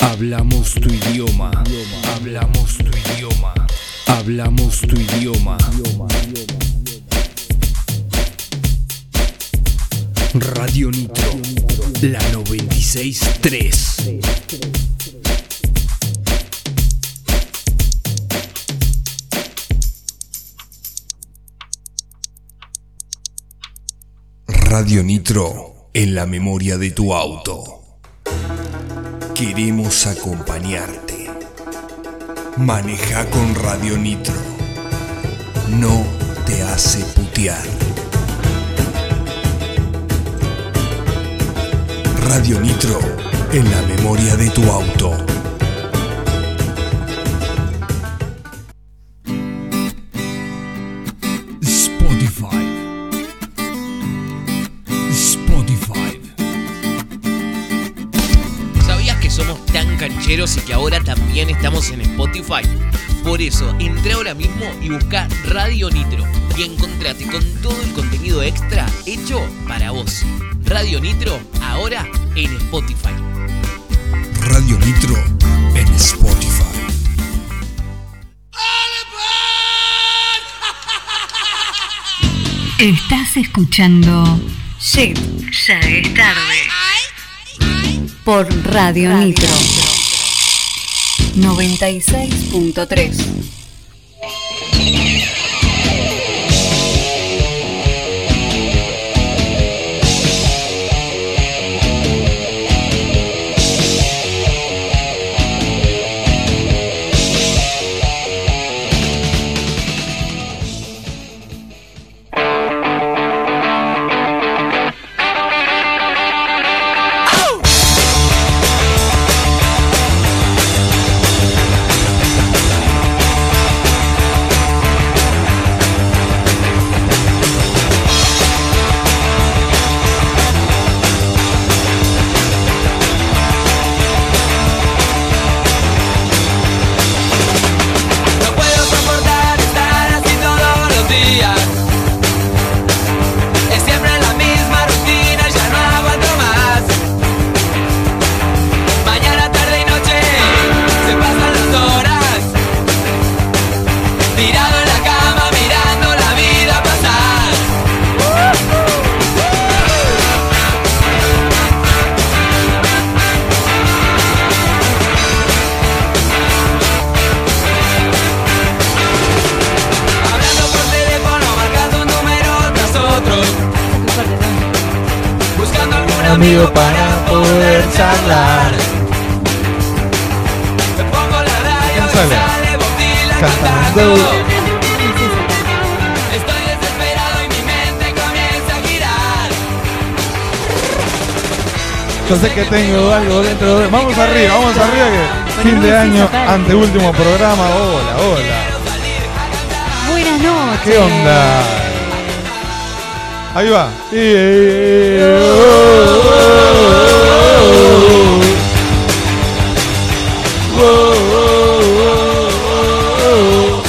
Hablamos tu idioma, hablamos tu idioma, hablamos tu idioma. Radio Nitro, la 963. Radio Nitro, en la memoria de tu auto. Queremos acompañarte. Maneja con Radio Nitro. No te hace putear. Radio Nitro en la memoria de tu auto. Spotify. Spotify. ¿Sabías que somos tan cancheros y que ahora también estamos en Spotify? Por eso, entra ahora mismo y busca Radio Nitro y encontrate con todo el contenido extra hecho para vos. Radio Nitro, ahora en Spotify. Radio Nitro en Spotify. Estás escuchando Shit, ya es tarde. Por Radio, Nitro. 96.3. No puedo soportar estar así todos los días. Es siempre la misma rutina, ya no aguanto más. Mañana, tarde y noche se pasan las horas. Tirado en la cama, mirando la vida pasar. Hablando por teléfono, marcando un número tras otro. Buscando algún amigo para poder charlar. Me pongo la radio y sale? sale Bob Dylan Cantando. cantando. Estoy desesperado y mi mente comienza a girar. Yo sé que tengo algo dentro de... Vamos arriba, vamos arriba que fin de año, anteúltimo programa. Hola, hola. Buenas noches. ¿Qué onda? Ahí va. Y- y- oh, y- oh, oh, oh, oh, oh. Oh, oh, oh, oh.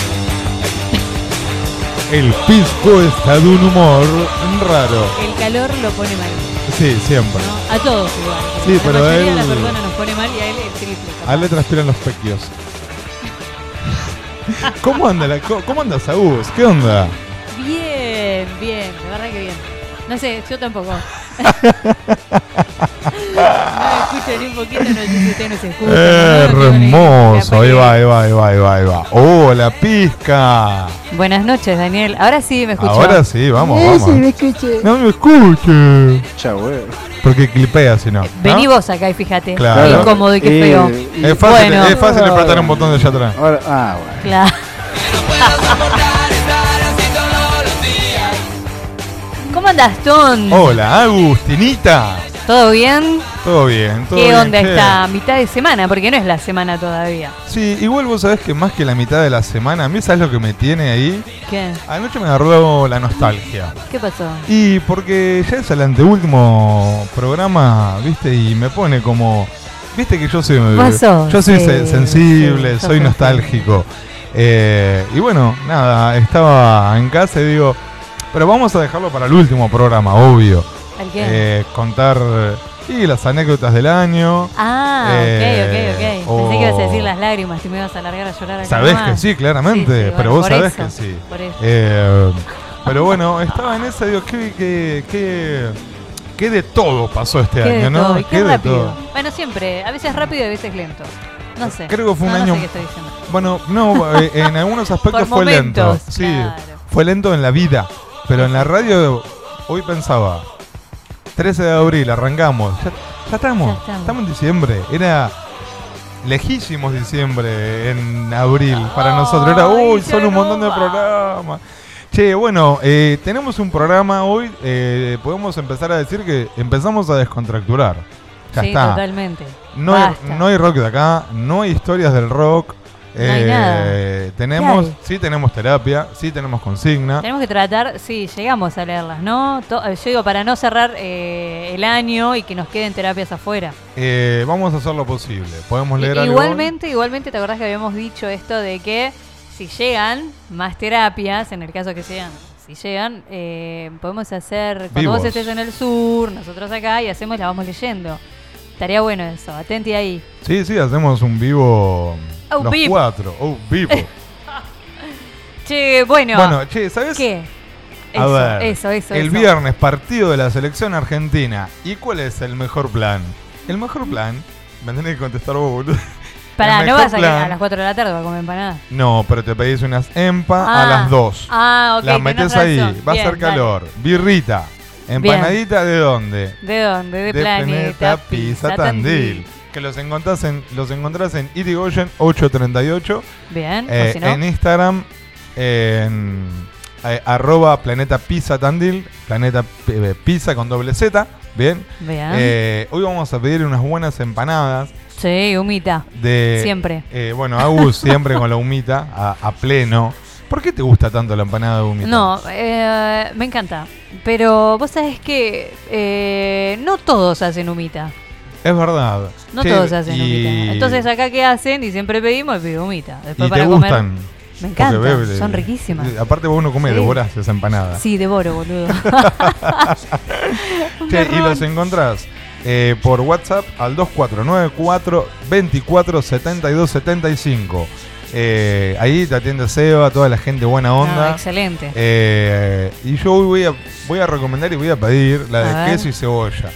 El pisco está de un humor raro. El calor lo pone mal, Sí, siempre. ¿no? A todos igual. Sí, la pero a mayoría él- de las personas nos pone mal y a él el triple. capaz. A él le transpiran los pequios. ¿Cómo anda la, co- cómo anda Saúl? ¿Qué onda? Bien, bien, la verdad que bien. No sé, yo tampoco. no me escucho ni un poquito, no sé si ustedes nos escuchan. Eh, no, no, re no, no, hermoso. capaz Ahí que- va, ahí va, ahí va, ahí va, ahí va. ¡Oh, la pizca! Buenas noches, Daniel. Ahora sí me escuchó. Ahora sí, vamos, vamos. No me escuche. Porque clipea si no. ¿no? Vení vos acá y fíjate. Claro. Qué incómodo y qué Eh, feo. Es fácil, Bueno. es fácil apretar un botón de allá atrás. Ahora, ah, bueno. Claro. No puedo soportar estar así todos los días. ¿Cómo andás, Ton? Hola, Agustinita. ¿Todo bien? Todo bien, todo ¿Qué bien. onda che? esta mitad de semana? Porque no es la semana todavía. Sí, igual vos sabés que más que la mitad de la semana, a mí sabes lo que me tiene ahí. ¿Qué? Anoche me agarró la nostalgia. ¿Qué pasó? Y porque ya es el anteúltimo programa, viste, y me pone como. Viste que yo soy. Vos sos, yo soy sí, se- sensible, sí, sos soy nostálgico. Eh, y bueno, nada, estaba en casa y digo. Pero vamos a dejarlo para el último programa, obvio. ¿Al qué? Eh, contar Y las anécdotas del año. Ah, Eh, ok, ok, ok. o- Pensé que ibas a decir las lágrimas y me ibas a largar a llorar acá. Sabés nomás. que sí, claramente, Sí, sí, bueno, pero vos por sabés eso, que sí. por eso. Eh, pero bueno, estaba en esa, digo, qué, qué, qué, qué de todo pasó este Qué de año, ¿no? todo, y qué, Qué de rápido. todo. Bueno, siempre, a veces rápido y a veces lento. No sé. Creo que fue un No, año- No sé qué estoy diciendo. Bueno, no, eh, en algunos aspectos Por fue lento. momentos, Sí, claro. fue lento en la vida. Pero en la radio, hoy pensaba, 13 de abril, arrancamos. Ya, ya estamos, Ya estamos, estamos. en diciembre. Era lejísimos diciembre en abril para nosotros. Era, Ay, uy, ya son un no montón de va". programas. Che, bueno, eh, tenemos un programa hoy. eh, podemos empezar a decir que empezamos a descontracturar. Ya sí, está. totalmente. No hay, Basta. no hay rock de acá, no hay historias del rock. Eh, No hay nada. Tenemos, ¿Qué hay? sí tenemos terapia, sí tenemos consigna. Tenemos que tratar, sí, llegamos a leerlas, ¿no? To- eh, yo digo, para no cerrar eh, el año y que nos queden terapias afuera. Eh, vamos a hacer lo posible. Podemos I- leer algo. igualmente, igualmente, ¿te acordás que habíamos dicho esto de que si llegan más terapias, en el caso que sean, si llegan, eh, podemos hacer, cuando Vivos. vos estés en el sur, nosotros acá, y hacemos, la vamos leyendo. Estaría bueno eso, atenti ahí. Sí, sí, hacemos un vivo. Oh, los vivo. cuatro. Oh, vivo. Che, bueno, bueno, che, ¿sabes? ¿qué? A Eso, ver, eso, eso. El eso. viernes, partido de la selección argentina. ¿Y cuál es el mejor plan? El mejor plan. Me tenés que contestar vos, boludo. Pará, el no mejor vas a, que plan- a las 4 de la tarde a comer empanadas. No, pero te pedís unas empa a Ah, las dos. Ah, ok. Las tenés metes razón. ahí, va Bien, a hacer dale. calor. Birrita, empanadita de dónde? ¿De dónde? De, Planeta Pizza Tandil. Que los encontrás en, los encontrás en Irigoyen 838, Bien, eh, o si no. en Instagram, en eh, arroba Planeta Pizza Tandil, Planeta eh, Pizza con doble Z, bien. Bien. Eh, hoy vamos a pedir unas buenas empanadas sí, humita. de... Siempre. eh, bueno, Agus siempre con la humita, a, a pleno. ¿Por qué te gusta tanto la empanada de humita? No, eh, me encanta. Pero vos sabés que eh, no todos hacen humita. Es verdad. No Che, todos hacen y- humita. Entonces acá qué hacen y siempre pedimos, pido humita. Después Y para te comer. gustan. Me encantan, porque veo- son riquísimas. eh, Aparte vos no comés, Sí. devorás esa empanada. Sí, devoro, boludo. Un Che, y garrón. los encontrás eh, por WhatsApp al 2494 247275 Eh, ahí te atiende Seba, toda la gente buena No, onda. excelente. Eh, y yo hoy voy a, voy a recomendar y voy a pedir la A de ver. queso y cebolla.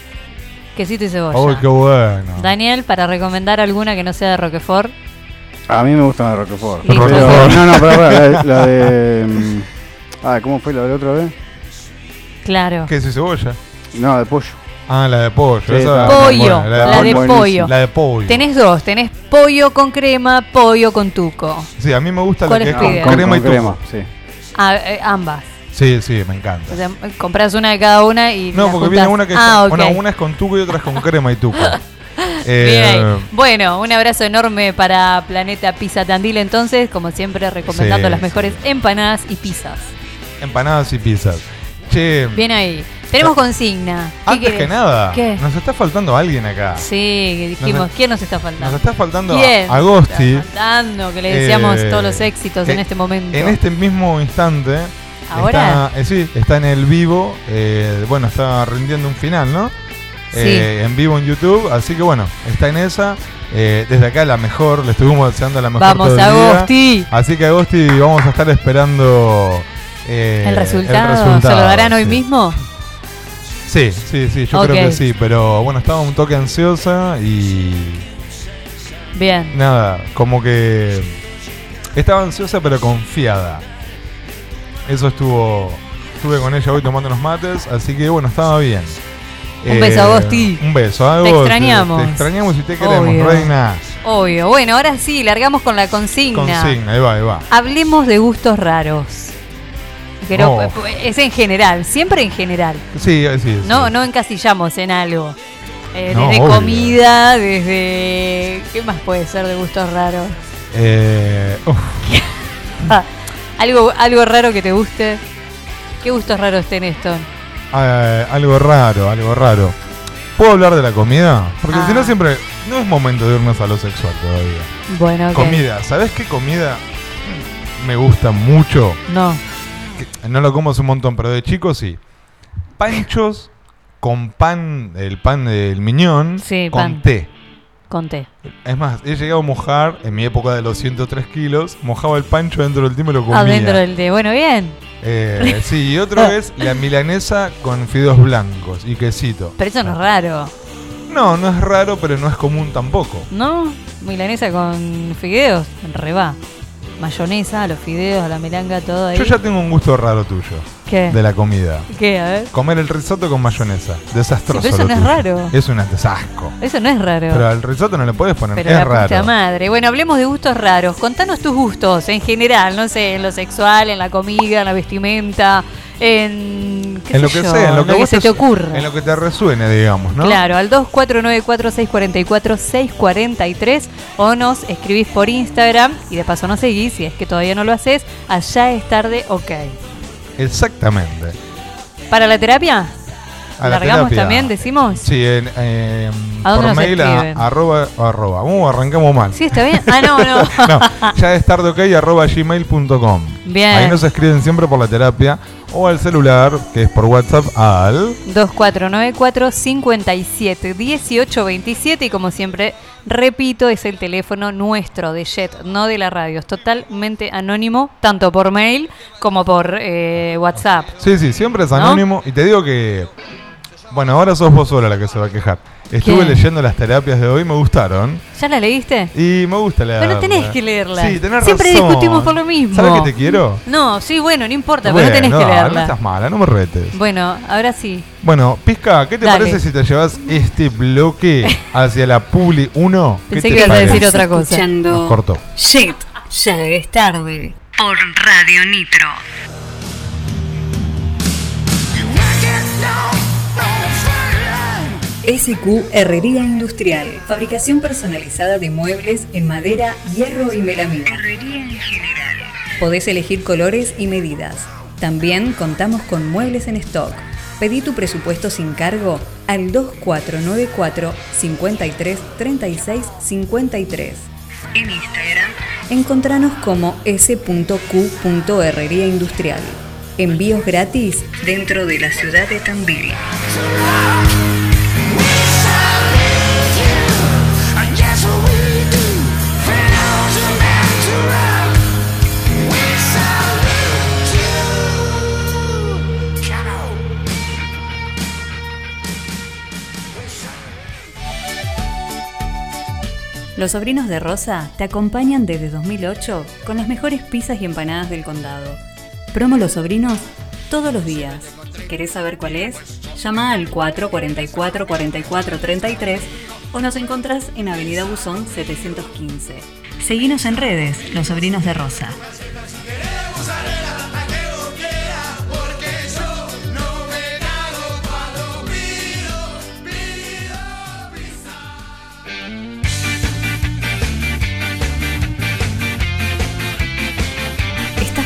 Quesito y cebolla. ¡Ay, qué bueno! Daniel, para recomendar alguna que no sea de Roquefort. A mí me gustan las Roquefort. Listo. Pero- Roquefort. no, no, pero pará, la, la de. mm, Ah, ¿cómo fue la de la otra vez? Claro. Queso y cebolla. No, de pollo. Ah, la de pollo. Sí, esa- está Pollo, bueno, la de buenísimo. pollo. la de pollo. Tenés dos, tenés pollo con crema, pollo con tuco. Sí, a mí me gusta la ¿Cuál que es No, es tu con, idea? crema y con crema, tuco. sí. Ah, eh, ambas. Sí, sí, me encanta. O sea, compras una de cada una y. No, las porque viene juntás. una que es, Ah, con- ok. una, una es con tuco y otra es con crema y tuco. Eh, Bien. Bueno, un abrazo enorme para Planeta Pizza Tandil. Entonces, como siempre, recomendando Sí, las mejores empanadas y pizzas. empanadas y pizzas. Che, Bien ahí. Tenemos consigna. ¿Qué Mm. antes querés? que nada, ¿Qué? nos está faltando alguien acá. Sí, que dijimos, Nos- ¿quién nos está Nos faltando? está faltando ¿Quién a- Agosti. Está faltando, que le deseamos Eh, todos los éxitos en eh, este momento. En este mismo instante. Ahora. Está, eh, sí, está en el vivo. eh, bueno, está rindiendo un final, ¿no? Eh, en vivo en YouTube. Así que bueno, está en esa. Eh, desde acá la mejor, le estuvimos deseando la mejor. todo Vamos, el día. Agosti. Así que Agosti vamos a estar esperando eh, El resultado, ¿se lo resultado, darán hoy sí. mismo? Sí, sí, sí, yo creo Ok. que sí, pero bueno, estaba un toque ansiosa y Bien. nada, como que estaba ansiosa pero confiada. Eso estuvo, estuve con ella hoy tomando unos mates, así que bueno, estaba bien. Eh, Un beso, Agosti. Un beso, Agosti. extrañamos. Te extrañamos y te queremos, Obvio. reina. Obvio. Bueno, ahora sí, largamos con la consigna. Consigna, ahí va, ahí va. Hablemos de gustos raros. Pero No. pues, es en general, siempre en general. Sí, eh, sí, sí. No, no encasillamos en algo. Eh, No, desde obvio. comida, desde. ¿Qué más puede ser de gustos raros? Eh, uf. Ah, algo, algo raro que te guste. ¿Qué gustos raros tenés, Tom? Eh, algo raro, algo raro. ¿Puedo hablar de la comida? Porque Ah. si no siempre... No es momento de irnos a lo sexual todavía. Bueno, ok. Comida, ¿sabes qué comida me gusta mucho? No. Que- No lo como hace un montón, pero de chico sí. Panchos con pan, el pan del miñón, Sí, con pan. té. Conté. Es más, he llegado a mojar, en mi época de los 103 kilos, mojaba el pancho dentro del té y me lo comía. Adentro Ah, del té. Bueno, bien. Eh, sí, y otra es la milanesa con fideos blancos y quesito. Pero eso no es Ah. raro, No, no es raro, pero no es común tampoco. ¿no? Milanesa con fideos, reba. Mayonesa, a los fideos, a la milanga, todo ahí. Yo ya tengo un gusto raro tuyo ¿Qué? de la comida. ¿Qué? A ver. Comer el risotto con mayonesa. Desastroso. Sí, pero lo eso no es tuyo. raro. Es un asco. Eso no es raro. Pero al risotto no le puedes poner. Pero es la raro. puta madre. Bueno, hablemos de gustos raros. Contanos tus gustos en general, no sé, en lo sexual, en la comida, en la vestimenta, en. qué sé en lo que yo, sea, en lo que, a vos se te ocurra. En lo que te resuene, digamos, ¿no? Claro, al 2494-644-643 o nos escribís por Instagram y de paso nos seguís si es que todavía no lo haces. Allá es tarde, ok. Exactamente. ¿Para la terapia? A la ¿Largamos terapia. también, decimos? Sí, en, eh, ¿A dónde por nos mail a escriben? arroba, arroba. Uh, arrancamos mal. Sí, está bien. Ah, no, no. no, ya es tardeok.gmail.com. Bien. Ahí nos escriben siempre por la terapia o al celular, que es por WhatsApp, al... 2494 57 18 27 y como siempre repito es el teléfono nuestro de Jet, no de la radio, es totalmente anónimo, tanto por mail como por eh, WhatsApp. Sí, sí, siempre es ¿No? anónimo. Y te digo que... Bueno, ahora sos vos sola la que se va a quejar. Estuve ¿Qué? leyendo las terapias de hoy, me gustaron. ¿Ya la leíste? Y me gusta la... Pero tenés que leerla. Sí, tenés Siempre razón. discutimos por lo mismo. ¿Sabes que te quiero? No, sí, bueno, no importa, Bueno, pero no tenés no, que No leerla. estás mala, no me retes. Bueno, ahora sí. Bueno, Pizca, ¿qué te Dale. parece si te llevas este bloque hacia la Publi 1? ¿Qué Pensé te que ibas a parece? decir otra cosa. Nos Escuchando cortó. Jet, ya es tarde. Por Radio Nitro. SQ Herrería Industrial. Fabricación personalizada de muebles en madera, hierro y melamina. Podés elegir colores y medidas. También contamos con muebles en stock. Pedí tu presupuesto sin cargo al 2494 53 36 53. En Instagram encontranos como s.q.herrería industrial. Envíos gratis dentro de la ciudad de También. Los sobrinos de Rosa te acompañan desde 2008 con las mejores pizzas y empanadas del condado. Promo Los Sobrinos todos los días. ¿Querés saber cuál es? Llama al 444 44 33 o nos encontrás en Avenida Buzón 715. Seguinos en redes, Los Sobrinos de Rosa. ¿Estás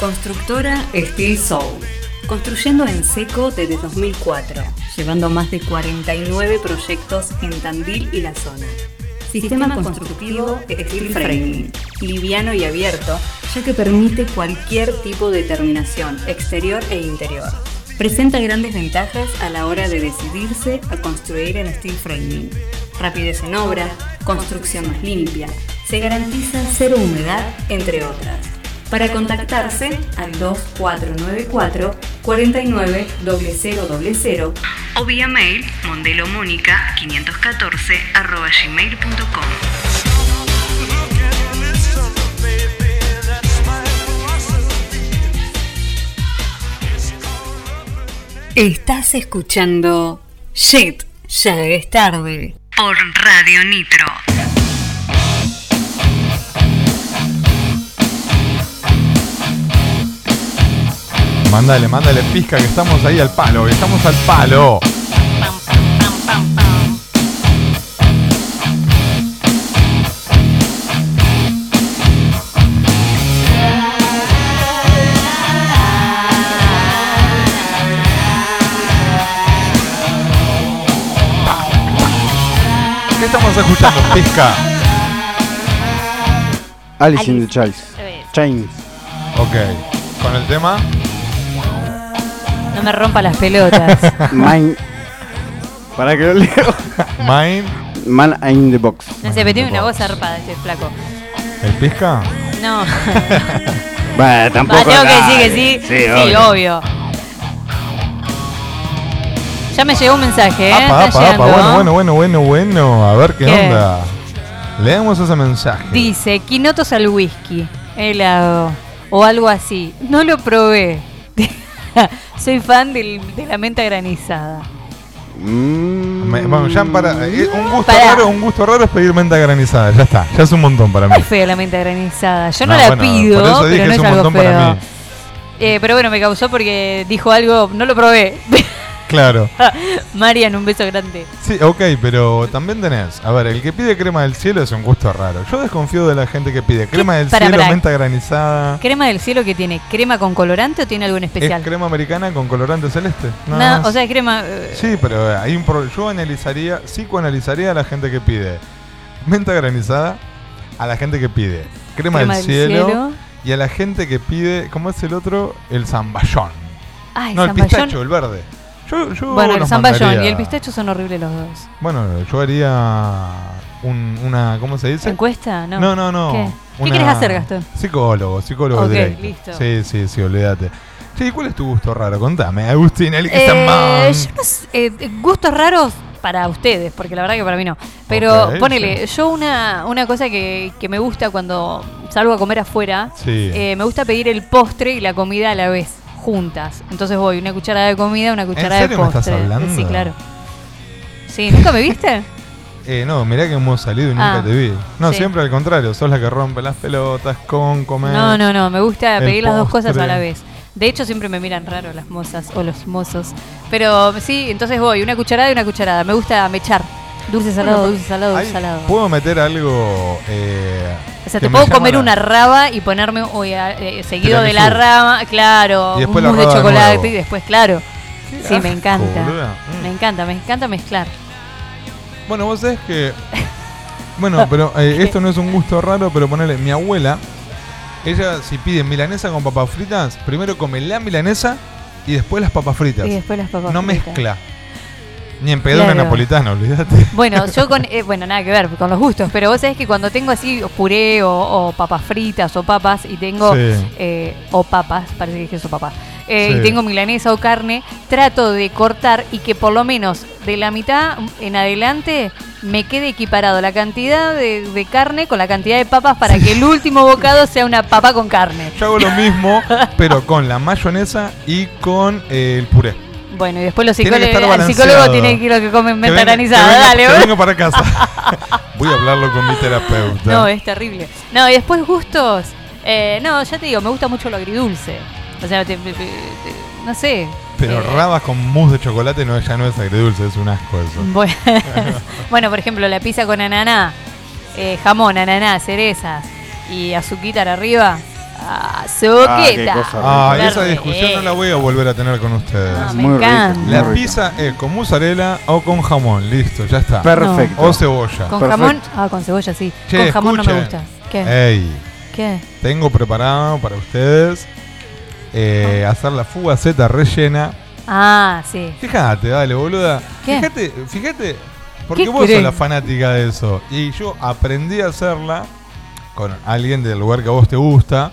Constructora Steel Soul. Construyendo en seco desde 2004, llevando más de 49 proyectos en Tandil y la zona. Sistema, constructivo Steel Framing. Liviano y abierto, ya que permite cualquier tipo de terminación, exterior e interior. Presenta grandes ventajas a la hora de decidirse a construir en Steel Framing. Rapidez en obra, construcción más limpia, se garantiza cero humedad, entre otras. Para contactarse al 2494 49 000 o vía mail mondelomónica 514 arroba gmail.com. Estás escuchando Shit, ya es tarde. por Radio Nitro. Mándale, mándale pizca que estamos ahí al palo, que estamos al palo. ¿Qué estamos escuchando, pizca? Alice, in the Chains. Eh, Chains. Ok, con el tema. No me rompa las pelotas. Mine. Para que lo leo. Mine, Man in the box. No sé, pero tiene una voz zarpada este flaco. el pizca. No. Bah, Va, tampoco. tengo que decir dale. que sí. Sí, obvio. obvio. Ya me llegó un mensaje, ¿eh? Apa, apa, Está apa. llegando. Bueno, bueno, bueno, bueno, bueno. A ver qué, ¿Qué? onda. Leamos ese mensaje. Dice, quinotos al whisky, helado o algo así. No lo probé. Soy fan del- de la menta granizada. Mm. Me- bueno, ya para, eh, un, gusto Pará. raro, un gusto raro es pedir menta granizada. Ya está, ya es un montón para mí. No es feo la menta granizada. Yo no, No, la bueno, pido, por eso dije, pero no es es, un algo montón para feo. mí. Eh, pero bueno, me causó porque dijo algo, no lo probé. Claro. Marian, un beso grande. Sí, ok, pero también tenés. A ver, el que pide crema del cielo es un gusto raro. Yo desconfío de la gente que pide crema del Pará, cielo, pará. menta granizada. ¿Crema del cielo que tiene? ¿Crema con colorante o tiene algo en especial? ¿Es crema americana con colorante celeste? No, Nada más. o sea, es crema... eh, Sí, pero hay un pro- yo analizaría, psicoanalizaría a la gente que pide menta granizada, a la gente que pide crema, del, cielo, y a la gente que pide, ¿cómo es el otro? El zamballón. Ay, no, el zamballón. pistacho, el verde. Yo, yo Bueno, el los zamballón y mandaría- el pistacho son horribles los dos. Bueno, yo haría un- una, ¿cómo se dice? ¿Encuesta? No. No, no, no. ¿Qué? ¿Qué Una- querés hacer, Gastón? Psicólogo, psicólogo Ok, directo. listo. Sí, sí, sí, olvídate. Che, ¿cuál es tu gusto raro? Contame, Agustín, el que está Eh, mal. yo no sé, eh, gustos raros para ustedes, porque la verdad que para mí no. Pero Ok, ponele, yo una, una cosa que, que me gusta cuando salgo a comer afuera, Sí. eh, me gusta pedir el postre y la comida a la vez, juntas. Entonces voy, una cucharada de comida, una cucharada serio de me estás postre. hablando? Sí, claro. Sí, ¿nunca me viste? Eh, no, mirá que hemos salido y nunca Ah, te vi. No, sí. siempre al contrario, sos la que rompe las pelotas con comer. No, no, no, me gusta el pedir las dos cosas a postre. la vez. De hecho, siempre me miran raro las mozas o los mozos. Pero sí, entonces voy, una cucharada y una cucharada. Me gusta mechar. Dulce salado, dulce salado, Ahí dulce salado. Puedo meter algo. eh, O sea, que te me puedo llama comer la- una raba y ponerme o, eh, eh, seguido de la Tiramisú. rama, claro, Y un después mousse la de raba de chocolate nuevo. y después, claro. Qué Sí, asco, me encanta. boluda. Mm. Me encanta, me encanta mezclar. Bueno, vos sabés que. Bueno, pero eh, esto no es un gusto raro, pero ponele. Mi abuela, ella si pide milanesa con papas fritas, primero come la milanesa y después las papas fritas. Y después las papas no fritas. mezcla. Ni en pedo una Claro. napolitana, olvídate. Bueno, yo con. eh, bueno, nada que ver con los gustos, pero vos sabés que cuando tengo así puré o, o papas fritas o papas y tengo. Sí. eh, o papas, parece que dije eso papas. eh, Sí. Y tengo milanesa o carne, trato de cortar y que por lo menos de la mitad en adelante me quede equiparado la cantidad de, de carne con la cantidad de papas para que el último bocado sea una papa con carne. Yo hago lo mismo, pero con la mayonesa y con eh, el puré. Bueno, y después los Tiene que psicólogos, estar el psicólogo balanceado. tiene que ir lo que comen menta Que venga- granizada, que venga- dale. que boludo. venga para casa. Voy a hablarlo con mi terapeuta. No, es terrible. No, y después gustos. eh, no, ya te digo, me gusta mucho lo agridulce. O sea, te- te- te- no sé. Pero Eh, rabas con mousse de chocolate no, ya no es agridulce, es un asco eso. Bueno, bueno, por ejemplo, la pizza con ananá, eh, jamón, ananá, cerezas y azuquita arriba. Ah, qué Azuquita. cosa Ah, Verde. esa discusión no la voy a volver a tener con ustedes. Ah, Es me muy rico, encanta. muy La rico. pizza es con mozzarella o con jamón, listo, ya está. Perfecto. O cebolla. Con Perfecto. jamón, ah, con cebolla sí. Che, con jamón no me escuchen. gusta. ¿Qué? Ey, ¿Qué? tengo preparado para ustedes eh, hacer la fuga Z rellena. Ah, sí. Fíjate, dale, boluda. ¿Qué? Fíjate, fíjate, porque ¿Qué vos querés? sos la fanática de eso. Y yo aprendí a hacerla con alguien del lugar que a vos te gusta,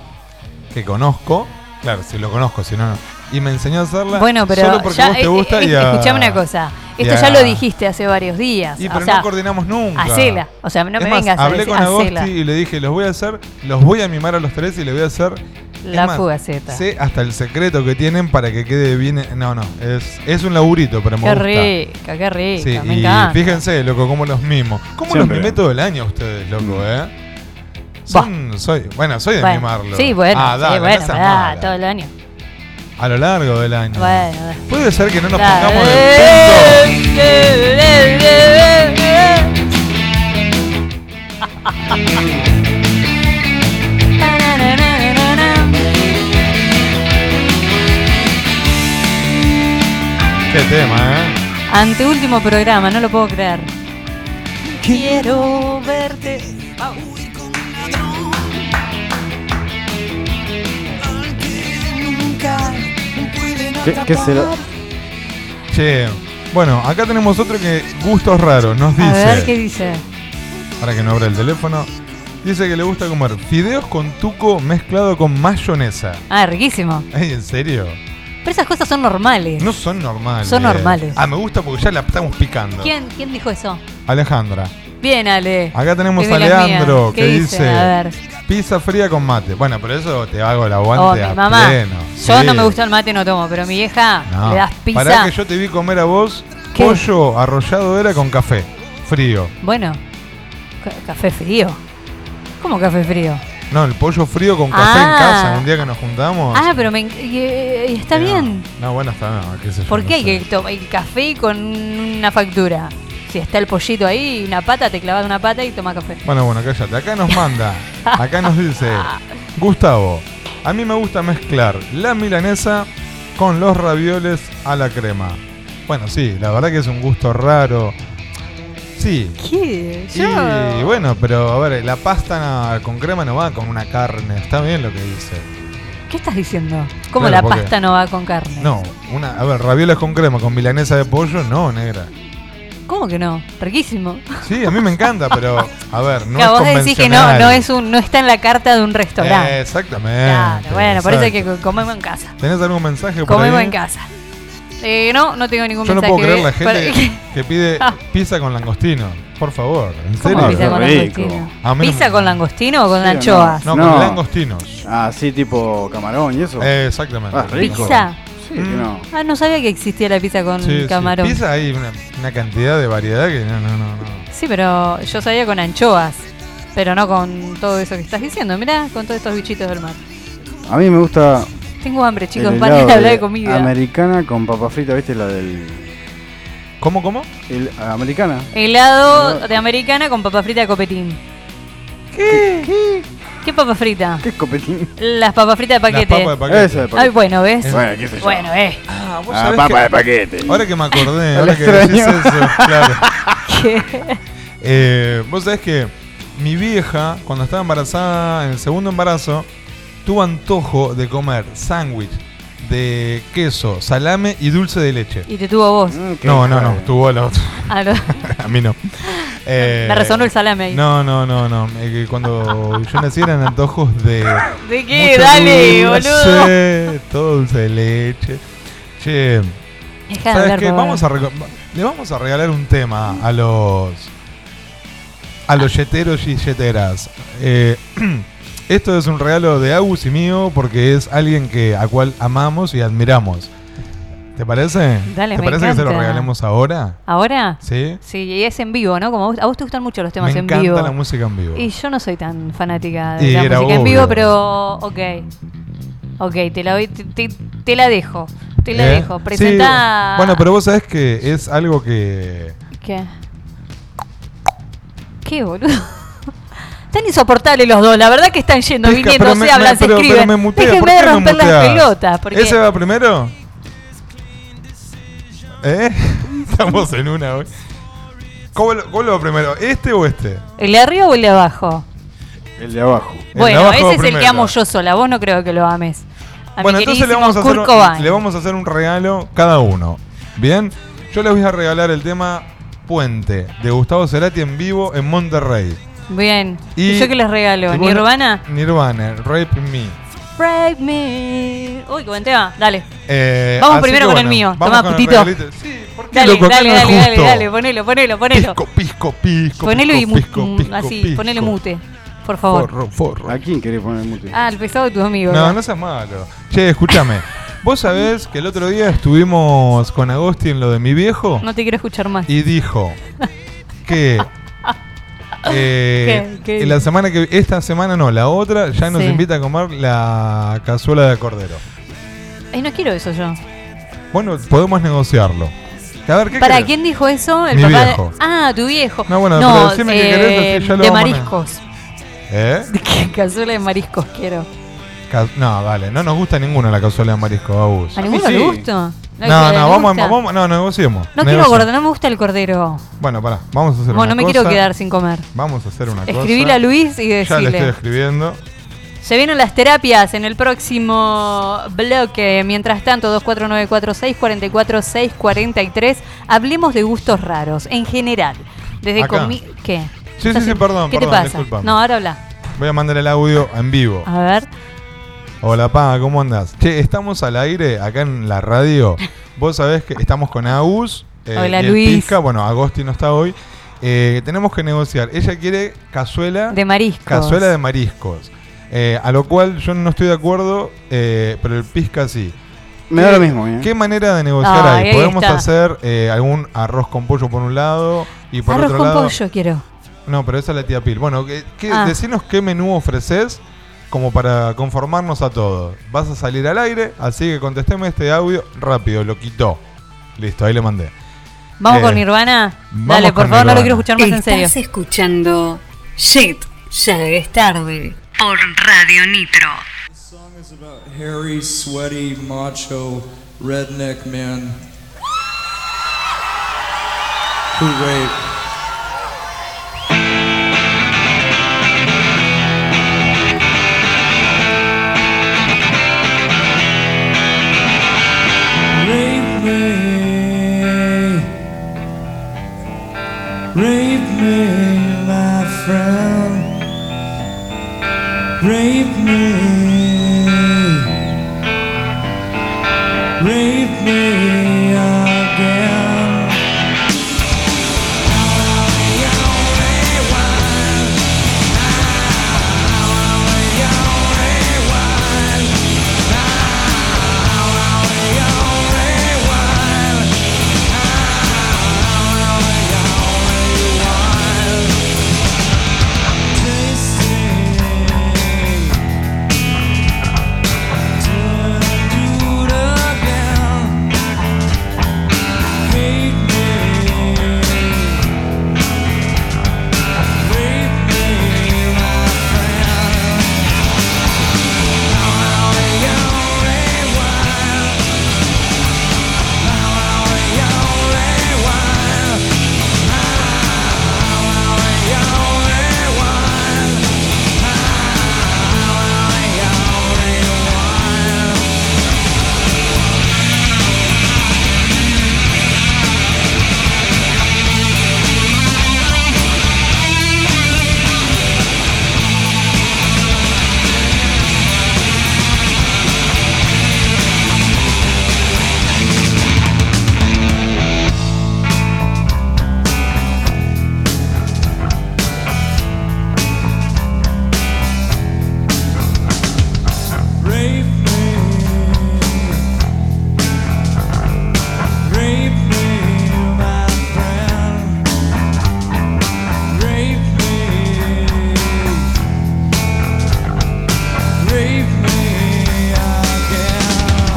que conozco. Claro, si lo conozco, si no, no. Y me enseñó a hacerla Bueno, pero solo porque ya, a vos eh, te gusta eh, y a- escuchame una cosa. y Esto a- ya lo dijiste hace varios días. Y o pero sea, no coordinamos nunca. hacela. O sea, no Es me más, vengas a hablé decir, con Agosti hacela. y le dije, los voy a hacer, los voy a mimar a los tres y le voy a hacer La Es más, fugaceta. Sé hasta el secreto que tienen para que quede bien. No, no. Es, es un laburito, pero me Qué gusta. rica, qué rica. Sí, me y encanta. fíjense, loco, cómo los mimo. Siempre. ¿Cómo Mm. los mimé todo el año a ustedes, loco, eh? Son, soy, bueno, soy de Bueno, mimarlo. Sí, bueno, Ah, dale, sí, no bueno, seas pará, mala. Mm. todo el año. A lo largo del año. Bueno, dale. Puede ser que no nos Dale. pongamos de punto. Qué tema, ¿eh? Anteúltimo programa, no lo puedo creer. Quiero verte. ¿Qué, qué será? Che. Bueno, acá tenemos otro que gustos raros. Nos dice. A ver qué dice. Para que no abra el teléfono. Dice que le gusta comer fideos con tuco mezclado con mayonesa. Ah, riquísimo. Ay, ¿en serio? Pero esas cosas son normales. No son normales. Son normales. Ah, me gusta porque ya la estamos picando. ¿Quién, ¿Quién dijo eso? Alejandra. Bien, Ale. Acá tenemos Vive a la Leandro mía. que ¿Qué dice, A ver. pizza fría con mate. Bueno, pero eso te hago el aguante Oh, mi a mamá. pleno. Yo Sí. no me gusta el mate, no tomo, pero mi vieja No. le das Pará pizza. que yo te vi comer a vos ¿Qué? pollo arrollado era con café frío. Bueno, ca- café frío. ¿Cómo café frío? No, el pollo frío con café Ah. en casa un día que nos juntamos. Ah, pero me, enc- y- eh, y- y está No. bien. No, bueno, está bien. qué sé yo, ¿Por no qué hay sé. que tomar el café con una factura? Si está el pollito ahí, una pata, te clavas una pata y toma café. Bueno, bueno, cállate. Acá nos manda, acá nos dice, Gustavo, a mí me gusta mezclar la milanesa con los ravioles a la crema. Bueno, sí, la verdad que es un gusto raro. Sí. ¿Qué? Yo. Y bueno, pero a ver, la pasta no- con crema no va con una carne, está bien lo que dice. ¿Qué estás diciendo? ¿Cómo Claro, la porque- pasta no va con carne? No, una, a ver, ravioles con crema, con milanesa de pollo, no, negra. ¿Cómo que no? Riquísimo. Sí, a mí me encanta, pero a ver, no Claro, es vos decís que no, convencional. no, es un, no está en la carta de un restaurante. Exactamente. Claro, bueno, por eso hay que exacto. co- comemos en casa. ¿Tenés algún mensaje por Comemos ahí? en casa. Eh, no, no tengo ningún Yo no mensaje. puedo creer la para- Ah. gente que pide pizza con langostino. Por favor, ¿en ¿Cómo serio? pizza con Qué langostino? rico. A mí no ¿Pizza me- con langostino o con Sí, anchoas? No, No. con langostinos. Ah, sí, tipo camarón y eso. Eh, exactamente. Ah, rico. ¿Pizza? sí, que no. Ah, no sabía que existía la pizza con Sí, sí. camarón. Pizza hay una, una cantidad de variedad que no, no, no. no. Sí, pero yo sabía con anchoas, pero no con todo eso que estás diciendo. Mirá, con todos estos bichitos del mar. A mí me gusta Tengo hambre, el chicos, paren helado de hablar de de comida. americana con papa frita, ¿viste? La del... ¿Cómo, cómo? el- ah, americana. Helado de americana con papa frita de copetín. ¿Qué? ¿Qué, papa frita? ¿Qué es copetín? Las papas fritas de Las paquete. papas de paquete. Esa de Ay, paquete. bueno, ¿ves? Bueno, qué sé yo. Bueno, eh. Ah, vos Ah, sabés papa que- de paquete. Ahora que me acordé, Al ahora que decís extraño. eso, claro. ¿Qué? Eh, vos sabés que mi vieja, cuando estaba embarazada, en el segundo embarazo, tuvo antojo de comer sándwich de queso, salame y dulce de leche. Y te tuvo vos. Mm, qué No, no, hija no, de- tuvo la otra. Ah, lo- A mí no. Eh, me resonó el salame ahí. No, no, no, no. Eh, que cuando yo nací eran antojos de. ¿De qué? mucho Dale, dulce, boludo. Todo dulce de leche. Che, Dejá de ¿sabes hablar, qué? boba. Vamos a reco- le vamos a regalar un tema a los. A los yeteros y yeteras. Eh, esto es un regalo de Agus y mío porque es alguien que, a cual amamos y admiramos. ¿Te parece? Dale, ¿Te me parece que se lo encanta. regalemos ahora? ¿Ahora? ¿Sí? Sí, y es en vivo, ¿no? Como a vos, a vos te gustan mucho los temas me en encanta vivo. la música en vivo. Y yo no soy tan fanática de Y la era música en vivo, obvio. pero ok. Ok, te la, doy- te, te- te la dejo. Te la ¿Eh? dejo. Sí, Presenta. bueno, pero vos sabés que es algo que. ¿Qué? ¿Qué, boludo? Están insoportables los dos. La verdad que están yendo, Pesca, viniendo, pero se me- hablan, me- se pero- escriben. pero me mutea, Déjenme ¿por qué de me romper las muteas? pelotas. Porque ¿Ese va primero? ¿Eh? Estamos en una hoy. ¿Cómo lo, cómo lo va primero? ¿Este o este? ¿El de arriba o el de abajo? El de abajo. El de Bueno, abajo ese va es el que primero. amo yo sola. Vos no creo que lo ames. A bueno, mi entonces le queridísimo vamos, a hacer Kurt un, Cobain. le vamos a hacer un regalo cada uno. ¿Bien? Yo les voy a regalar el tema Puente de Gustavo Cerati en vivo en Monterrey. Bien. Y- ¿Y, yo qué les regalo? y bueno, ¿Nirvana? Nirvana, Rape Me. Break me. Uy, qué buen tema. Dale. Eh, Vamos así primero que con el mío. vamos Tomá, con el putito. regalito. Sí, ¿por qué, Dale, loco? Acá dale, no es dale, dale, justo. dale. Ponelo, ponelo, ponelo. Pisco, pisco, pisco. ponelo pisco, y mu- pisco, mm, pisco, así, pisco. ponele mute. Por favor. Forro, forro. ¿A quién querés poner mute? Ah, el pesado de tus amigos. No, no seas malo. Che, escúchame. Vos sabés que el otro día estuvimos con Agosti en lo de mi viejo No te quiero escuchar más. y dijo que eh, ¿Qué? ¿Qué? la semana que esta semana no, la otra ya nos Sí. invita a comer la cazuela de cordero. Ay, no quiero eso yo. Bueno, podemos negociarlo. A ver, ¿qué ¿Para querés? quién dijo eso? El Mi papá viejo. De... Ah, tu viejo. eh, No, bueno, pero decime qué querés, así ya lo vamos De a poner. mariscos. ¿Eh? ¿Qué cazuela de mariscos quiero? Ca- No, vale, no nos gusta ninguna la cazuela de marisco, Agus. ¿A mí ninguno sí. le gusta? No, no, hay que- le vamos, gusta. a- vamos, no, negociemos. No quiero negocio. gordo, no me gusta el cordero. Bueno, pará, vamos a hacer Bueno, una no me cosa. quiero quedar sin comer. Vamos a hacer una cosa. Escribíle a Luis y Ya le estoy decirle. escribiendo. Se vienen las terapias en el próximo bloque. Mientras tanto, 24946446643. Hablemos de gustos raros, en general. Desde Acá. comi ¿Qué? Sí, ¿Estás sí, sí, en- perdón, ¿Qué perdón, te pasa? disculpame. No, ahora habla. Voy a mandar el audio en vivo. A ver. Hola, pa, ¿cómo andás? Che, estamos al aire acá en la radio. Vos sabés que estamos con Agus. eh, Hola, y el Luis. Pizca. Bueno, Agosti no está hoy. Eh, tenemos que negociar. Ella quiere cazuela. De mariscos. Cazuela de mariscos. Eh, a lo cual yo no estoy de acuerdo, eh, pero el Pizca sí. Me da lo mismo, ¿eh? ¿Qué manera de negociar Ay, hay? ahí Podemos está. hacer eh, algún arroz con pollo por un lado y por Arroz otro con lado. pollo quiero. No, pero esa es la tía Pil. Bueno, ¿qué, qué- Ah. decinos qué menú ofreces como para conformarnos a todos. Vas a salir al aire, así que contesteme este audio rápido, lo quitó. Listo, ahí le mandé. Vamos Eh, con Nirvana. vamos Dale, por con favor, no Nirvana. lo quiero escuchar más en serio. Estás escuchando Shit, ya es tarde. Por Radio Nitro. song is about hairy, sweaty, macho, redneck men who rape. Rape me, rape me, my friend. Rape me. Rape me again. Rape me. Rape me, my friend. Rape me. Rape me again.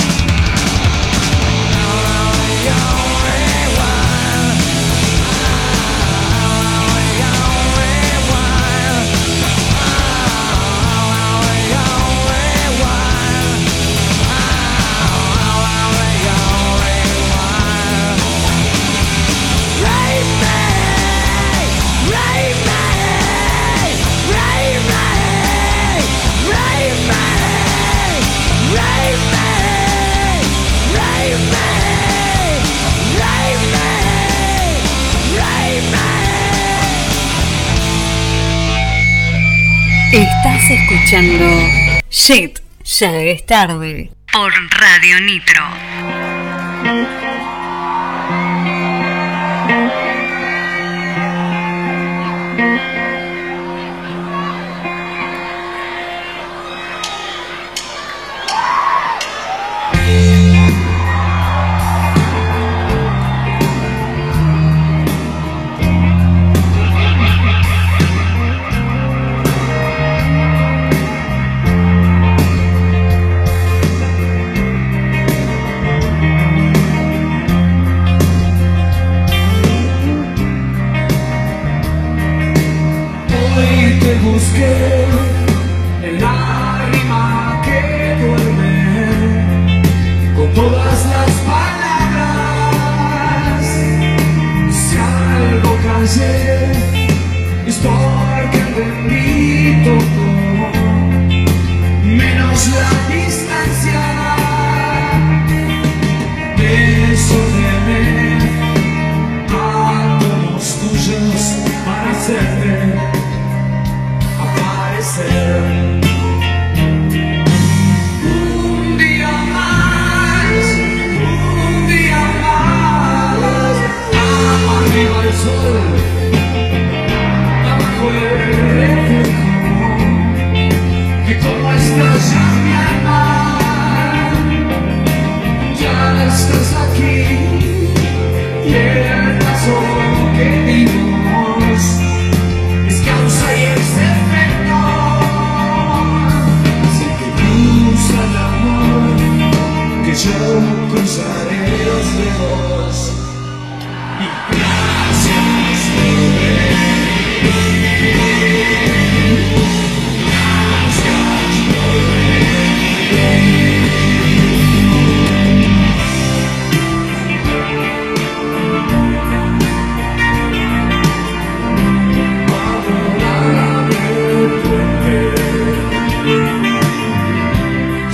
Estás escuchando Shit, ya es tarde. Por Radio Nitro. Rape me, y busqué en la rima que duerme con todas las palabras. Si algo callé, es porque entendí todo, menos la distancia. Desordené átomos tuyos para hacerme aparecer. Un día más, un día más, arriba el sol, abajo el reflejo, que como estás ya mi alma, ya estás aquí. Y el caso que vimos es causa y es efecto. Si te cruza el amor, que yo cruzaré los dedos. Y gracias, volveré. Gracias, volveré.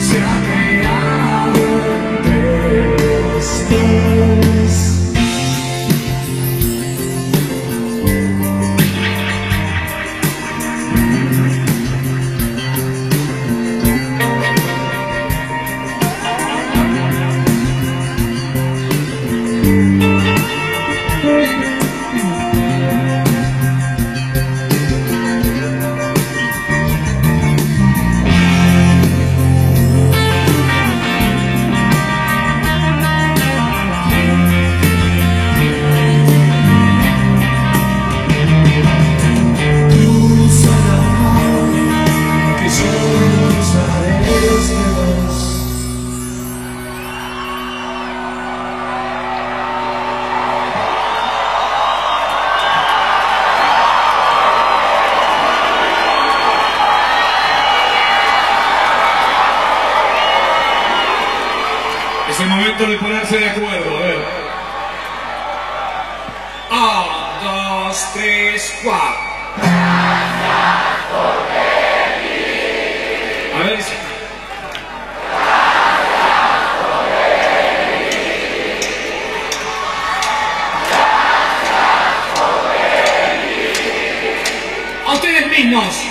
Se ha creado entre los dos. Cruza el amor, que yo cruzaré los dedos. Es el momento de ponerse de acuerdo, a ver. Un, dos, tres, cuatro. A ver. si- A ustedes mismos.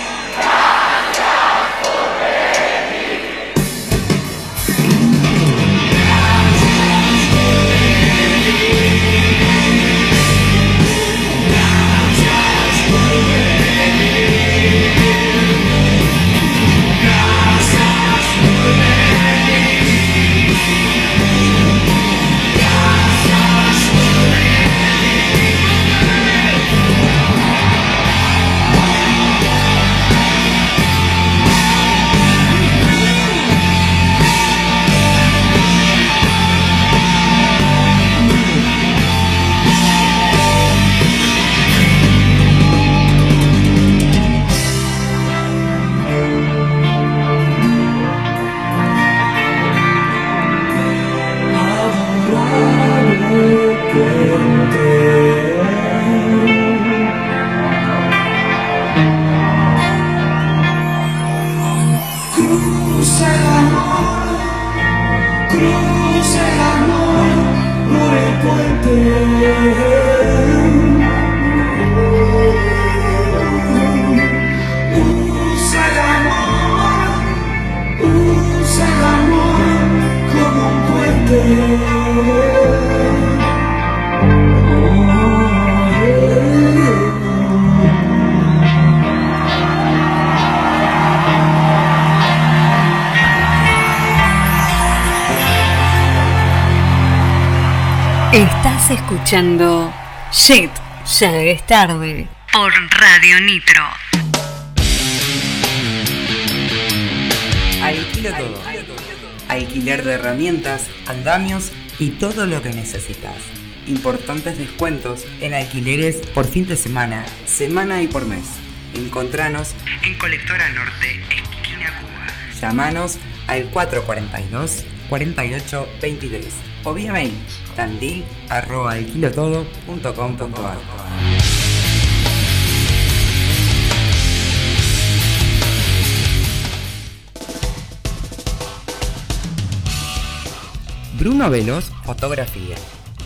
Cruza el amor, cruza el amor por el puente. Usa el amor, usa el amor como un puente. Estás escuchando Shit, ya es tarde. Por Radio Nitro. Alquilo todo. Alquiler de herramientas, andamios y todo lo que necesitas. Importantes descuentos en alquileres por fin de semana, semana y por mes. Encontranos en Colectora Norte, esquina Cuba. Llamanos al 442 48 23 o vía mail tandil arroba alquilotodo.com.ar. Bruno Velos, fotografía.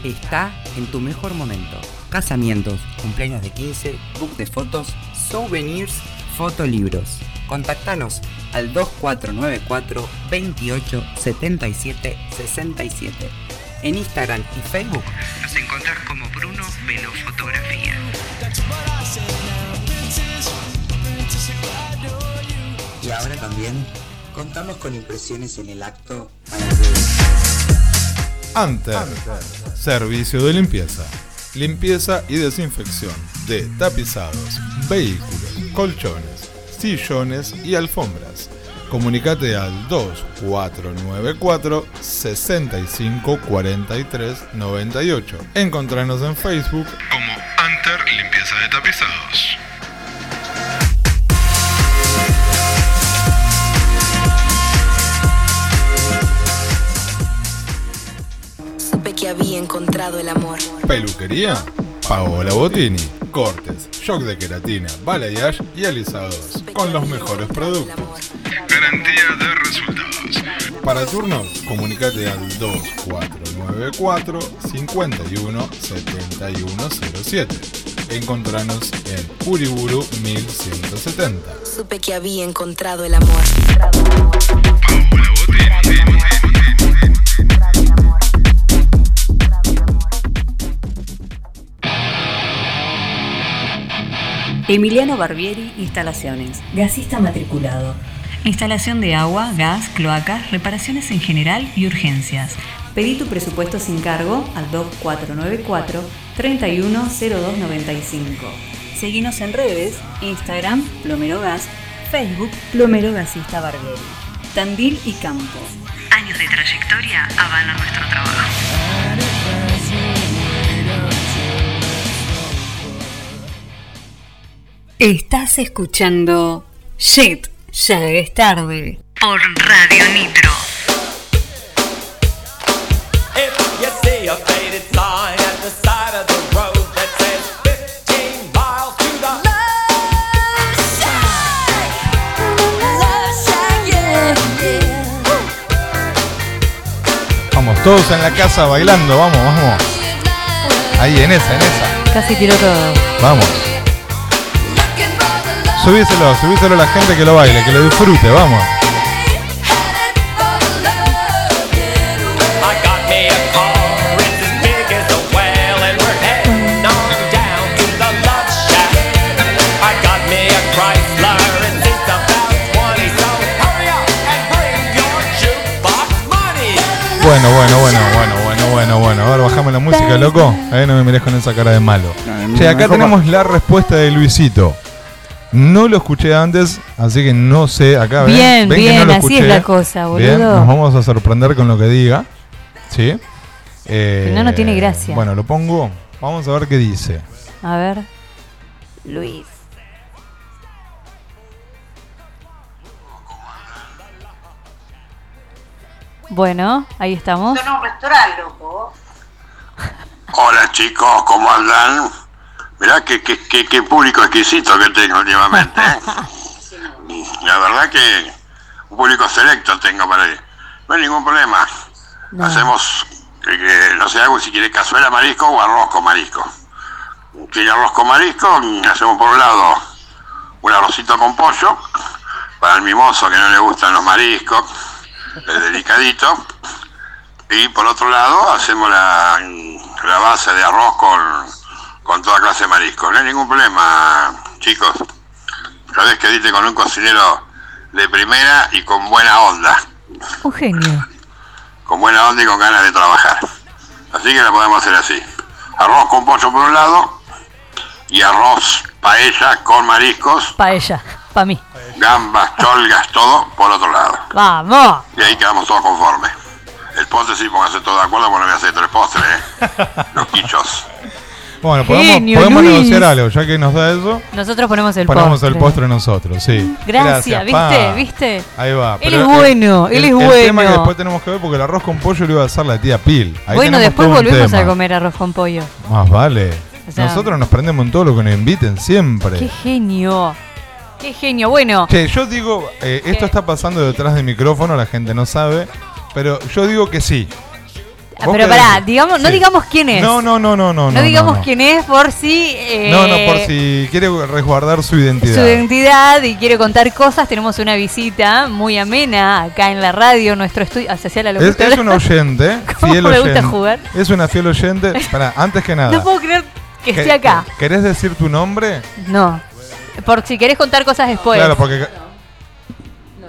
Está en tu mejor momento. Casamientos, cumpleaños de 15, book de fotos, souvenirs, fotolibros. Contactanos al 2494 28 77 67. En Instagram y Facebook nos encontrás como Bruno Velo Fotografía. Y ahora también contamos con impresiones en el acto Anter. Servicio de limpieza. Limpieza y desinfección de tapizados, vehículos, colchones, sillones y alfombras. Comunicate al 2494 6543 98. Encontranos en Facebook como Anter Limpieza de Tapizados. Supe que había encontrado el amor. Peluquería Paola Botini. Cortes, shock de queratina, balayage y alisados. Con los mejores productos. Garantía de resultados. Para turnos, comunicate al 2494 51 7107. Encontranos en Uriburu 1170. Supe que había encontrado el amor. Emiliano Barbieri, instalaciones. Gasista matriculado. Instalación de agua, gas, cloacas, reparaciones en general y urgencias. Pedí tu presupuesto sin cargo al 2494 310295. Seguinos en redes, Instagram, Plomero Gas, Facebook, Plomero Gasista Barbieri. Tandil y Campo. Años de trayectoria avalan nuestro trabajo. Estás escuchando Shit, ya es tarde. Por Radio Nitro. If you see a faded sign at the side of the road that says 15 miles to the left side, left side, yeah, yeah. Vamos, todos en la casa bailando, vamos, vamos. Ahí, en esa, en esa. Casi tiró todo. Vamos. Subíselo, subíselo a la gente que lo baile, que lo disfrute, vamos. I got me a car, it's as big as a whale, and we're heading on down to the love shack. I got me a Chrysler, and it's about 20, so hurry up and bring your jukebox money. Bueno, bueno, bueno, bueno, bueno, bueno, bueno. A ver, bajame la música, loco. Ahí no me mires con esa cara de malo. Che, acá mejor tenemos la respuesta de Luisito. No lo escuché antes, así que no sé. Acá ven, Bien, ven que bien, no lo así es escuché. la cosa, Bien, boludo. nos vamos a sorprender con lo que diga. ¿Sí? Eh, Si no, no tiene gracia. Bueno, lo pongo. Vamos a ver qué dice. A ver. Luis. Bueno, ahí estamos. Son un restaurante, loco. Hola chicos, ¿cómo andan? Mirá qué, qué, qué- qué público exquisito que tengo últimamente. ¿eh? La verdad que un público selecto tengo para ir. No hay ningún problema. Hacemos, eh, eh, no sé, algo si quiere cazuela marisco o arroz con marisco. Quiere arroz con marisco, mm, hacemos por un lado un arrocito con pollo, para el mimoso que no le gustan los mariscos, el delicadito. Y por otro lado, hacemos la, mm, la base de arroz con, con toda clase de marisco. No hay ningún problema, chicos. Cada vez que diste con un cocinero de primera y con buena onda. Un genio. Con buena onda y con ganas de trabajar. Así que la podemos hacer así. Arroz con pollo por un lado y arroz paella con mariscos, Pa' ella, pa' mí. gambas, cholgas, todo por otro lado. ¡Vamos! Y ahí quedamos todos conformes. El postre sí, pónganse todos de acuerdo, bueno, voy a hacer tres postres, ¿eh? Los quichos. Bueno, podemos, Genio, podemos Luis. negociar algo, ya que nos da eso. Nosotros ponemos el ponemos postre. el postre nosotros, sí. Gracias, pa. ¿viste? ¿Viste? Ahí va. Él es bueno, el- él es El tema que bueno. después tenemos que ver porque el arroz con pollo lo iba a hacer la tía Pil. Ahí bueno, tenemos después todo un volvemos tema. a comer arroz con pollo. Más vale. O sea- Nosotros nos prendemos en todo lo que nos inviten siempre. ¡Qué genio! ¡Qué genio! Bueno, Che, yo digo, eh, esto está pasando detrás del micrófono, la gente no sabe, pero yo digo que sí. ah, ¿Vos qué pero pará, decís? digamos, no Sí. digamos quién es. No, no, no, no, no. No, digamos no. quién es por si... eh, No, no, por si quiere resguardar su identidad. Su identidad y quiere contar cosas. Tenemos una visita muy amena acá en la radio, nuestro estudio. Hacia la es, locutora. es un oyente, ¿Cómo fiel me oyente. gusta jugar? Es una fiel oyente. Pará, antes que nada. No puedo creer que ¿qué- esté acá. ¿Querés decir tu nombre? No. Por si querés contar cosas después. Claro, porque.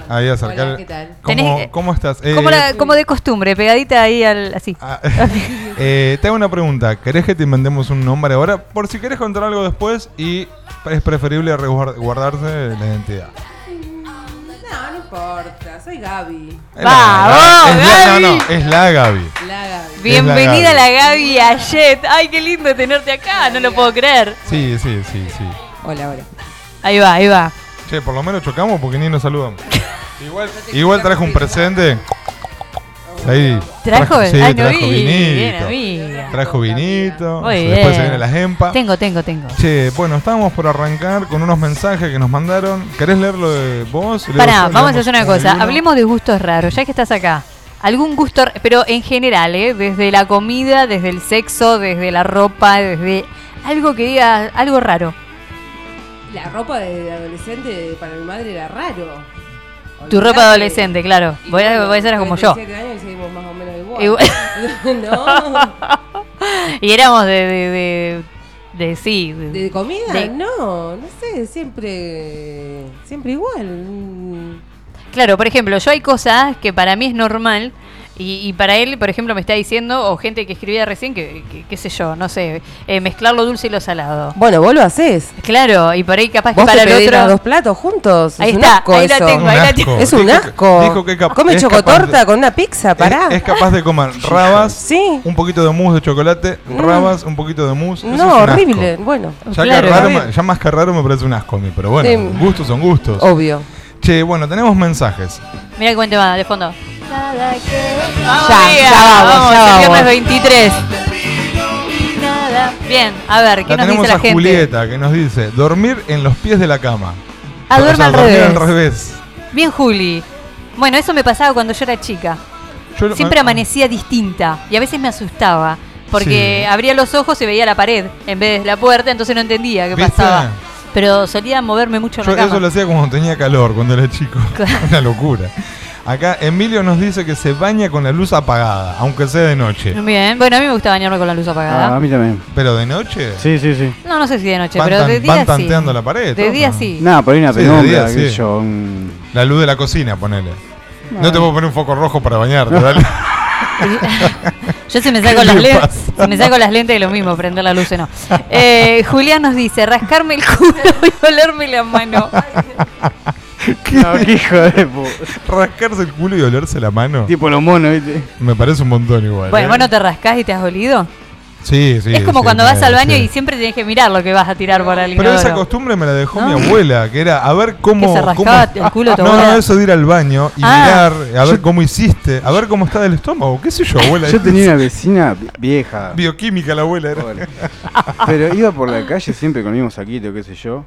Ahí acercar. Hola, ¿qué tal? Tenés- ¿Cómo, cómo estás? Eh, Ah. como, la- como de costumbre, pegadita ahí al así. eh, te hago una pregunta. ¿Querés que te inventemos un nombre ahora? Por si querés contar algo después y es preferible resguar- guardarse la identidad. No, no importa. Soy Gaby. Eh, la- vos, es la- Gaby. no, no, es la Gaby. La Gaby. Bienvenida la Gaby a Jet. Ay, qué lindo tenerte acá, no lo puedo creer. Sí, sí, sí, sí. Hola, hola. Ahí va, ahí va. Che, por lo menos chocamos porque ni nos saludamos. igual igual trajo un presente. Ahí. Trajo, sí, ay, no trajo vi, bien, vinito. amiga. Trajo vinito. Muy Después se bien. viene la gempa. Tengo, tengo, tengo. Che, bueno, estábamos por arrancar con unos mensajes que nos mandaron. ¿Querés leerlo de vos? Leo Pará, yo, vamos a leemos hacer una uno de cosa. uno. Hablemos de gustos raros, ya que estás acá. Algún gusto, r- pero en general, ¿eh? Desde la comida, desde el sexo, desde la ropa, desde algo que diga algo raro. La ropa de adolescente para mi madre era raro. Tu Olvidate. ropa adolescente, claro. Voy a, voy a ser como yo. 37 años y seguimos más o menos igual. Igual. no. Y éramos de. de, de, de- sí. de- ¿De comida? de- No, no sé. Siempre. Siempre igual. Mm. Claro, por ejemplo, yo hay cosas que para mí es normal. Y, y para él, por ejemplo, me está diciendo, o gente que escribía recién, que, que- qué sé yo, no sé, eh, mezclar lo dulce y lo salado. Bueno, vos lo haces. Claro, y por ahí capaz que ¿Vos para te pedís el otro. los dos platos juntos? Ahí es está, un asco ahí la eso. tengo, ahí la asco. tengo. Es un Dijo que- asco. dijo que capa- Come es chocotorta capaz de- con una pizza, pará. Es capaz de comer rabas, un poquito de mousse de chocolate, rabas, un poquito de mousse. eso es Mm. no, un asco. horrible. Bueno. Ya, que Claro. raro me- ya más que raro me parece un asco a mí, pero bueno, Sí. gustos son gustos. Obvio. Che, bueno, tenemos mensajes. Mira el cuento va, de fondo. Vamos, Ya, amiga, ya vamos, ya el viernes vamos. 23. Bien, a ver, ¿qué La nos dice tenemos la a gente? Julieta que nos dice, dormir en los pies de la cama. Ah, duerme al dormir eh, revés. al revés. Bien, Juli. Bueno, eso me pasaba cuando yo era chica. Yo lo- ah. Siempre amanecía distinta y a veces me asustaba porque Sí. abría los ojos y veía la pared en vez de la puerta, entonces no entendía qué ¿Viste? pasaba. Pero solía moverme mucho en Yo la cama. eso lo hacía cuando tenía calor, cuando era chico. Claro. Una locura. Acá Emilio nos dice que se baña con la luz apagada, aunque sea de noche. Bien, bueno, a mí me gusta bañarme con la luz apagada. Ah, mí también. ¿Pero de noche? Sí, sí, sí. No, no sé si de noche, Ah. Van pero tan- de día van sí. tanteando la pared, De todo, Ah. día ¿no? sí. Nada, por ahí una Sí, de penumbra, día, qué sí. sé yo, un- La luz de la cocina, ponele. No, Bueno. te puedo poner un foco rojo para bañarte, dale. Yo si me saco ¿Qué las le lentes, pasa? si me saco las lentes es lo mismo, prender la luz y no. Eh, Julián nos dice, rascarme el culo y olerme la mano. No, qué hijo de pu- Rascarse el culo y olerse la mano. Tipo los monos, ¿viste? Me parece un montón igual. Bueno, ¿eh? vos no te rascás y te has olido. Sí, sí. es como sí, cuando vas claro, al baño sí. y siempre tenés que mirar lo que vas a tirar por el Pero esa inodoro. costumbre me la dejó ¿No? mi abuela, que era a ver cómo. Que se cómo- Ah, rascaba el culo tu No, no, abuela. eso de ir al baño y Ah. mirar, a ver cómo hiciste, a ver cómo está del estómago, qué sé yo, abuela. Yo tenía una vecina vi- vieja, Bioquímica la abuela era. pero iba por la calle siempre con el mismo saquito, qué sé yo.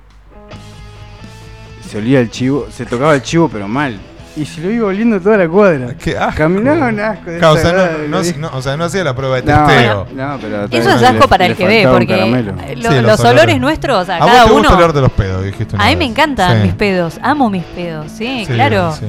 Se olía el chivo, se tocaba el chivo, pero mal. Y se lo iba oliendo toda la cuadra. Qué asco. Caminaba un asco. Claro, o, sea, desagradable, no, no- ¿viste? no- o sea, no hacía la prueba de No, testeo. no, pero Eso es asco para el que ve, porque lo- Sí, los, olores, nuestros, o sea, a cada vos te gusta uno. el olor de los pedos, dijiste. una a mí vez. me encantan Sí. mis pedos, amo mis pedos, sí, Sí, claro. sí.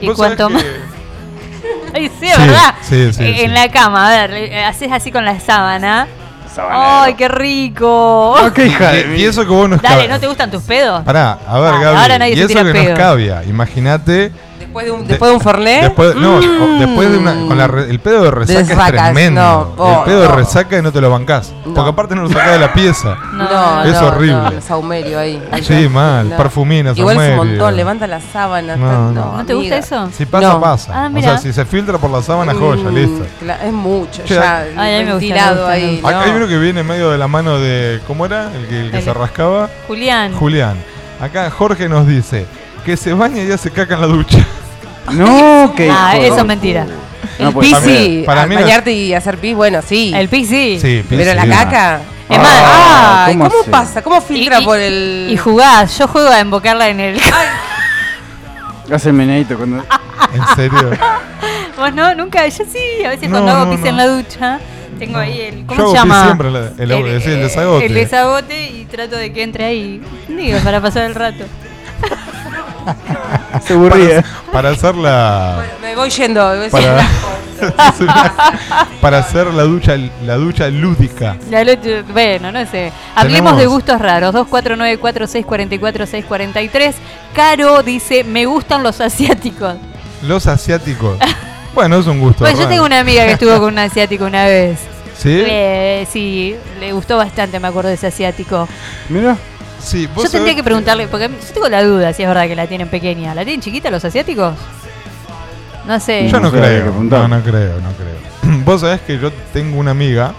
Y Vos cuanto sabés más. que- Ay, sí, Sí, ¿verdad? sí, sí, Eh, sí. En la cama, a ver, eh, haces así con la sábana. Sabanero. ¡Ay, qué rico! y, y eso que vos no es Oh. Dale, cab- ¿no te gustan tus pedos? Pará, a ver, Ah, Gaby. ahora nadie y se eso tira que no es pedo. cabia. Imagínate Después de un, después de un Mm. Forné. Después, no, o- después de una, con la re- el pedo de resaca Desvacas, es tremendo. no, po, el pedo no. de resaca y no te lo bancás. Porque aparte no lo sacás de la pieza. No, es no, horrible. no, el saumerio ahí. Ahí Sí, está. mal, parfumina, Igual es un saumerio. montón, levanta las sábanas. No, tanto, no. ¿No te gusta amiga. eso? Si pasa, No. pasa. Ah, o mira. sea, si se filtra por la sábana, joya, Mm, listo. cla- Es mucho, Che, Ah, ya. hay- Ay, a mí me gusta, ventilado me gusta, ahí. Acá hay no. uno que viene medio de la mano de. ¿Cómo era? El que, el que El- se rascaba. Julián. Julián. Acá Jorge nos dice que se baña y hace caca en la ducha. No, que. Ah, hijo de- eso es mentira. No, el pues, pis para mí- sí, para a- mí no es- bañarte y hacer pis, bueno, sí. El pis Sí, pis Pero la sí. caca. Es más, Ay, ¿cómo, pasa? ¿Cómo filtra Ah. Y- y- por el...? Y jugás, yo juego a invocarla en el. Hace el meneito cuando. ¿En serio? Vos no, nunca, yo sí, a veces No, cuando hago no, pis no. en la ducha, tengo ahí el. Yo ¿Cómo hago se pis llama? siempre la- el- es el eh, desagote. El desagote y trato de que entre ahí. Digo, para pasar el rato. Se aburría. Para, para hacer la. Me voy yendo. me voy Para, yendo. para hacer la ducha, la ducha lúdica. La lucha- bueno, no sé. Hablemos Tenemos- de gustos raros. 2494644643. Caro dice, me gustan los asiáticos. Los asiáticos. Bueno, es un gusto. Bueno, Pues yo raro. tengo una amiga que estuvo con un asiático una vez. ¿Sí? Eh, sí, le gustó bastante, me acuerdo de ese asiático. Mira. Sí, vos Yo tendría sabés que preguntarle, porque yo tengo la duda si es verdad que la tienen pequeña. ¿La tienen chiquita los asiáticos? No sé. Yo No no sé, hay que creo. No, preguntar. no creo, no creo. Vos sabés que yo tengo una amiga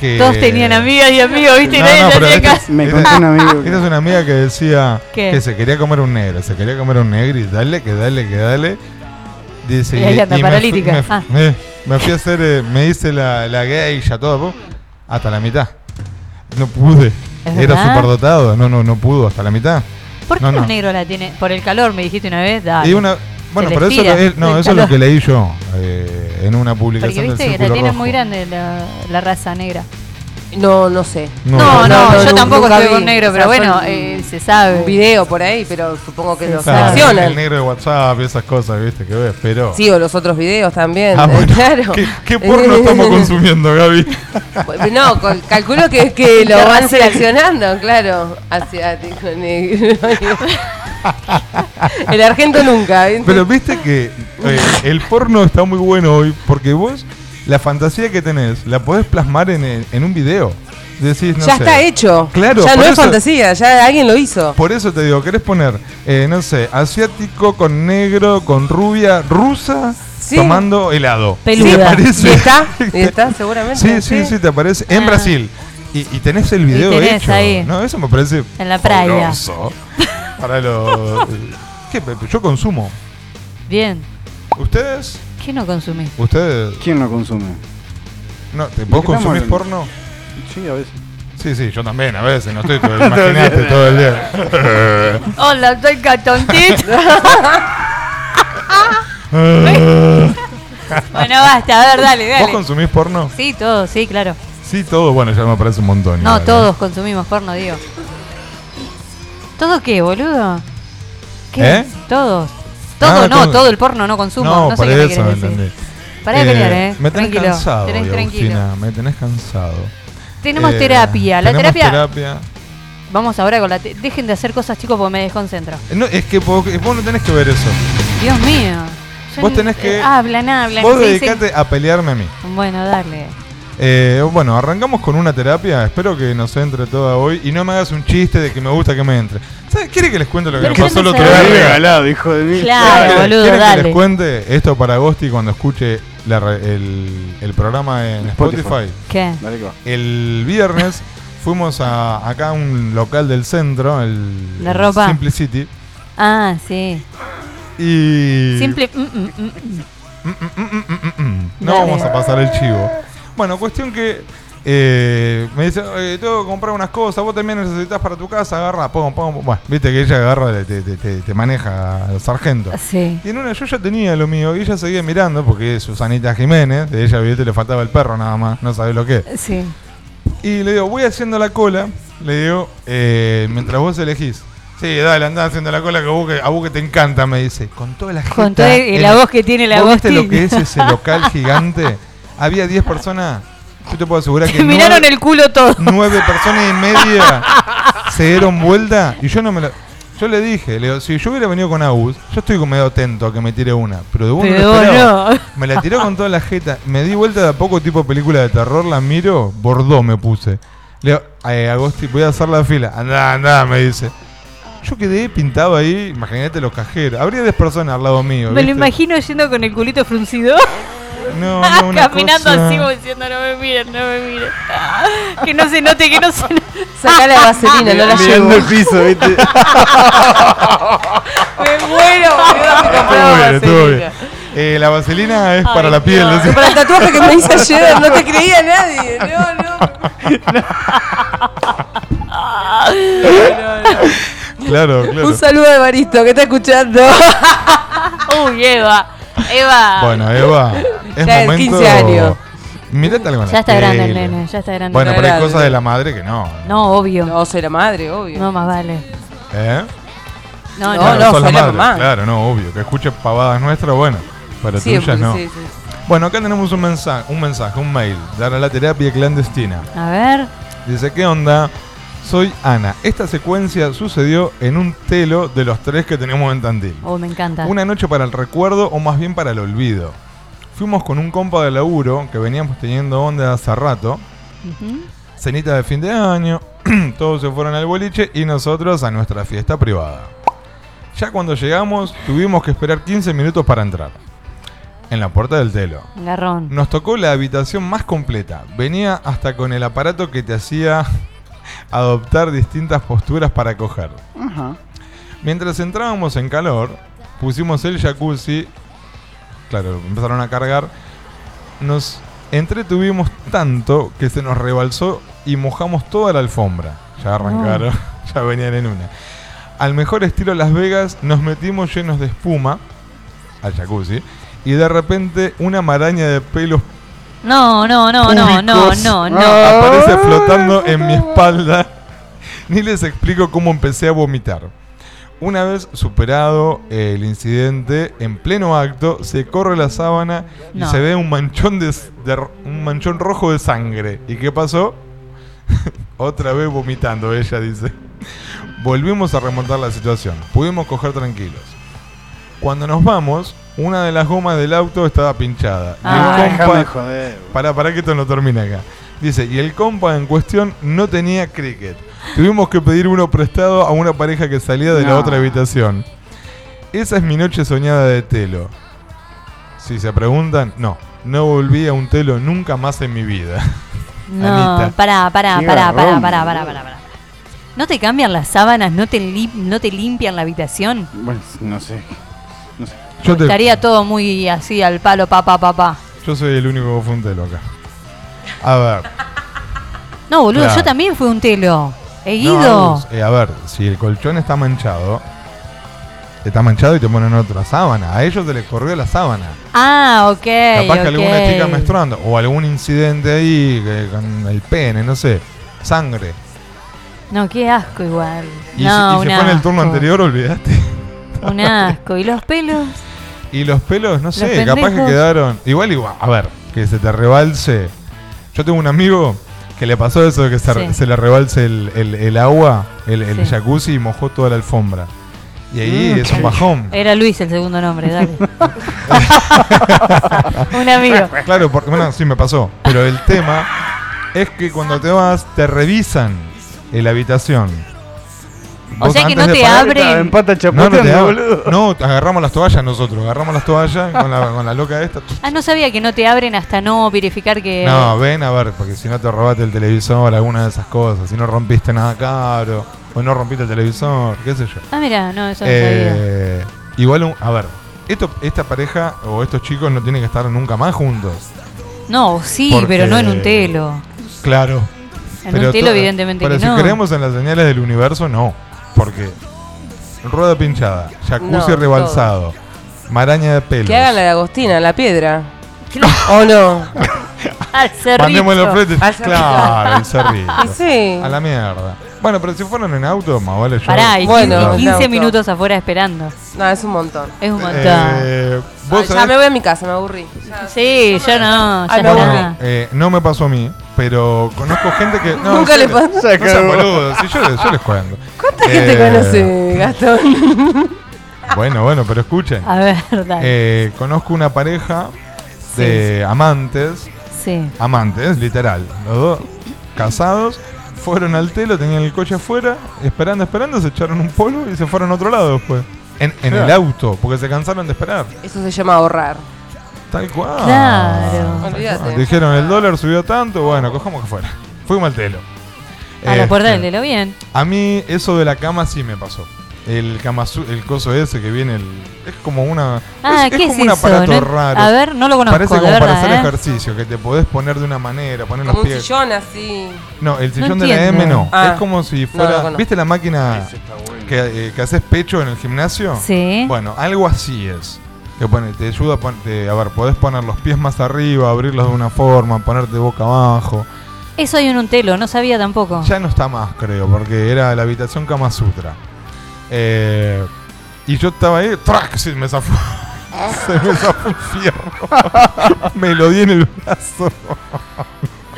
que. Todos tenían amigas y amigos, ¿viste? No, Nadie no, se pero hacía esta, caso. es- esta- esta es una amiga que decía ¿Qué? que se quería comer un negro, se quería comer un negro y dale, que dale, que dale. Dice, Y ahí anda me fu- paralítica. Me, fu- Ah. eh, me fui a hacer, eh, me hice la, la geisha, todo, po, hasta la mitad. No pude. ¿Es Era verdad? superdotado, no, no, no pudo, hasta la mitad. ¿Por qué No, los no. negros la tienen? Por el calor, me dijiste una vez. Dale. Y una, bueno, Se pero les eso, tira lo- es- no, el eso es lo calor. que leí yo eh, en una Porque publicación del viste que la Círculo tienen Rojo. muy grande la, la raza negra. No, no sé. No, No, no, no, yo no, tampoco nunca estoy vi. con negro, O sea, pero bueno, son- eh, se sabe. Un video por ahí, pero supongo que lo Claro, Ah, seleccionan. el negro de WhatsApp y esas cosas, viste, que ves, pero... Sí, o los otros videos también. Ah, bueno. Claro. ¿Qué, qué porno estamos consumiendo, Gaby? No, col- calculo que, que lo Qué van raza. seleccionando, claro. Asiático, negro. El argento nunca. ¿viste? Pero viste que eh, el porno está muy bueno hoy porque vos la fantasía que tenés la podés plasmar en, el- en un video. Decís, no ya sé. está hecho. Claro, Ya por no es eso- fantasía, ya alguien lo hizo. Por eso te digo, querés poner, eh, no sé, asiático con negro, con rubia, rusa, Sí. tomando helado. Peluda. Y aparece- Y está, y está, seguramente, Sí, sí, sí, te aparece en Ah. Brasil. Y, y tenés el video tenés hecho. ahí. No, eso me parece En la playa. fabuloso. Para los... ¿Qué? Yo consumo. Bien. ¿Ustedes? ¿Qué no consumís? ¿Ustedes? ¿Quién lo consume? No, ¿te- ¿De ¿Vos qué consumís estamos porno? hablando? Sí, a veces. Sí, sí, yo también a veces, no estoy todo, imagínate todo el día. Hola, soy Catontito. bueno, basta, a ver, dale, dale. ¿Vos consumís porno? Sí, todos, sí, claro. Sí, todo, bueno, ya me parece un montón. No, igual, ¿eh? todos consumimos porno, digo. ¿Todo qué, boludo? ¿Qué? ¿Eh? Todos. Todo Ah, no, con- todo el porno no consumo. No, No, sé por qué me eso, me querés decir. entendí. Pará de pelear, eh. Me tenés Tranquilo, cansado, tenés hoy, tranquilo. Agustina, me tenés cansado. Tenemos Eh, terapia. La tenemos terapia. terapia. Vamos ahora con la. te- Dejen de hacer cosas, chicos, porque me desconcentro. No, es que vos, vos no tenés que ver eso. Dios mío. Vos ni- tenés que- eh, hablan, hablan. Vos se dicen- dedicate a pelearme a mí. Bueno, dale. Eh, bueno, arrancamos con una terapia. Espero que nos entre toda hoy. Y no me hagas un chiste de que me gusta que me entre. ¿Sabes? ¿Quiere que les cuente lo que Pero nos pasó yo el no otro sabía. día? Regalado, hijo de mí. Claro, ¿Quieren que- boludo, quieren que dale. les cuente esto para Agosti cuando escuche la re- el, el programa en Spotify? ¿Qué? Dale que va. El viernes fuimos a acá a un local del centro, el, La ropa. Simplicity. Ah, sí. Y Simple. mm, mm, mm, mm. no Dale. vamos a pasar el chivo. Bueno, cuestión que eh, me dice, "Oye, tengo que comprar unas cosas, vos también necesitas para tu casa, agarra, pum, pum, pum". Bueno, viste que ella agarra, te, te- te- te maneja al sargento. Sí. Y en una yo ya tenía lo mío y ella seguía mirando porque es Susanita Jiménez, de ella evidente, le faltaba el perro nada más, no sabés lo que. es. Sí. Y le digo, voy haciendo la cola. Le digo, eh, mientras vos elegís. Sí, dale, andá haciendo la cola que a vos que, a vos que te encanta, me dice. Con toda la Con jeta toda la en- voz que tiene la ¿Vos voz. viste lo que es ese local gigante? Había 10 personas. Yo te puedo asegurar que. Te miraron el culo todo. Nueve personas y media se dieron vuelta y yo no me la. Yo le dije, le digo, si yo hubiera venido con Agus, yo estoy como medio atento a que me tire una. Pero de vos no lo Pero vos esperaba. no. Me la tiró con toda la jeta. Me di vuelta de a poco, tipo película de terror, la miro, bordó me puse. Le digo, "Ay, Agosti, voy a hacer la fila. Andá, andá, me dice. Yo quedé pintado ahí, imagínate los cajeros. Habría 10 personas al lado mío. Me lo ¿viste? imagino yendo con el culito fruncido. No, no, una Caminando cosa- así como diciendo, no me miren, no me miren. Que no se note, que no se note. Sacá la vaselina, no la Mirando el piso, ¿viste? Me muero, boludo, me Todo compraba bien, todo vaselina. bien. Eh, la vaselina es para la piel. decía. Para el tatuaje que me hice ayer no te creía nadie. No, no. Claro, claro. Ah. Un saludo a Evaristo que está escuchando. Uy, eh. Eva. Eva. Bueno, Eva, es Ya es momento. 15 años. Mirate algo en la Ya está grande el tele. nene, ya está grande. Bueno, pero hay Grande. cosas de la madre que no. No, obvio. No, soy la madre, obvio. No, más vale. ¿Eh? No, Claro, no. sos soy la mamá. Claro, no, obvio. Que escuche pavadas nuestras, bueno. Pero Siempre, tuyas no. sí, sí. Bueno, acá tenemos un mensaje, un mensaje, un mail. Dar a la terapia clandestina. A ver. Dice, ¿qué onda? Soy Ana. Esta secuencia sucedió en un telo de los tres que tenemos en Tandil. Oh, me encanta. Una noche para el recuerdo o más bien para el olvido. Fuimos con un compa de laburo que veníamos teniendo onda hace rato. Ujú. Cenita de fin de año, todos se fueron al boliche y nosotros a nuestra fiesta privada. Ya cuando llegamos tuvimos que esperar 15 minutos para entrar. En la puerta del telo. Garrón. Nos tocó la habitación más completa. Venía hasta con el aparato que te hacía adoptar distintas posturas para coger. Ajá. Mientras entrábamos en calor, pusimos el jacuzzi. Claro, empezaron a cargar. Nos entretuvimos tanto que se nos rebalsó y mojamos toda la alfombra. Ya arrancaron, ya venían en una. Al mejor estilo Las Vegas, nos metimos llenos de espuma al jacuzzi y de repente una maraña de pelos No, no, no, no, no, púbicos no, no. Aparece flotando en mi espalda. Ni les explico cómo empecé a vomitar. Una vez superado eh, el incidente, en pleno acto, se corre la sábana y No. se ve un manchón, de, s- de r- un manchón rojo de sangre. ¿Y qué pasó? Otra vez vomitando, ella dice. Volvimos a remontar la situación. Pudimos coger tranquilos. Cuando nos vamos, una de las gomas del auto estaba pinchada. Y el Ah, compa- déjame joder. Pará, pará que esto no termina acá. Dice, y el compa en cuestión no tenía cricket. Tuvimos que pedir uno prestado a una pareja que salía de la No. otra habitación. Esa es mi noche soñada de telo. Si se preguntan, no. No volví a un telo nunca más en mi vida. No, Anita. oh. pará, pará, Qué pará, pará, garrón, pará, pará, pará, pará. ¿No te cambian las sábanas? ¿No te, li- no te limpian la habitación? Bueno, no sé. No sé. Yo, te- Estaría todo muy así al palo, papá, papá. yo soy el único que fue un telo acá. A ver. No, boludo, Claro. yo también fui un telo. He No, ido. Agus, eh, a ver, si el colchón está manchado, está manchado y te ponen otra sábana. A ellos se les corrió la sábana. Ah, ok. Capaz que alguna ok. chica menstruando o algún incidente ahí que- con el pene, no sé, sangre. No, qué asco igual. Y, no, si, y un si fue en el asco. turno anterior, olvidaste. Un asco. ¿Y los pelos? Y los pelos, no sé, Los capaz que pendejos. quedaron. Igual, igual, a ver, que se te rebalse. Yo tengo un amigo que le pasó eso de que se, re- Sí. se le rebalse el, el- el agua, el, el Sí. jacuzzi y mojó toda la alfombra. Y ahí Mm, es un bajón. Era Luis el segundo nombre, dale. un amigo. Claro, porque, bueno, sí me pasó. Pero el tema es que cuando te vas, te revisan en la habitación. O sea que antes no de te parar- abren. Estaba en pata No, no, te chapoteando, abren. No, te agarramos las toallas nosotros. Agarramos las toallas con la, con la loca esta. Ah, no sabía que no te abren hasta no verificar que. No, ven a ver, porque si no te robaste el televisor, alguna de esas cosas. Si no rompiste nada caro, o no rompiste el televisor, qué sé yo. Ah, mira, no, eso no sabía. Eh, igual, un- a ver, esto, esta pareja o estos chicos no tienen que estar nunca más juntos. No, sí, porque- pero no en un telo. Claro. En un telo, to- evidentemente pero que si no. creemos en las señales del universo, no. Porque rueda pinchada, jacuzzi No, rebalsado, maraña de pelos. Que hagan la de Agostina, la piedra. ¿O no? Al Mandemos los frente. fletes. Claro, el cerrito. Y sí. A la mierda. Bueno, pero si fueron en auto, más vale yo. Pará, y, Bueno, y claro, 15 claro. minutos afuera esperando. No, es un montón. Es un montón. Eh, vos Ay, Ah, ya sabés- me voy a mi casa, me aburrí. sí, yo no. Ay, ya me está. aburrí. Eh, no me pasó a mí, pero conozco gente que. No, Nunca en le serio, pasó. No seas boludo, si yo, les- yo les cuento. Eh, ¿Cuánta gente conoce de Gastón. Bueno, bueno, pero escuchen. A ver, dale. Eh, conozco una pareja de amantes. Sí. Amantes, literal. Los dos casados. Fueron al telo, tenían el coche afuera, esperando, esperando, se echaron un polvo y se fueron a otro lado después. En, en el Claro. auto, porque se cansaron de esperar. Eso se llama ahorrar. Tal cual. Claro. Tal Olvídate. cual. Dijeron el dólar subió tanto, bueno, cojamos que fuera. Fuimos al telo. A la Este, puerta del Lelo, bien. a mí eso de la cama sí me pasó. El camasu- el coso ese que viene, el- es como una Ah, es, es ¿qué como es un eso? aparato No- raro. a ver, no lo conozco, Parece de como para verdad, hacer ¿eh? ejercicio, que te podés poner de una manera, poner los Como un pies. sillón así. No, el No sillón de la entiendo. M no. Ah. es como si No, fuera. lo conozco. ¿Viste la máquina que, eh, que haces pecho en el gimnasio? Sí. Bueno, algo así es. Que pone, te ayuda a pon- te- a ver, podés poner los pies más arriba, abrirlos de una forma, ponerte boca abajo. Eso hay en un telo, no sabía tampoco. Ya no está más, creo, porque era la habitación Kama Sutra. Eh, y yo estaba ahí, ¡trac! Se me zafó. Se me zafó un fierro. me lo di en el brazo.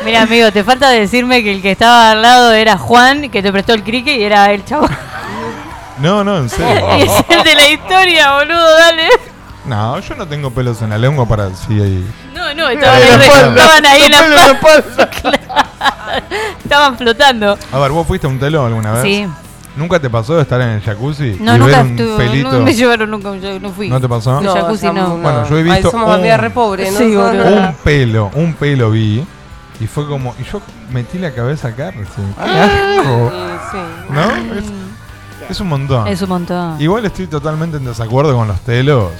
Mira, amigo, te falta decirme que el que estaba al lado era Juan, que te prestó el crique y era el chavo. No, no, en serio. Y es el de la historia, boludo, dale. No, yo no tengo pelos en la lengua para Eh, decir ahí. No, no, estaban En ahí, la espalda. estaban ahí en la Los pelos en la espalda. Estaban flotando. A ver, ¿vos fuiste a un telo alguna vez? Sí. ¿Nunca te pasó de estar en el jacuzzi No, y nunca ver un estuve. pelito? No me llevaron nunca, yo no fui. ¿No te pasó? El No, jacuzzi no. estamos- Bueno, yo he Ay, visto somos un- amigas re pobres, ¿no? Sí, boludo. un pelo, un pelo vi y fue como y yo metí la cabeza acá recién. Ah, ¡Qué asco! ¿No? Es, es un montón. Mm. Ah. Es un montón. Igual estoy totalmente en desacuerdo con los telos.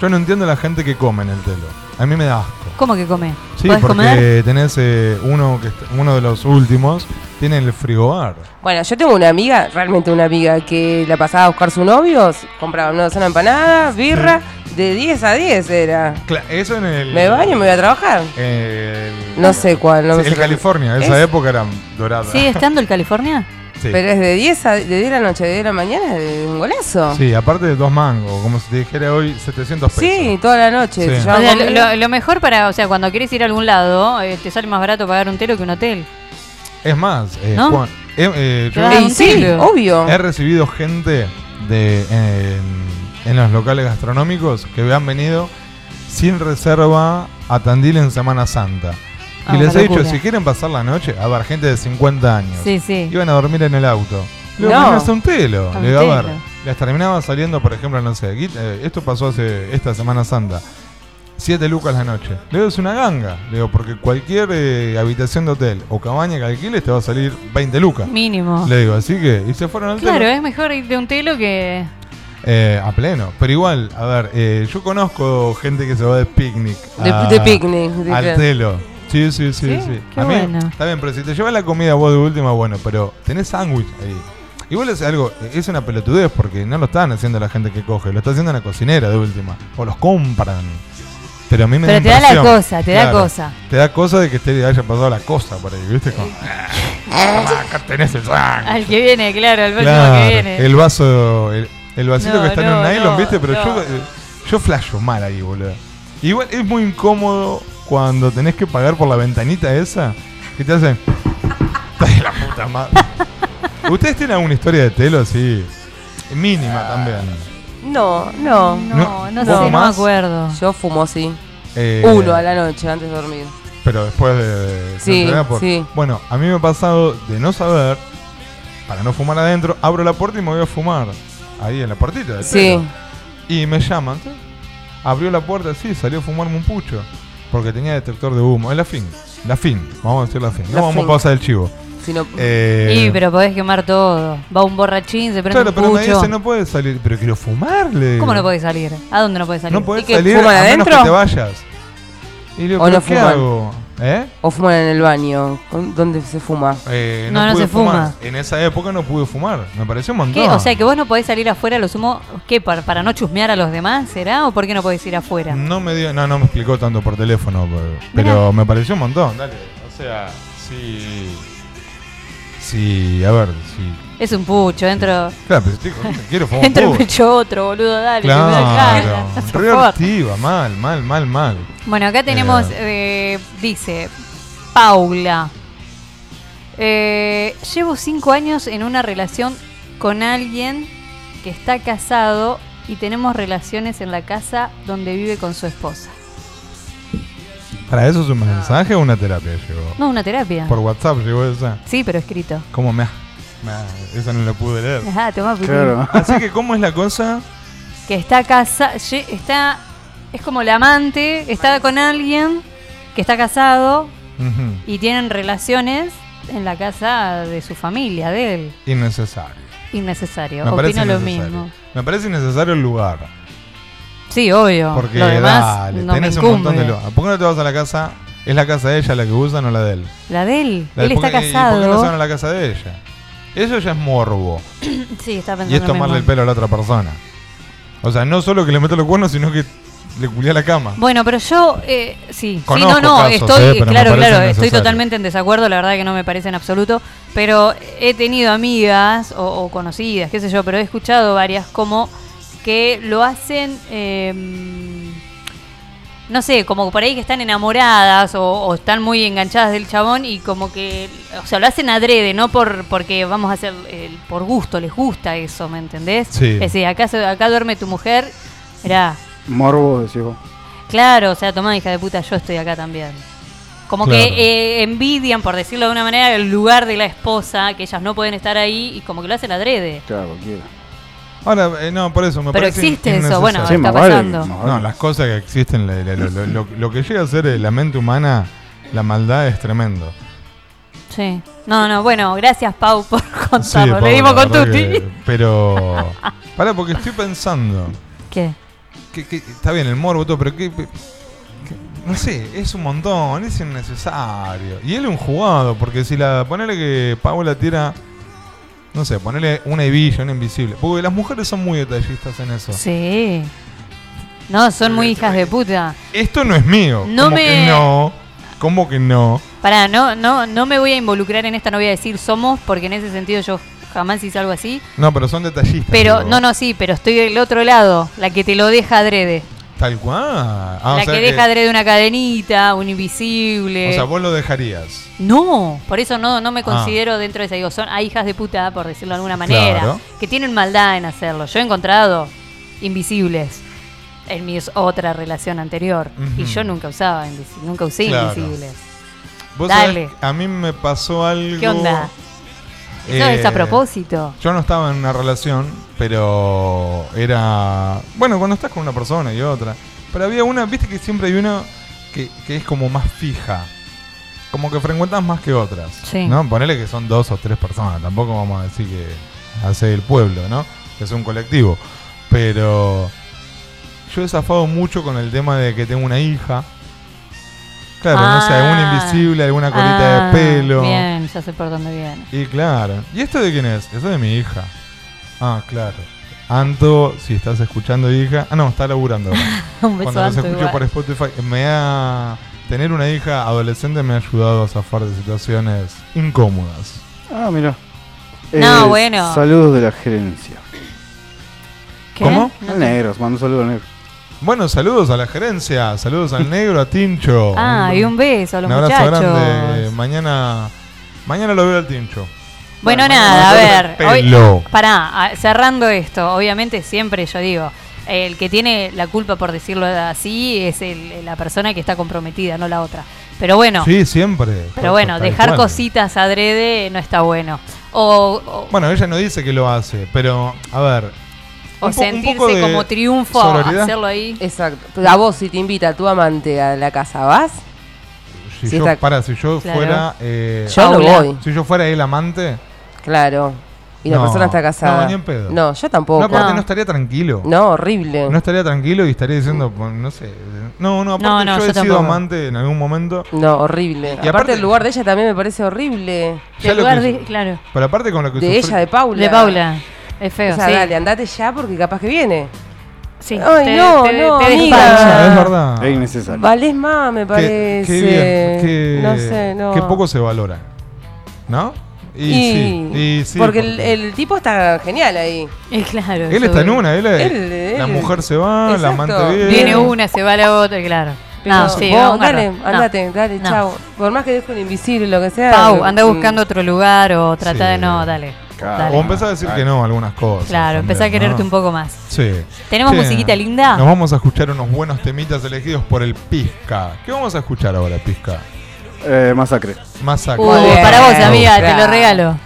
Yo no entiendo la gente que come en el telo. A mí me da asco. ¿Cómo que come? Sí, ¿Podés porque comer? tenés eh, uno que est- uno de los últimos tiene el frigobar. Bueno, yo tengo una amiga, realmente una amiga, que la pasaba a buscar su novio, compraba una docena de empanadas, birra, de 10 a 10 era. Cla- eso en el Me baño y me voy a trabajar. el- No sé cuál, no Sí, me el sé cuál. California, esa ¿Es? época era dorada. ¿Sigue estando el California? Sí. Pero es de 10 a de 10 de la noche, de 10 de la mañana, es de un golazo. Sí, aparte de dos mangos, como si te dijera hoy 700 pesos. Sí, toda la noche. Sí. se O llevaba sea, lo, conmigo. lo- lo mejor para, o sea, cuando quieres ir a algún lado, eh, te sale más barato pagar un telo que un hotel. Es más, eh, ¿No? Juan, eh, eh, yo Claro, Y sí, sí, obvio. he recibido gente de en, en los locales gastronómicos que han venido sin reserva a Tandil en Semana Santa. Ah, y les una he dicho, locura. si quieren pasar la noche, a ver, gente de 50 años. Sí, sí. Iban a dormir en el auto. Le digo, No. "Vengan a un telo. A Le un digo, a ver, telo. les terminaba saliendo, por ejemplo, no sé, aquí, eh, esto pasó hace esta Semana Santa. 7 lucas la noche. Le digo, es una ganga. Le digo, porque cualquier eh, habitación de hotel o cabaña que alquiles te va a salir 20 lucas. Mínimo. Le digo, así que. Y se fueron al Claro, telo. es mejor ir de un telo que. Eh, a pleno. Pero igual, a ver, eh, yo conozco gente que se va de picnic. De- a- de picnic, de Al plan. telo. Sí, sí, sí. sí. ¿Sí? Qué a mí, bueno. Está bien, pero si te llevas la comida vos de última, bueno, pero tenés sándwich ahí. Igual es algo, es una pelotudez porque no lo están haciendo la gente que coge, lo está haciendo la cocinera de última. O los compran. Pero a mí me Pero te da la impresión. cosa, te da cosa. Te da cosa de que te haya pasado la cosa por ahí, ¿viste? Como, "Ah, acá tenés el sándwich". Al que viene, claro, al próximo Claro, que viene. el vaso, el, el vasito No, que está en un no, nylon, no, ¿viste? Pero no. yo, eh, yo flasho mal ahí, boludo. Igual es muy incómodo cuando tenés que pagar por la ventanita esa que te hacen. "Ay, la puta madre. ¿Ustedes tienen alguna historia de telo así? Mínima también. No, no. No, no ¿Vos sé, no me fumás? acuerdo. Yo fumo, sí. Eh, Uno a la noche antes de dormir. Pero después de. de- Sí, de entrenar eh, por- sí. Bueno, a mí me ha pasado de no saber, para no fumar adentro, abro la puerta y me voy a fumar. Ahí en la puertita. del Sí. telo. Y me llaman. ¿sí? Abrió la puerta así, salió a fumarme un pucho. Porque tenía detector de humo. Es la fin. La fin. Vamos a decir la fin. No La vamos fin. a pasar el chivo. Si no- Eh, Y, pero podés quemar todo. Va un borrachín, se prende claro, un pero me pucho. dice no puede salir. Pero quiero fumarle. ¿Cómo no podés salir? ¿A dónde no podés salir? No podés salir a menos que te vayas. Y le digo, O ¿pero no ¿qué fuman. hago? ¿Eh? O fuman en el baño. ¿Con- ¿Dónde se fuma? Eh, No, no pude se fuma. fumar. En esa época no pude fumar. Me pareció un montón. ¿Qué? O sea, que vos no podés salir afuera, lo sumo, ¿qué? ¿Para, para no chusmear a los demás, será? ¿O por qué no podés ir afuera? No me dio, no, no me explicó tanto por teléfono, pero, pero me pareció un montón. Dale, o sea, sí. Sí, a ver, sí. Es un pucho, entro. Claro, pero chico, quiero fumar un entro poco. el pecho otro, boludo, dale. que me Claro, dejan, por favor. reactiva, mal, mal, mal, mal. Bueno, acá tenemos, eh, dice, Paula. Eh, llevo cinco años en una relación con alguien que está casado y tenemos relaciones en la casa donde vive con su esposa. ¿Para eso es un mensaje o una terapia llegó? No, una terapia. Por WhatsApp llegó esa. Sí, pero escrito. ¿Cómo me ha- me ha- Esa no la pude leer. Ajá, Ah, tomá, pitín. Así que, ¿cómo es la cosa? Que está casa, ye- está es como la amante, está con alguien que está casado Ujú. y tienen relaciones en la casa de su familia, de él. Innecesario. Innecesario. Me parece Opino lo innecesario. mismo. Me parece innecesario el lugar. Sí, obvio. Porque lo demás dale, no me tenés un montón de incumbe. lugares. ¿Por qué no te vas a la casa? ¿Es la casa de ella la que usan o la de él? La de él. La de- él ¿por está qué- y ¿Por qué no se van a casado. la casa de ella? Eso ya es morbo. sí, está pensando Y es lo tomarle el mismo. pelo a la otra persona. O sea, no solo que le meto los cuernos, sino que le culé la cama. Bueno, pero yo, eh, sí, Conozco sí, no, no, casos, eh, estoy, pero me claro, parece claro, estoy innecesario. totalmente en desacuerdo, la verdad que no me parece en absoluto, pero he tenido amigas o, o conocidas, qué sé yo, pero he escuchado varias como que lo hacen, eh, no sé, como por ahí que están enamoradas o, o están muy enganchadas del chabón y como que, o sea, lo hacen adrede, no por porque vamos a hacer, eh, por gusto, les gusta eso, ¿me entendés? Sí. Es decir, acá, se- acá duerme tu mujer, mirá. Morbo, decís vos. Claro, o sea, tomá hija de puta, yo estoy acá también. Como Claro. que eh, envidian, por decirlo de una manera, el lugar de la esposa, que ellas no pueden estar ahí y como que lo hacen adrede. Claro, cualquiera. Ahora, eh, no, por eso me Pero parece existe in- innecesario. eso, bueno, Sí, está más vale, pasando. más vale. No, las cosas que existen, la- la- lo, lo- lo- lo que llega a ser eh, la mente humana, la maldad es tremendo. Sí. No, no, bueno, gracias Pau por Sí, contarnos. Pablo, Le dimos la con verdad Tuti. que- Pero. Pará, porque estoy pensando. ¿Qué? que- que- está bien el morbo, todo, pero que, que- No sé, es un montón, es innecesario. Y él es un jugado, porque si la. Ponele que Paula tira. No sé, ponele una hebilla, una invisible. Porque las mujeres son muy detallistas en eso. Sí. No, son muy hijas de puta. Esto no es mío. No ¿Cómo me- que no? ¿Cómo que no? Pará, no, no, no me voy a involucrar en esta, no voy a decir somos, porque en ese sentido yo jamás hice algo así. No, pero son detallistas. Pero, digo. no, no, sí, pero estoy del otro lado, la que te lo deja adrede. Tal cual. Ah, o la sea que que- deja adrede una cadenita, un invisible. O sea, vos lo dejarías. No, por eso no, no me Ah. considero dentro de esa. Digo, son hay hijas de puta, por decirlo de alguna manera, Claro. que tienen maldad en hacerlo. Yo he encontrado invisibles en mi otra relación anterior. Y Ujú. yo nunca usaba invisibles, nunca usé Claro. invisibles. Vos Dale. sabés, a mí me pasó algo. eh, ¿Qué onda? Eso es a propósito. Yo no estaba en una relación, pero era. Bueno, cuando estás con una persona y otra. Pero había una, viste que siempre hay una que, que es como más fija. Como que frecuentas más que otras. Sí. ¿no? Ponele que son dos o tres personas. Tampoco vamos a decir que hace el pueblo, ¿no? Que es un colectivo. Pero. Yo he zafado mucho con el tema de que tengo una hija. Claro, no sé, Ah. alguna invisible, alguna colita Ah, de pelo. Bien, ya sé por dónde viene. Y claro. ¿Y esto de quién es? Eso de mi hija. Ah, claro. Anto, si estás escuchando, hija. Ah, no, está laburando. ahora. Un beso Cuando a los Anto escucho igual. por Spotify, me ha. Tener una hija adolescente me ha ayudado a zafar de situaciones incómodas. Ah, mira. No, bueno. Eh, Saludos de la gerencia. ¿Qué? ¿Cómo? No Al sé. negro, mando un saludo al negro. Bueno, saludos a la gerencia, saludos al negro, a Tincho. Ah, y un beso a los Oh, Un abrazo muchachos. grande. Mañana, mañana lo veo al Tincho. Bueno, Bueno, nada, a ver. bueno, hoy- pelo. pará, a- cerrando esto, obviamente siempre yo digo, el que tiene la culpa, por decirlo así, es el- la persona que está comprometida, no la otra. Pero bueno, Sí, siempre. pero bueno, Tal dejar cual. cositas adrede no está bueno. O, o- Bueno, ella no dice que lo hace, pero a ver. o un po- un poco sentirse de como triunfo sororidad. hacerlo ahí. Exacto. A vos, si te invita tu amante a la casa, ¿vas? Si Sí, yo, está- para, si yo Claro. fuera. eh, Yo no Paula. voy. Si yo fuera el amante. Claro. Y la No, persona está casada. No, ni en pedo. No, yo tampoco. No, aparte no, estaría tranquilo. No, horrible. No estaría tranquilo y estaría diciendo, pues, no sé. No, no, aparte No, no, yo, he yo sido tampoco. amante en algún momento. No, horrible. Y aparte, el lugar de ella también me parece horrible. Ya El lo lugar que- de- claro. Pero aparte con lo que De sufrí- ella, de Paula. De Paula. Es feo, O sea, sí. dale, andate ya porque capaz que viene. Sí. Ay, te- no, te- no, te amiga. Ah, es verdad. Es innecesario. Valés más, me Qué, parece. qué bien, qué- no sé, no. qué poco se valora. ¿No? Y, sí. y sí, porque el, el tipo está genial ahí. Eh, claro. Él está en una, él, Él- la él- mujer se va, la Exacto. amante viene. Viene una, se va la otra, claro. Pero no, sí, vos, no, dale, garrón. No, andate, dale, no. chao. Por más que deje un invisible, lo que sea. Pau, anda mm, buscando otro lugar o trata Sí. de no, dale. Dale. O empezar Ah, a decir que no a algunas cosas. Claro, empezá a también, quererte ¿no? un poco más. Sí. ¿Tenemos Che, musiquita linda? Nos vamos a escuchar unos buenos temitas elegidos por el Pizca. ¿Qué vamos a escuchar ahora, Pizca? Eh, masacre. Masacre. Uh, para vos, amiga, te lo regalo.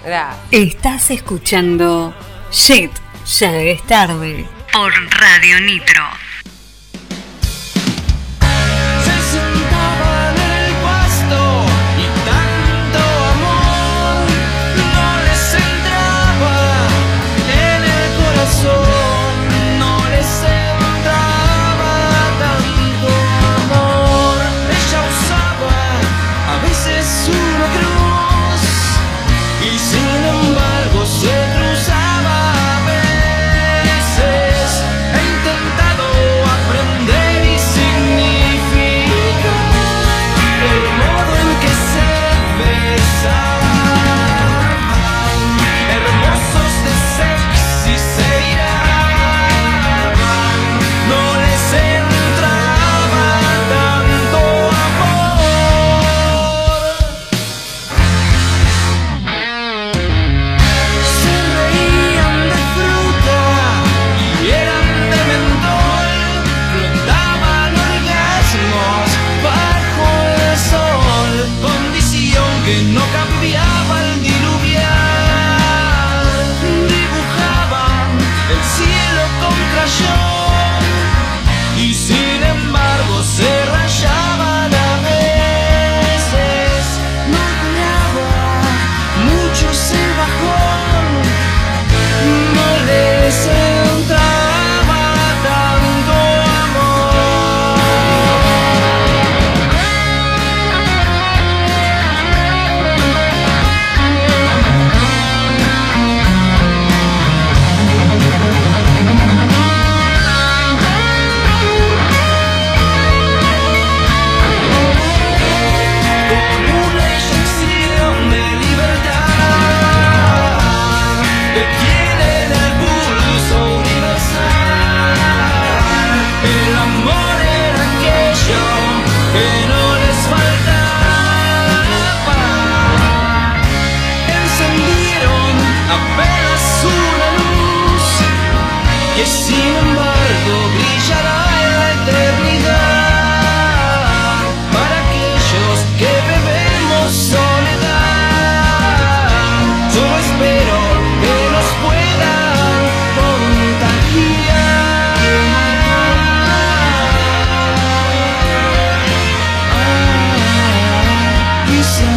Estás escuchando Shit, ya es tarde. Por Radio Nitro. Se sentaban en el pasto y tanto amor no les entraba en el corazón, no les entraba tanto amor. Ella usaba a veces una cruz y sin embargo se cruzaba a veces. He intentado aprender y significar el modo en que se besan. Hermosos de sexy se iraban, no les entraba tanto amor. Se reían de fruta y eran de mentol, flotaban orgasmos bajo el sol, condición que no cambiaba al diluviar. Dibujaban el cielo con crayón y sin embargo se rayaban a veces. No duraba mucho se bajó, no les entraba tanto amor. Una inyección de libertad que tiene el pulso universal. El amor era aquello que no les faltaba. Encendieron apenas una luz que sin embargo brillará en la eternidad para aquellos que bebemos soledad. Solo espero que nos puedan contagiar. Quizá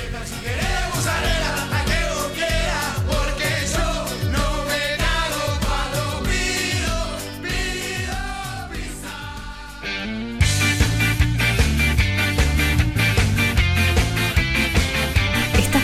¿Estás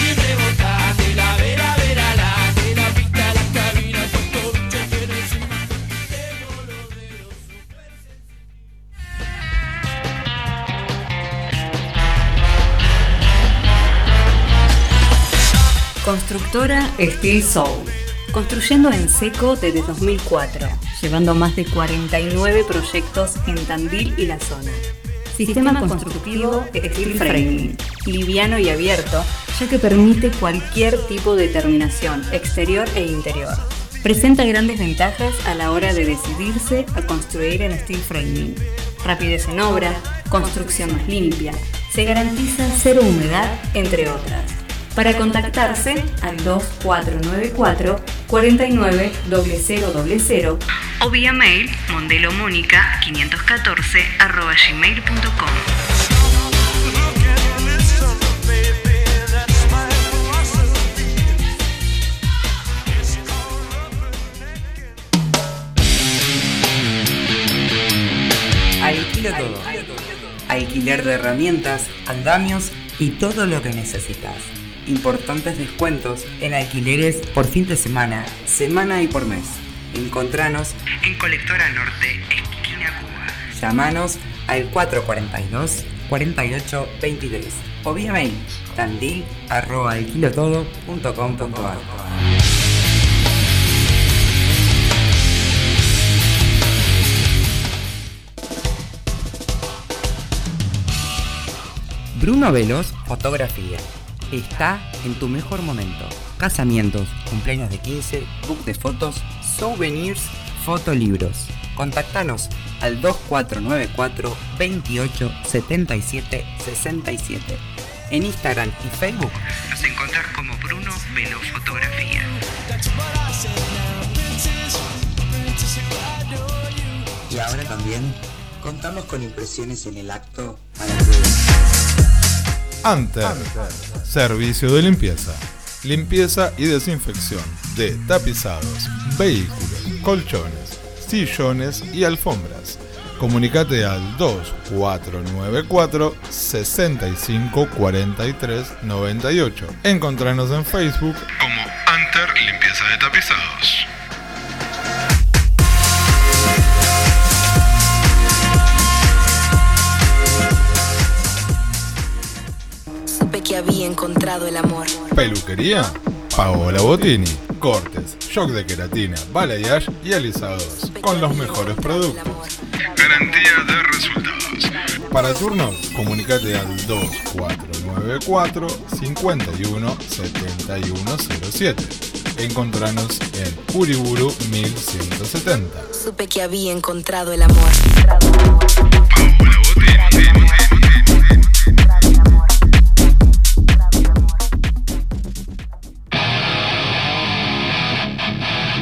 Constructora Steel Soul. Construyendo en seco desde 2004, llevando más de 49 proyectos en Tandil y la zona. Sistema constructivo Steel Framing. Liviano y abierto, ya que permite cualquier tipo de terminación, exterior e interior. Presenta grandes ventajas a la hora de decidirse a construir en steel framing. Rapidez en obra, construcción más limpia, se garantiza cero humedad, entre otras. Para contactarse al 2494 49 000 o vía mail mondelomónica 514 arroba gmail.com. Alquila todo. Alquiler de herramientas, andamios y todo lo que necesitas. Importantes descuentos en alquileres por fin de semana, semana y por mes. Encontranos, En Colectora Norte, esquina Cuba. llamanos al 442 4823 o vía mail tandil arroba alquilotodo.com.ar. Bruno Velos, fotografía. Está en tu mejor momento. Casamientos, cumpleaños de 15, book de fotos, souvenirs, fotolibros. Contactanos al 2494 28 77 67. En Instagram y Facebook Nos encontrás como Bruno Velo Fotografía. Y ahora también contamos con impresiones en el acto Anter. Servicio de limpieza. Limpieza y desinfección de tapizados, vehículos, colchones, sillones y alfombras. Comunicate al 2494 6543 98. Encontranos en Facebook como Anter Limpieza de Tapizados. Supe que había encontrado el amor. Peluquería Paola Botini. Cortes, shock de queratina, balayage y alisados. Con los mejores productos. Garantía de resultados. Para turnos, comunícate al 2494 51 7107. Encontranos en Uriburu 1170. Supe que había encontrado el amor.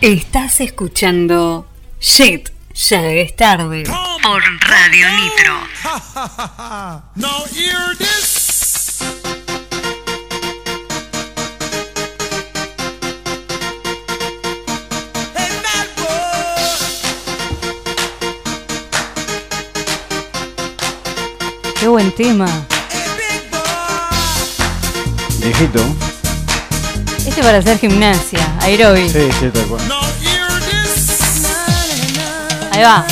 Estás escuchando Shit, ya es tarde. Por Radio Nitro. Now hear this. Qué buen tema. Viejito. Este para hacer gimnasia, aeróbic. Sí, sí, tal cual. Ahí va.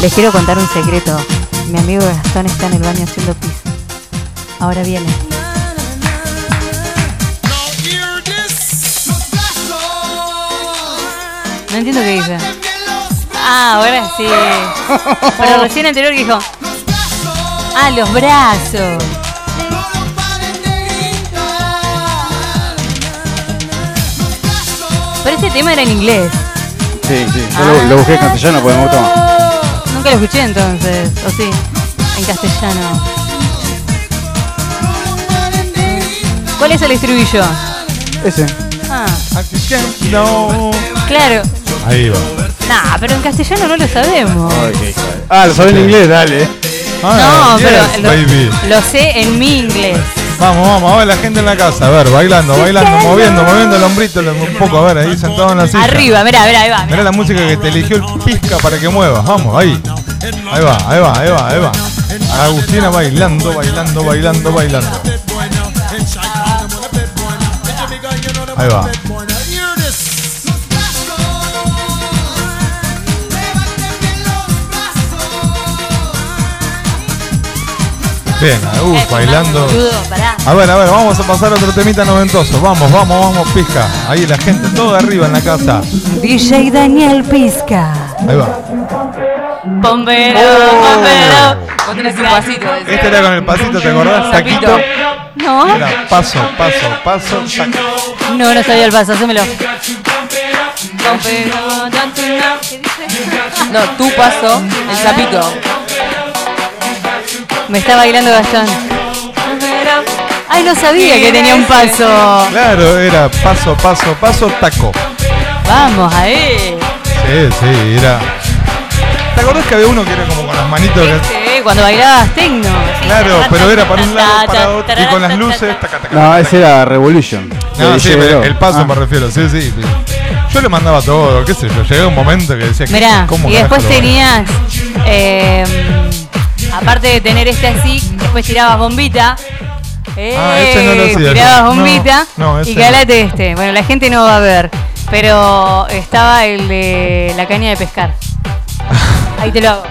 Les quiero contar un secreto. Mi amigo Gastón está en el baño haciendo pis. Ahora viene. Hear this. No entiendo qué dice. Ah, ahora sí. Pero recién anterior que dijo. Ah, los brazos. Pero este tema era en inglés. Sí, sí. Yo Ah. lo, lo busqué en castellano porque me gustó más. Nunca lo escuché entonces, o sí, en castellano. ¿Cuál es el estribillo? Ese. Ah, No. claro. Ahí va. Nah, pero en castellano no lo sabemos. Ah, lo sabés en inglés, dale. No, pero Ah, baby. lo, lo sé en mi inglés. Vamos, vamos, a ver la gente en la casa, a ver, bailando, bailando, moviendo, moviendo el hombrito lo- un poco, a ver, ahí sentado en la silla. Arriba, mirá, mirá, ahí va. Mirá la música que te eligió el pizca para que muevas, vamos, ahí. Ahí va, ahí va, ahí va, ahí va. Agustina bailando, bailando, bailando, bailando. Este Ahí va. Bien, Eh, Agus bailando. boludo, pará. A ver, a ver, vamos a pasar a otro temita noventoso. Vamos, vamos, vamos, pizca. Ahí la gente toda arriba en la casa. DJ Daniel Pizca. Ahí va. Bombero, bombero. Vos tenés un pasito. Este era con el pasito, ¿te acordás? Saquito. No, Era paso, paso, paso, sac. no, no sabía el paso, hacémelo. No, tu paso, el sapito. Me está bailando Gastón. Ay, no sabía que tenía un paso. Claro, era paso, paso, paso, taco. Vamos, ahí. Sí, sí, era. ¿Te acordás que había uno que era como con las manitos? que- Sí, cuando bailabas tecno. Claro, pero era para un lado, para otro, y con las luces, taca, taca. No, ese era Revolution. No, De sí, DJ pero Bro. el paso Ah. me refiero, sí, sí. Yo le mandaba todo, qué sé yo. Llegué a un momento que decía, Mirá, ¿cómo y después carajo lo bailo? tenías. eh, aparte de tener este así, después tirabas bombita. Ah, ese no lo Eh, hacía yo. tirabas No, bombita no, ese y no. calate este. Bueno, la gente no va a ver, pero estaba el de la caña de pescar. Ahí te lo hago.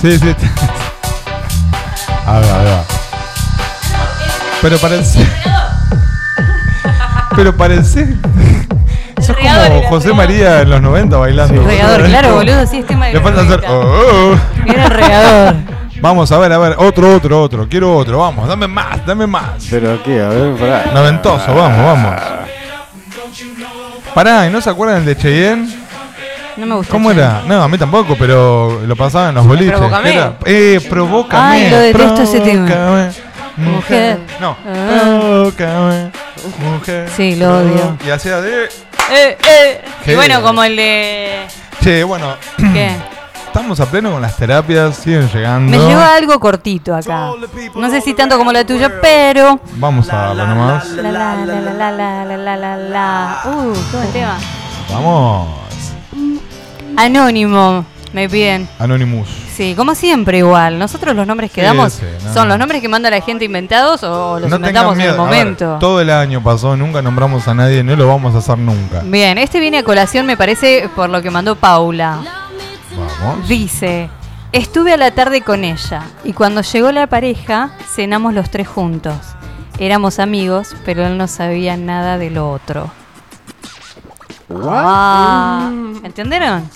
Sí, sí. te- A ver, a ver. a ver. Pero parece. Pero parece. Sos como José María en los 90 bailando. Regador, boludo. claro, boludo, sí, es tema de. Le falta hacer. oh, oh. Era regador. Vamos a ver, a ver. Otro, otro, otro. Quiero otro. Vamos, dame más, dame más. Pero qué, a ver, pará. Noventoso, vamos, vamos. Pará, ¿y no se acuerdan el de Cheyenne? No me gusta. ¿Cómo era? No, a mí tampoco, pero lo pasaban en los boliches. Provócame. Era, eh, provócame. Ay, lo detesto ese tema. provócame, Mujer. No. Ah. Provócame, mujer. Sí, lo odio. Y hacía de. Eh, eh. Y ¿Qué? bueno, como el de. Che, bueno, ¿Qué? estamos a pleno con las terapias, siguen llegando. Me llegó algo cortito acá. No sé si tanto como la tuya, pero. Vamos a darlo nomás. La la la la la la la la la la. Uh, qué buen tema. Vamos. Anónimo, me piden. Anonymous. Sí, como siempre igual. Nosotros los nombres que Sí, damos sí, no. son los nombres que manda la gente inventados o los no tengas inventamos en el miedo. A ver, momento. todo el año pasó, nunca nombramos a nadie, no lo vamos a hacer nunca. Bien, este viene a colación, me parece, por lo que mandó Paula. Vamos. Dice, estuve a la tarde con ella y cuando llegó la pareja cenamos los tres juntos. Éramos amigos, pero él no sabía nada de lo otro. Ah, ¿Entendieron?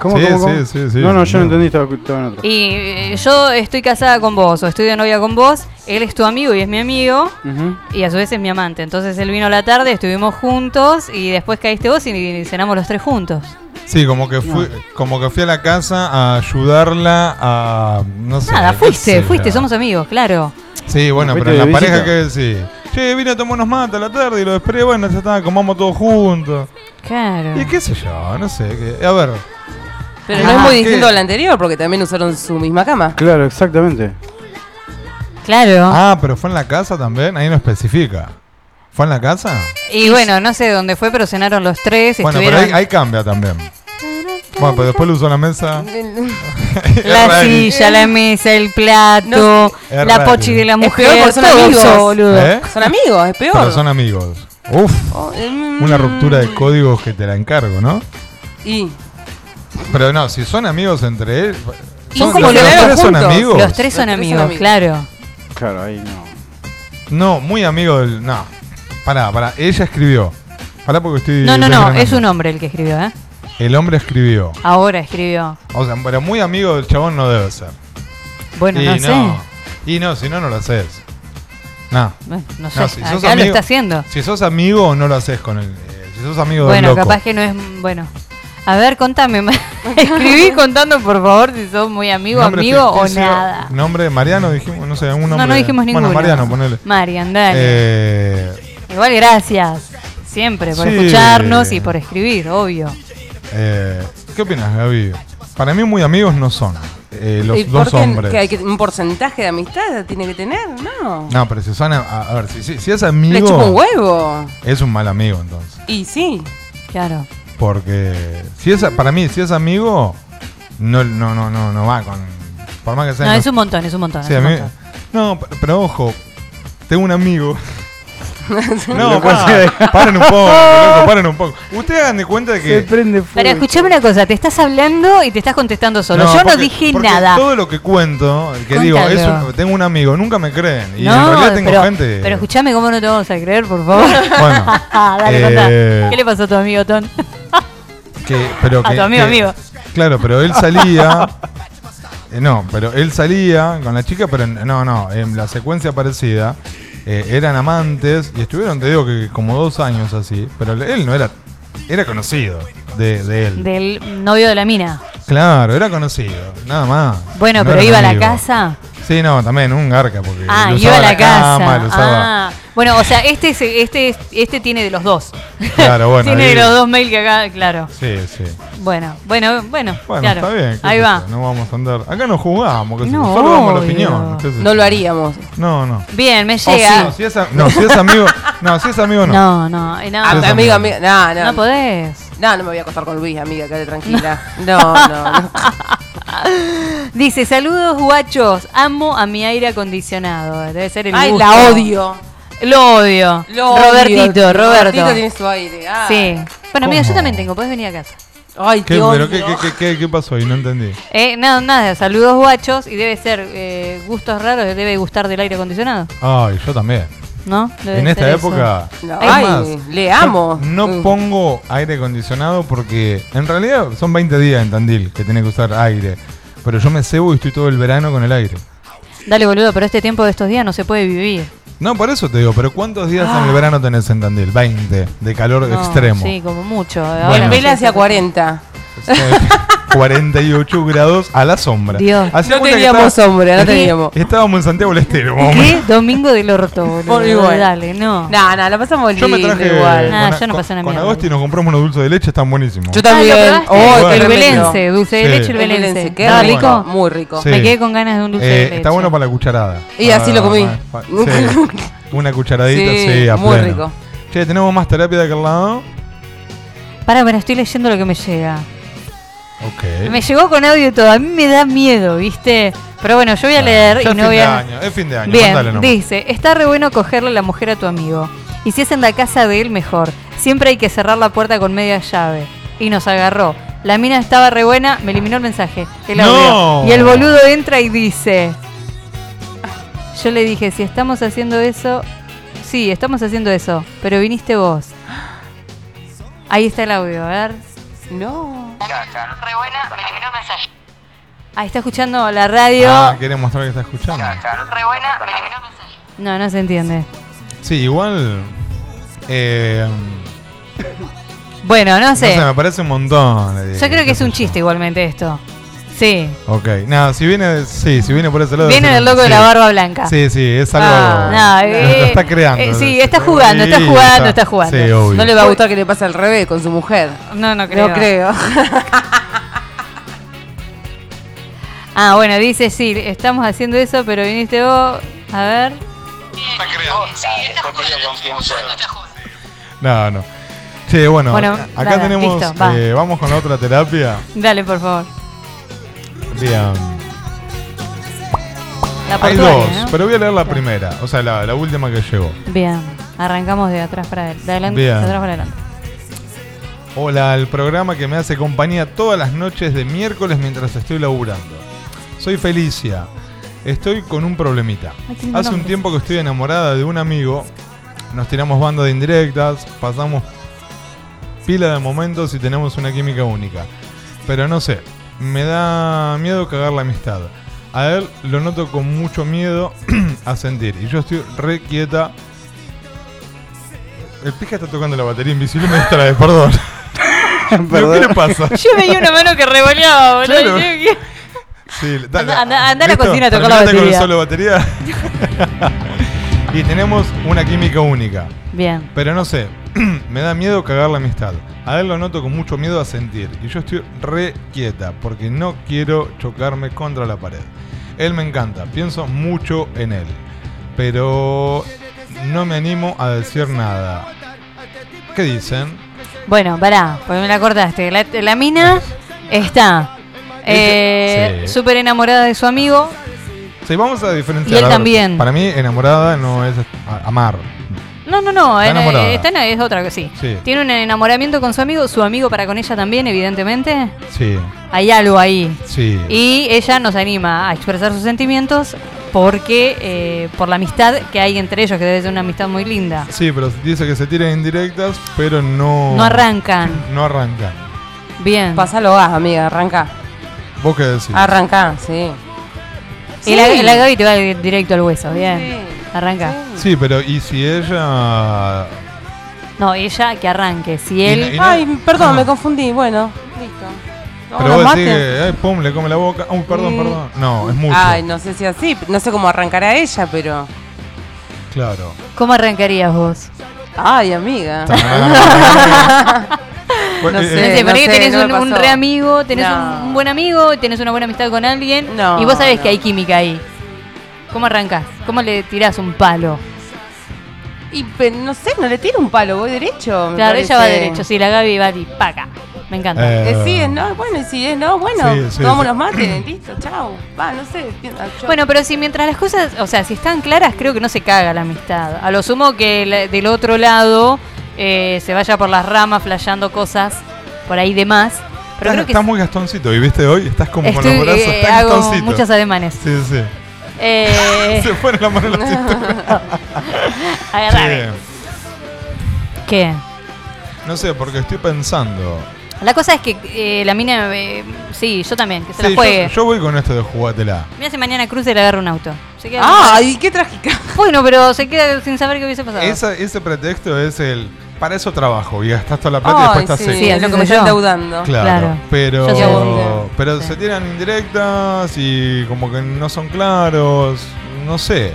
¿Cómo, Sí, cómo, cómo? sí, sí, sí, No, no, yo entendido. no entendí, estaba, estaba en otro. Y eh, yo estoy casada con vos o estoy de novia con vos, él es tu amigo y es mi amigo Ujú. y a su vez es mi amante. Entonces él vino a la tarde, estuvimos juntos y después caíste vos y, y cenamos los tres juntos. Sí, como que fui, como que fui a la casa a ayudarla a no sé. Nada, qué fuiste, sé fuiste, yo. somos amigos, claro. Sí, bueno, Fuiste pero la de pareja visita. que sí. Che, vino a tomar unos mates a la tarde y lo esperé, bueno, ya está, comamos todos juntos. Claro. Y qué sé yo, no sé, que- a ver. Ah, Pero no es muy ¿Qué? distinto al anterior porque también usaron su misma cama. Claro, exactamente. Claro. Ah, pero fue en la casa también, ahí no especifica. ¿Fue en la casa? Y bueno, no sé dónde fue, pero cenaron los tres. Bueno, pero estuvieron... ahí, ahí cambia también. Bueno, pero después lo usó la mesa. Es La raro. silla, la mesa, el plato, No. la Es raro. pochi de la Es mujer. peor porque son todo amigos. eso, boludo. Oh, ¿Eh? Son amigos, es peor. Pero son amigos. Uf. mm. Una ruptura de códigos que te la encargo, ¿no? Y Pero no, si son amigos entre ellos. Y son- sí, ¿Los, los claro, tres son juntos. amigos? Los tres son amigos, claro. Claro, ahí no. No, muy amigo del. No. Pará, pará. Ella escribió. Pará porque estoy. No, no, no, desgranando. es un hombre el que escribió, ¿eh? El hombre escribió. Ahora escribió. O sea, pero muy amigo del chabón no debe ser. Bueno, Y no sé. Y no, si no, no lo haces. No. Bueno, no sé, acá lo está haciendo. Si sos amigo, no lo haces con él. Eh, Si sos amigo Bueno, del loco. capaz que no es. Bueno. A ver, contame. Escribí contando, por favor, si sos muy amigo, Nombre amigo o ficticio, nada. Nombre de Mariano, dijimos, no sé, algún No, nombre. no dijimos ninguno. Bueno, Mariano, ponele. Marian, dale. Eh, Igual gracias. Siempre por Sí. escucharnos y por escribir, obvio. eh, ¿Qué opinas, Gaby? Para mí, muy amigos no son eh, ¿Y los por dos qué? hombres. Que hay que- un porcentaje de amistad tiene que tener, ¿no? No, pero si son. A, a ver, si, si, si es Le amigo. chupa un huevo. Es un mal amigo, entonces. Y sí. Claro. Porque. si es, Para mí, si es amigo, no, no, no, no, no va con. Por más que sea. No, es un montón, es un montón. Sí, es a un mí- montón. no, pero, pero ojo, tengo un amigo. Lo No, pa, pasé de- paren un poco, loco, paren un poco. Ustedes hagan de cuenta de que. Se Pero escuchame una cosa, te estás hablando y te estás contestando solo. No, Yo no porque- dije porque nada. Todo lo que cuento, el que digo, es Contalo. un- tengo un amigo, nunca me creen. Y en No, realidad tengo pero, gente. pero escuchame cómo no te vamos a creer, por favor. Bueno, Dale, contá. eh, ¿Qué le pasó a tu amigo Ton? que, pero a que- tu amigo, que- amigo. Claro, pero él salía. eh, no, pero él salía con la chica, pero en- no, no, en la secuencia parecida. eh, eran amantes y estuvieron, te digo que como dos años así, pero él no era. Era conocido de, de él. Del novio de la mina. Eh, Claro, era conocido, nada más. Bueno, No pero era iba a la amigo. casa. Sí, no, también un garca porque Ah, lo iba usaba a la casa. cama, lo usaba- Ah, bueno, o sea, este, es- este, es- este tiene de los dos. Claro, bueno, tiene de ahí- los dos mail que acá, claro. Sí, sí. Bueno, bueno, bueno, Bueno, claro. está bien. qué Ahí sé va. yo, No vamos a andar. Acá no jugamos, que No, solo damos la obvio. opinión. qué sé No yo. lo haríamos. No, no. Bien, me O llega. No, si es, a- no, si es amigo, no, si es amigo no. No, no, eh, no. Si es Ah, amigo, amigo. No, no. No podés. No, no me voy a acostar con Luis, amiga, quédate tranquila. No, no, no. Dice, saludos guachos, amo a mi aire acondicionado. Debe ser el Ay, gusto. la odio. Lo odio. Lo Robertito, odio. Roberto. Robertito tiene su aire. ah. Sí. Bueno, amigo, yo ¿Cómo? también tengo, podés venir a casa. Ay, ¿Qué, pero qué, qué, qué- qué- qué pasó ahí? No entendí. Eh, nada, nada, saludos guachos y debe ser eh, gustos raros, debe gustar del aire acondicionado, Ay, yo también. ¿no? Debe en ser esta eso. época. No, Es ay, más, le yo amo. Mm. No Mm. pongo aire acondicionado porque en realidad son 20 días en Tandil que tiene que usar aire. Pero yo me cebo y estoy todo el verano con el aire. Dale, boludo, pero este tiempo de estos días no se puede vivir. No, por eso te digo, pero ¿cuántos días en Ah. el verano tenés en Tandil? 20, de calor No, extremo. Sí, como mucho. Bueno. Vela hacia 40. 48 grados a la sombra. Dios. Hacía No cuenta que teníamos sombra, no teníamos. Estábamos en Santiago del Estero. más o ¿Qué? Domingo del orto, Por boludo. igual. Dale, no. No, no, la pasamos Yo me lindo traje igual. Nah, con, yo no con- pasé una con mierda. Agosti nos compramos unos dulces de leche, están buenísimos. Yo también. Ah, ¿lo probaste? Oh, qué el tremendo. belense, dulce de Sí. leche el El belense. belense, qué ¿Estaba rico. rico? Muy rico. Sí. Me quedé con ganas de un dulce Eh, de leche. Está bueno para la cucharada. Ah, Y así lo comí. pa- pa- sí. Una cucharadita, sí, Sí, a muy pleno. rico. Che, tenemos más terapia de aquel lado. Pará, pará, estoy leyendo lo que me llega. Ok. Me llegó con audio y todo. A mí me da miedo, ¿viste? Pero bueno, yo voy a leer Ah, Ya y es no fin voy de a. año, es fin de año. Bien, mandale nomás. dice, está re bueno cogerle la mujer a tu amigo. Y si es en la casa de él, mejor. Siempre hay que cerrar la puerta con media llave. Y nos agarró. La mina estaba re buena, me eliminó el mensaje. el No. audio. Y el boludo entra y dice... Yo le dije, si estamos haciendo eso... Sí, estamos haciendo eso, pero viniste vos. Ahí está el audio, a ver. No. Ahí está escuchando la radio. Ah, quiere mostrar que está escuchando. No, no se entiende. Sí, igual. Eh, Bueno, no sé. me parece un montón. eh, Yo creo que qué es sé un yo. chiste igualmente esto. Sí. Ok, nada, si viene, sí, si viene por ese lado. Viene es del un- loco de sí. la barba blanca. Sí, sí, es algo. Ah, no, lo- eh, lo está creando. eh, sí, lo- está jugando, está Sí, jugando, está jugando. Sí, obvio. No le va a gustar que le pase al revés con su mujer. No, no creo. No creo. Ah, bueno, dice sí, estamos haciendo eso, pero viniste vos. A ver. No, no. Sí, bueno, Bueno, acá nada, tenemos. listo, va. eh, vamos con la otra terapia. Dale, por favor. Bien. La Hay portuaria, dos, ¿no? pero voy a leer la primera, o sea, la, la última que llegó. Bien. Arrancamos de atrás para adelante. De adelante, Bien. de atrás para adelante. Hola, al programa que me hace compañía todas las noches de miércoles mientras estoy laburando. Soy Felicia. Estoy con un problemita. Ay, qué lindo Hace un nombre. tiempo que estoy enamorada de un amigo. Nos tiramos banda de indirectas, pasamos pila de momentos y tenemos una química única. Pero no sé, me da miedo cagar la amistad. A él lo noto con mucho miedo a sentir. Y yo estoy re quieta. El pija está tocando la batería invisible y me distrae, perdón. Digo, ¿Qué le pasa? Yo veía una mano que revoleaba, boludo. Claro. y yo, ¿qué? Sí, dale, Anda- anda- anda a la ¿listo? cocina a tocar la Terminate con el batería. solo batería. y tenemos una química única. Bien. Pero no sé, me da miedo cagar la amistad. A él lo noto con mucho miedo a sentir. Y yo estoy re quieta porque no quiero chocarme contra la pared. Él me encanta, pienso mucho en él. Pero no me animo a decir nada. ¿Qué dicen? Bueno, pará, porque me la cortaste. La, la mina está eh, Sí. súper enamorada de su amigo. Sí, vamos a diferenciar. Y él A ver, también. Para mí, enamorada no es a- amar. No, no, no. Está eh, enamorada. está en- es otra cosa, sí. Sí. Tiene un enamoramiento con su amigo, su amigo para con ella también, evidentemente. Sí, Hay algo ahí. sí. Y ella nos anima a expresar sus sentimientos porque eh, por la amistad que hay entre ellos, que debe ser una amistad muy linda. Sí, pero dice que se tiran indirectas, pero no. No arrancan. No arrancan. Bien. Pásalo gas, amiga, arranca. ¿Vos qué decís? Arranca, sí. Y la, la Gaby te va directo al hueso, bien. Arranca. Sí, pero ¿y si ella.? No, ella que arranque. Si Y él. no- y Ah. no- Ay, perdón, me confundí. Bueno, listo. No, Pero nos vos maten. decís que. ay, pum, le come la boca. Uy, perdón, Mm. perdón. No, es mucho. Ay, no sé si así, no sé cómo arrancará ella, pero. Claro. ¿Cómo arrancarías vos? Ay, amiga. No No sé, por ahí no sé, tenés no me un, un pasó. re amigo, tenés No. un buen amigo, tenés una buena amistad con alguien No, y vos sabés no. que hay química ahí. ¿Cómo arrancás? ¿Cómo le tirás un palo? Y pe- no sé, no le tiro un palo, voy derecho. me claro, ella va parece. derecho, sí, la Gaby va y paca. Me encanta. Eh, sí, es no, bueno, y si es no, bueno, Sí, sí, tomamos sí. los mates, listo, chau. Va, no sé. piensa- yo- Bueno, pero si mientras las cosas, o sea, si están claras, creo que no se caga la amistad. A lo sumo que la- del otro lado eh, se vaya por las ramas flasheando cosas por ahí de más. Pero estás creo que estás muy gastoncito, ¿viste? Hoy estás como con Estoy, los brazos. eh, estás hago gastoncito. muchos ademanes. Sí, sí. Eh, Se pone la mano en la cintura. Agarrame. Sí. ¿Qué? No sé, porque estoy pensando. La cosa es que eh, la mina, eh, sí, yo también, que se Sí, la juegue. yo, yo voy con esto de jugatela. Mira si mañana cruce y le agarra un auto. Se queda- Ay, qué trágica. Bueno, pero se queda sin saber qué hubiese pasado. Esa- ese pretexto es el. Para eso trabajo y gastas toda la plata y Ay, después estás sí, seco. sí, es lo que me estoy endeudando. Claro, Claro. pero, Yo soy así. pero se tiran indirectas y como que no son claros, no sé.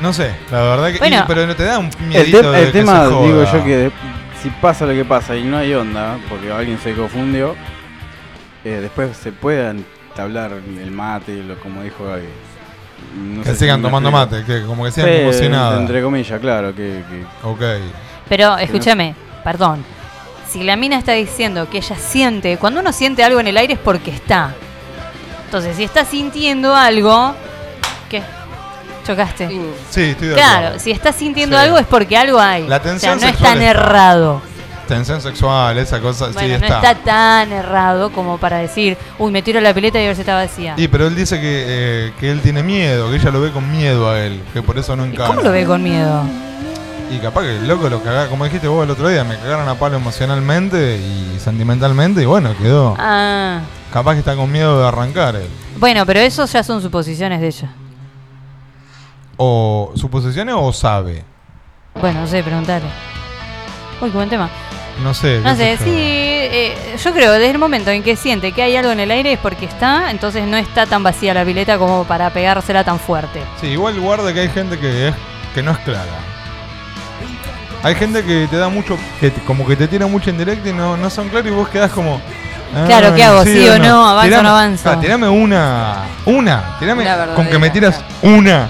No sé, la verdad que... y- Bueno. pero no te da un El, miedito tem- de el que tema, se joda. digo yo, que si pasa lo que pasa y no hay onda, porque alguien se confundió, eh, después se puedan entablar el mate, lo, como dijo Gaby. No Que sé si sigan me tomando explico. mate, que como que sean Sí, como si nada. Entre comillas, claro. Que, que- Ok. Pero escúchame, perdón. Si la mina está diciendo que ella siente, cuando uno siente algo en el aire es porque está. Entonces, si está sintiendo algo, ¿qué? Chocaste. Sí, estoy de Claro, acuerdo. si está sintiendo Sí. algo es porque algo hay. La o tensión sea, no es sexual tan está. errado. Tensión sexual, esa cosa, Bueno, sí no está. está tan errado como para decir, uy, me tiro a la pileta y a ver si está vacía. Y pero él dice que, eh, que él tiene miedo, que ella lo ve con miedo a él, que por eso no encaja. ¿Cómo lo ve con miedo? Y capaz que el loco lo cagá, como dijiste vos el otro día, me cagaron a palo emocionalmente y sentimentalmente y bueno, quedó. Ah, Capaz que está con miedo de arrancar él. bueno, pero eso ya son suposiciones de ella. O suposiciones o sabe. Bueno, no sé, preguntarle. Uy, qué buen tema. No sé. No qué sé, sé sí, eh, yo creo, desde el momento en que siente que hay algo en el aire es porque está, entonces no está tan vacía la pileta como para pegársela tan fuerte. yo. Sí, igual guarda que hay gente que es, que no es clara. Hay gente que te da mucho, que te- como que te tira mucho en directo y no, no son claros y vos quedás como. ah, Claro, ¿qué hago? ¿Sí o no? ¿Avanzo o Tirame- no avanzo? ah, tirame una, una, tirame, Una con que verdadera, me tiras una,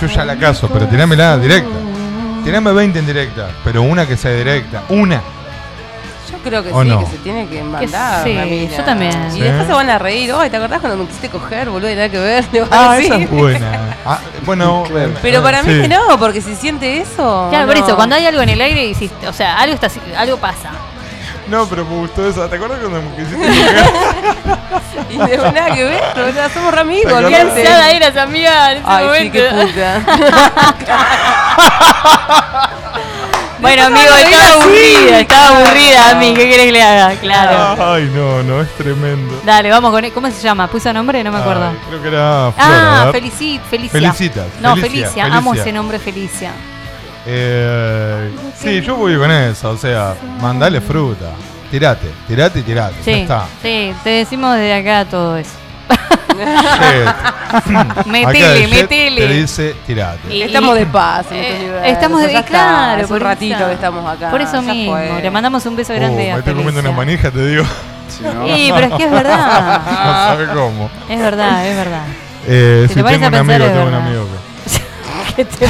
yo ya la caso, pero tirámela directa. Tirame 20 en directa, pero una que sea directa, una. Yo creo que ¿O sí, no? que se tiene que mandar. sí, la mina. yo también. Y Sí. después se van a reír. Ay, ¿te acordás cuando me quisiste coger, boludo? Y Nada que ver, le van a Ah, decir. esa es buena. Ah, bueno, eh, Pero para mí sí. que no, porque si siente eso. Claro, por no. eso, cuando hay algo en el aire, y si- o sea, algo, está, algo pasa. No, pero me gustó esa. ¿Te acuerdas cuando me quisiste coger? Y de nada que ver, boludo, somos re amigos, ¿Te acordás? olvídense. Cansada eras, amiga, en ese Ay, sí, momento. qué puta. Bueno, Después no amigo, estaba lo veía aburrida, así. estaba aburrida, Ami. ¿Qué querés que le haga? Claro. Ay, no, no, es tremendo. Dale, vamos con él. ¿Cómo se llama? ¿Puso nombre? No me acuerdo. Ay, creo que era Flora, a ah, ver. Felici- Felicia. Felicitas, No, Felicia, Felicia, Amo Felicia. ese nombre, Felicia. Eh, sí, yo voy con eso, o sea, mandale fruta. Tirate, tirate y tirate. Ya Sí, está. sí, te decimos desde acá todo eso. Jet. Acá metele, el Jet metele. Te dice tirate. Estamos de paz en estos Eh, lugares, o estamos sea, de ya está, claro, hace por un ratito eso. que estamos acá, Por eso ya mismo, fue. le mandamos un beso Oh, grande a me estoy comiendo Felicia. una manija, te digo. Y, pero es que es verdad. no sabe cómo. Es verdad, Ah, es verdad. Eh, Si sí, lo pones tengo a un pensar, amigo, es tengo un verdad. amigo. ¿Qué te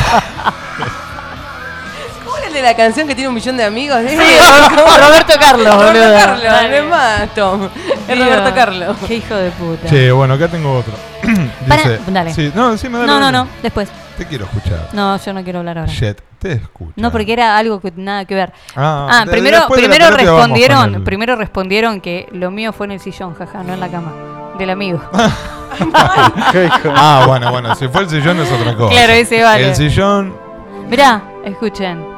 ¿Cómo era el de la canción que tiene un millón de amigos? Sí, Roberto Carlos, Roberto boludo. Carlos, Dale. no es más, Tom. Es Digo, Roberto Carlos. Qué hijo de puta. que- Che, bueno, acá tengo otro. Dice, Pará, dale. Sí, no, sí, me da No, la- no, no, después. Te quiero escuchar. No, yo no quiero hablar ahora. Jet, te escucho. No, porque era algo que nada que ver. Ah, Ah, de- primero, después de la primero pelota vamos con respondieron, el- primero respondieron que lo mío fue en el sillón, jaja, no en la cama del amigo. ah, bueno, bueno, si fue el sillón es otra cosa. Claro, ese vale. El sillón. Mirá, escuchen.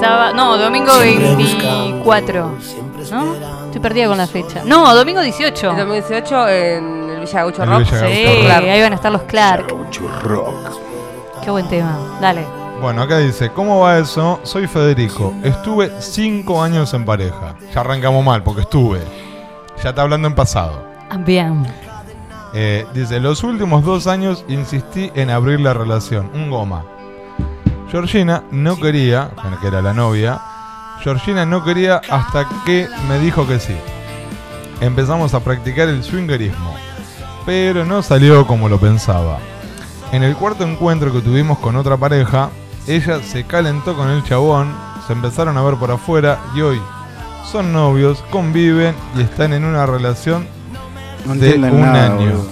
Sábado, no, domingo 24. ¿No? Estoy perdida con la fecha. No, domingo 18. El 2018 en el Villa Gaucho En Rock. Villa Sí, Gaucho Rock. ahí van a estar los Clark. Rock. Qué buen tema. Dale. Bueno, acá dice, ¿cómo va eso? Soy Federico. Estuve cinco años en pareja. Ya arrancamos mal, porque estuve. Ya está hablando en pasado. Bien. Eh, dice, los últimos dos años insistí en abrir la relación. Un goma. Georgina no quería, bueno, que era la novia. Georgina no quería hasta que me dijo que sí. Empezamos a practicar el swingerismo. Pero no salió como lo pensaba. En el cuarto encuentro que tuvimos con otra pareja, ella se calentó con el chabón, se empezaron a ver por afuera y hoy son novios, conviven y están en una relación No de entienden un nada, año. boludo.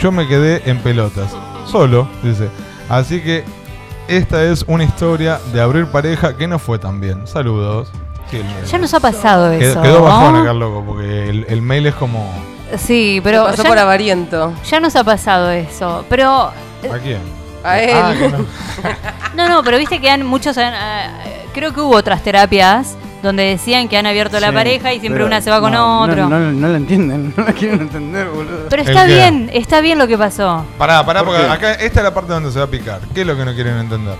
Yo me quedé en pelotas, solo, dice. Así que esta es una historia de abrir pareja que no fue tan bien. Saludos. Sí, el mail. Ya nos ha pasado Qued- eso. Quedó ¿no? bajón acá, loco, porque el, el mail es como... Sí, pero. Se pasó ya- por avariento. Ya nos ha pasado eso. Pero. ¿A quién? A él. Ah, que no. No, no, pero viste que han muchos. han, eh, creo que hubo otras terapias donde decían que han abierto la Sí, pareja y siempre pero una se va con no, otro. No, no, no la entienden, no la quieren entender, boludo. Pero ¿El está qué? bien, está bien lo que pasó. Pará, pará, ¿Por porque qué? acá esta es la parte donde se va a picar. ¿Qué es lo que no quieren entender?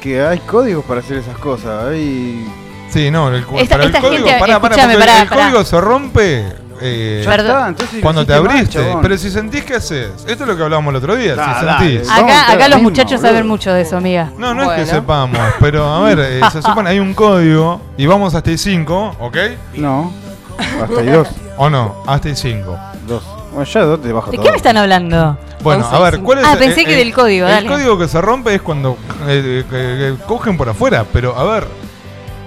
Que hay códigos para hacer esas cosas. Hay... Sí, no, el, cu- Esta- pero el esta código, gente- pará, pará, escúchame, porque pará, el pará. código se rompe eh, Ya Perdón. está, entonces lo cuando te hiciste mal, abriste. chabón. pero si sentís, ¿qué haces? Esto es lo que hablábamos el otro día, Da, si dale, sentís. Acá, acá los muchachos saben mucho de eso, amiga. No, no es que sepamos, pero a ver, eh, se supone hay un código y vamos hasta el 5, ¿ok? No, hasta ahí dos. ¿O no? Hasta el 5. Dos. Bueno, ya dos te bajo ¿De todo. qué me están hablando? Bueno, a ver, ¿cuál es Ah, el- pensé el- que del código, El dale. código que se rompe es cuando eh, que- que cogen por afuera, pero a ver,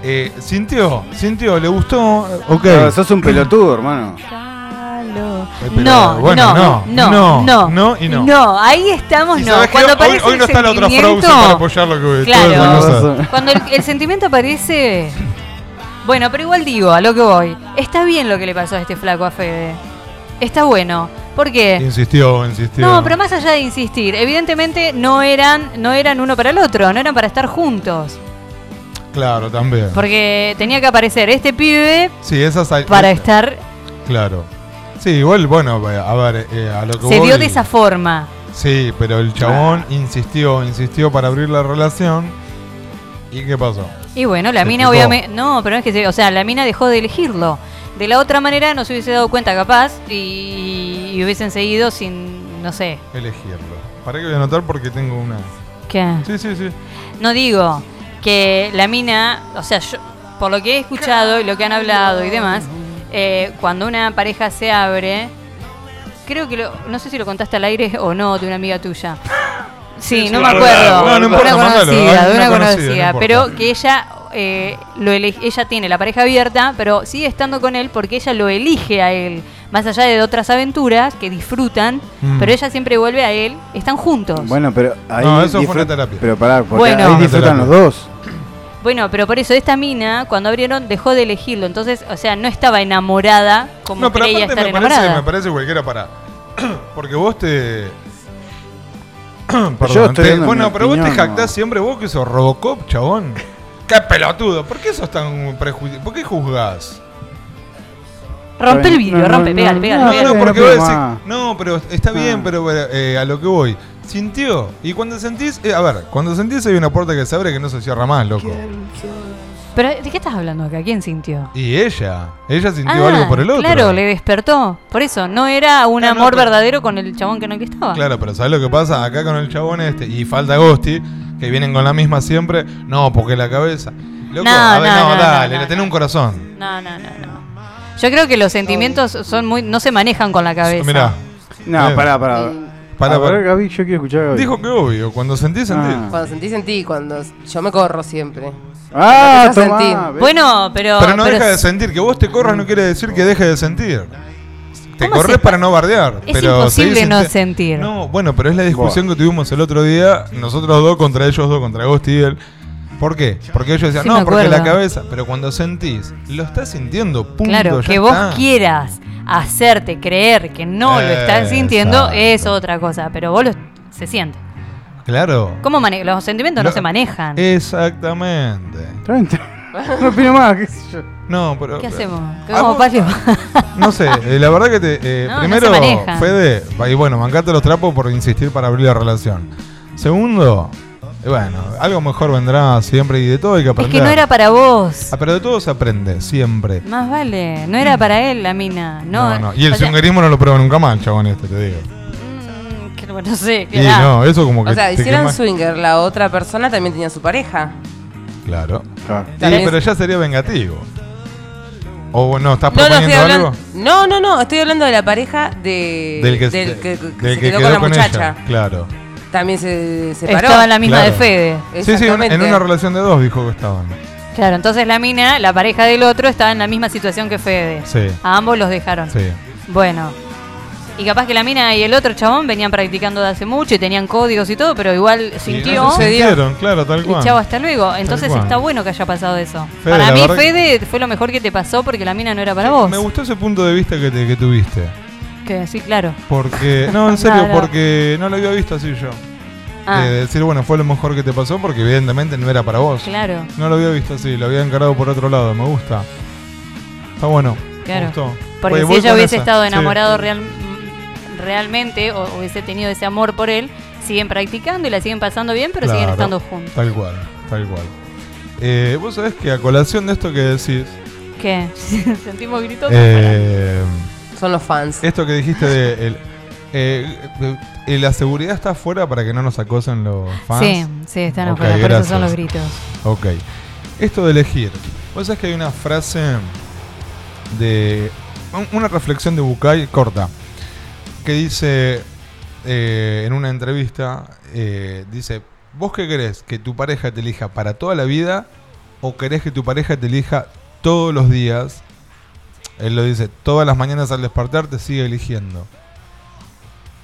eh, sintió, sintió, le gustó, ok. Pero sos un pelotudo, hermano. Eh, Pero, no, bueno, no, no, no, no, no y no. ahí estamos, ¿Y no. sabes qué? Cuando hoy, aparece hoy el no está la otra sentimiento- Frozen para apoyar lo que Claro. toda esa cosa. Cuando el, el sentimiento aparece. Bueno, pero igual digo, a lo que voy. Está bien lo que le pasó a este flaco a Fede. Está bueno. ¿Por qué? Insistió, insistió. Eh. No, pero más allá de insistir, evidentemente no eran, no eran uno para el otro, no eran para estar juntos. Claro, también. Porque tenía que aparecer este pibe Sí, esas hay- eh, para estar. Claro. Sí, igual, bueno, a ver, eh, a lo que Se voy- dio de esa forma. Sí, pero el chabón insistió, insistió para abrir la relación. ¿Y qué pasó? Y bueno, la Se mina picó. obviamente. No, pero no es que se. O sea, la mina dejó de elegirlo. De la otra manera no se hubiese dado cuenta, capaz, y, y hubiesen seguido sin. No sé. Elegirlo. Para que voy a anotar porque tengo una. ¿Qué? Sí, sí, sí. No digo que la mina. O sea, yo. Por lo que he escuchado y lo que han hablado y demás, eh, cuando una pareja se abre. Creo que lo. No sé si lo contaste al aire o no de una amiga tuya. Sí, no me acuerdo. No, no importa, una mandalo, conocida, dale, de una una conocida, conocida. no importa. pero que ella eh, lo ele- ella tiene la pareja abierta, pero sigue estando con él porque ella lo elige a él. Más allá de otras aventuras que disfrutan, Mm. pero ella siempre vuelve a él. Están juntos. Bueno, pero ahí. No, eso fue disfrut- una terapia. Pero pará, porque Bueno. ahí Una disfrutan terapia. los dos. Bueno, pero por eso esta mina, cuando abrieron, dejó de elegirlo. Entonces, o sea, no estaba enamorada como no, pero creía aparte estar me parece, me enamorada. parece cualquiera para. porque vos te. Yo Perdón, estoy te- dando mi bueno, pero vos te opinión, jactás siempre, vos que sos Robocop, chabón. ¡Qué pelotudo! ¿Por qué sos tan prejuicioso? ¿Por qué juzgás? Rompe el vidrio, rompe, pégale, pégale, pégale. No, no, porque No, vos pero decís, ma. no, Ah. pero está bien, pero bueno, eh, a lo que voy. Sintió. Y cuando sentís, eh, a ver, cuando sentís hay una puerta que se abre que no se cierra más, loco. Pero, ¿de qué estás hablando acá? ¿Quién sintió? Y ella, ella sintió Ah, algo por el otro. Claro, le despertó. Por eso, no era un amor verdadero con el chabón que no que estaba. Claro, pero ¿sabes lo que pasa? Acá con el chabón este y falta Agosti, que vienen con la misma siempre. No, porque la cabeza. Loco, No, a ver, no, no, no, no, dale, no, le tenés un corazón. No, no, no, no. Yo creo que los sentimientos son muy, no se manejan con la cabeza. Mirá. No, Eh, pará, pará. pará, A ver, pará. Gaby, yo quiero escuchar Ah. a Gaby. Dijo que obvio, cuando sentís, sentís. Cuando sentís, sentí. Cuando yo me corro siempre. Ah, Cuando empezás a tomá, sentir. Bueno, pero. Pero no deja de sentir, que vos te corras no quiere decir que deje de sentir. Te ¿Cómo corres se- para no bardear. Es pero imposible seguís no sinti- sentir. No, bueno, pero es la discusión que tuvimos el otro día, nosotros dos contra ellos dos, contra Agosti y él. ¿Por qué? Porque ellos decían, Sí, me no, porque la acuerdo. cabeza. Pero cuando sentís, lo estás sintiendo, punto. Claro, ya que vos está. quieras hacerte creer que no lo estás Exacto. sintiendo es otra cosa, pero vos lo, se siente. Claro. ¿Cómo mane- los sentimientos no Lo- se manejan? Exactamente. No opino más, qué sé yo. No, pero. ¿Qué hacemos? ¿Qué Ah, hacemos, vos- Patio? No sé, eh, la verdad que te, eh, No, no primero, se maneja. Fede, y bueno, mancate los trapos por insistir para abrir la relación. Segundo, eh, bueno, algo mejor vendrá siempre y de todo hay que Es aprender. que no era para vos. Ah, pero de todo se aprende, siempre. Más vale, no era para él la mina. No, eh, No, no. Y el o sea, zunguerismo no lo prueba nunca más, el chabón este, te digo. que no- no sé, Y no, eso como que O sea, te hicieron quema- swinger. La otra persona también tenía su pareja. Claro. Y, También- pero ya sería vengativo. O bueno, no, ¿estás No, no, proponiendo estoy algo? hablando, no, no, no, estoy hablando de la pareja de, Del que, que- que del se que quedó, con la ella, muchacha. Claro. También se separó. Estaba en la misma Claro. de Fede. Sí, sí, Exactamente. en una relación de dos dijo que estaban. Claro, entonces la mina, la pareja del otro, estaba en la misma situación que Fede. Sí. A ambos los dejaron. Sí. Bueno. Y capaz que la mina y el otro chabón venían practicando de hace mucho y tenían códigos y todo, pero igual sintió. No se sintieron, claro, tal Y cual. chao, hasta luego. Entonces cual. está bueno que haya pasado eso. Fede, para la mí, verdad que- Fede, fue lo mejor que te pasó porque la mina no era para vos. Me gustó ese punto de vista que, te- que tuviste. Que sí, claro. Porque, no, en serio, Claro. porque no lo había visto así yo. Ah. De decir, bueno, fue lo mejor que te pasó porque evidentemente no era para vos. Claro. No lo había visto así, lo había encarado por otro lado, me gusta. Está bueno. Me Claro. gustó. Porque Voy- si voy ella con hubiese esa. estado Sí. enamorado real- realmente o hubiese tenido ese amor por él, siguen practicando y la siguen pasando bien, pero siguen Claro, estando juntos. Tal cual, tal cual. Eh, Vos sabés que a colación de esto que decís, ¿Qué? Sentimos gritos. eh, Son los fans. Esto que dijiste de el- eh, eh, la seguridad está afuera para que no nos acosen los fans. Sí, sí, están Ok, afuera, por eso son gracias. los gritos. Ok. Esto de elegir. Vos sabés que hay una frase de. un- Una reflexión de Bucay corta. Que dice. eh, en una entrevista. eh, dice. ¿Vos qué querés? ¿Que tu pareja te elija para toda la vida? ¿O querés que tu pareja te elija todos los días? Él lo dice, todas las mañanas al despertar te sigue eligiendo.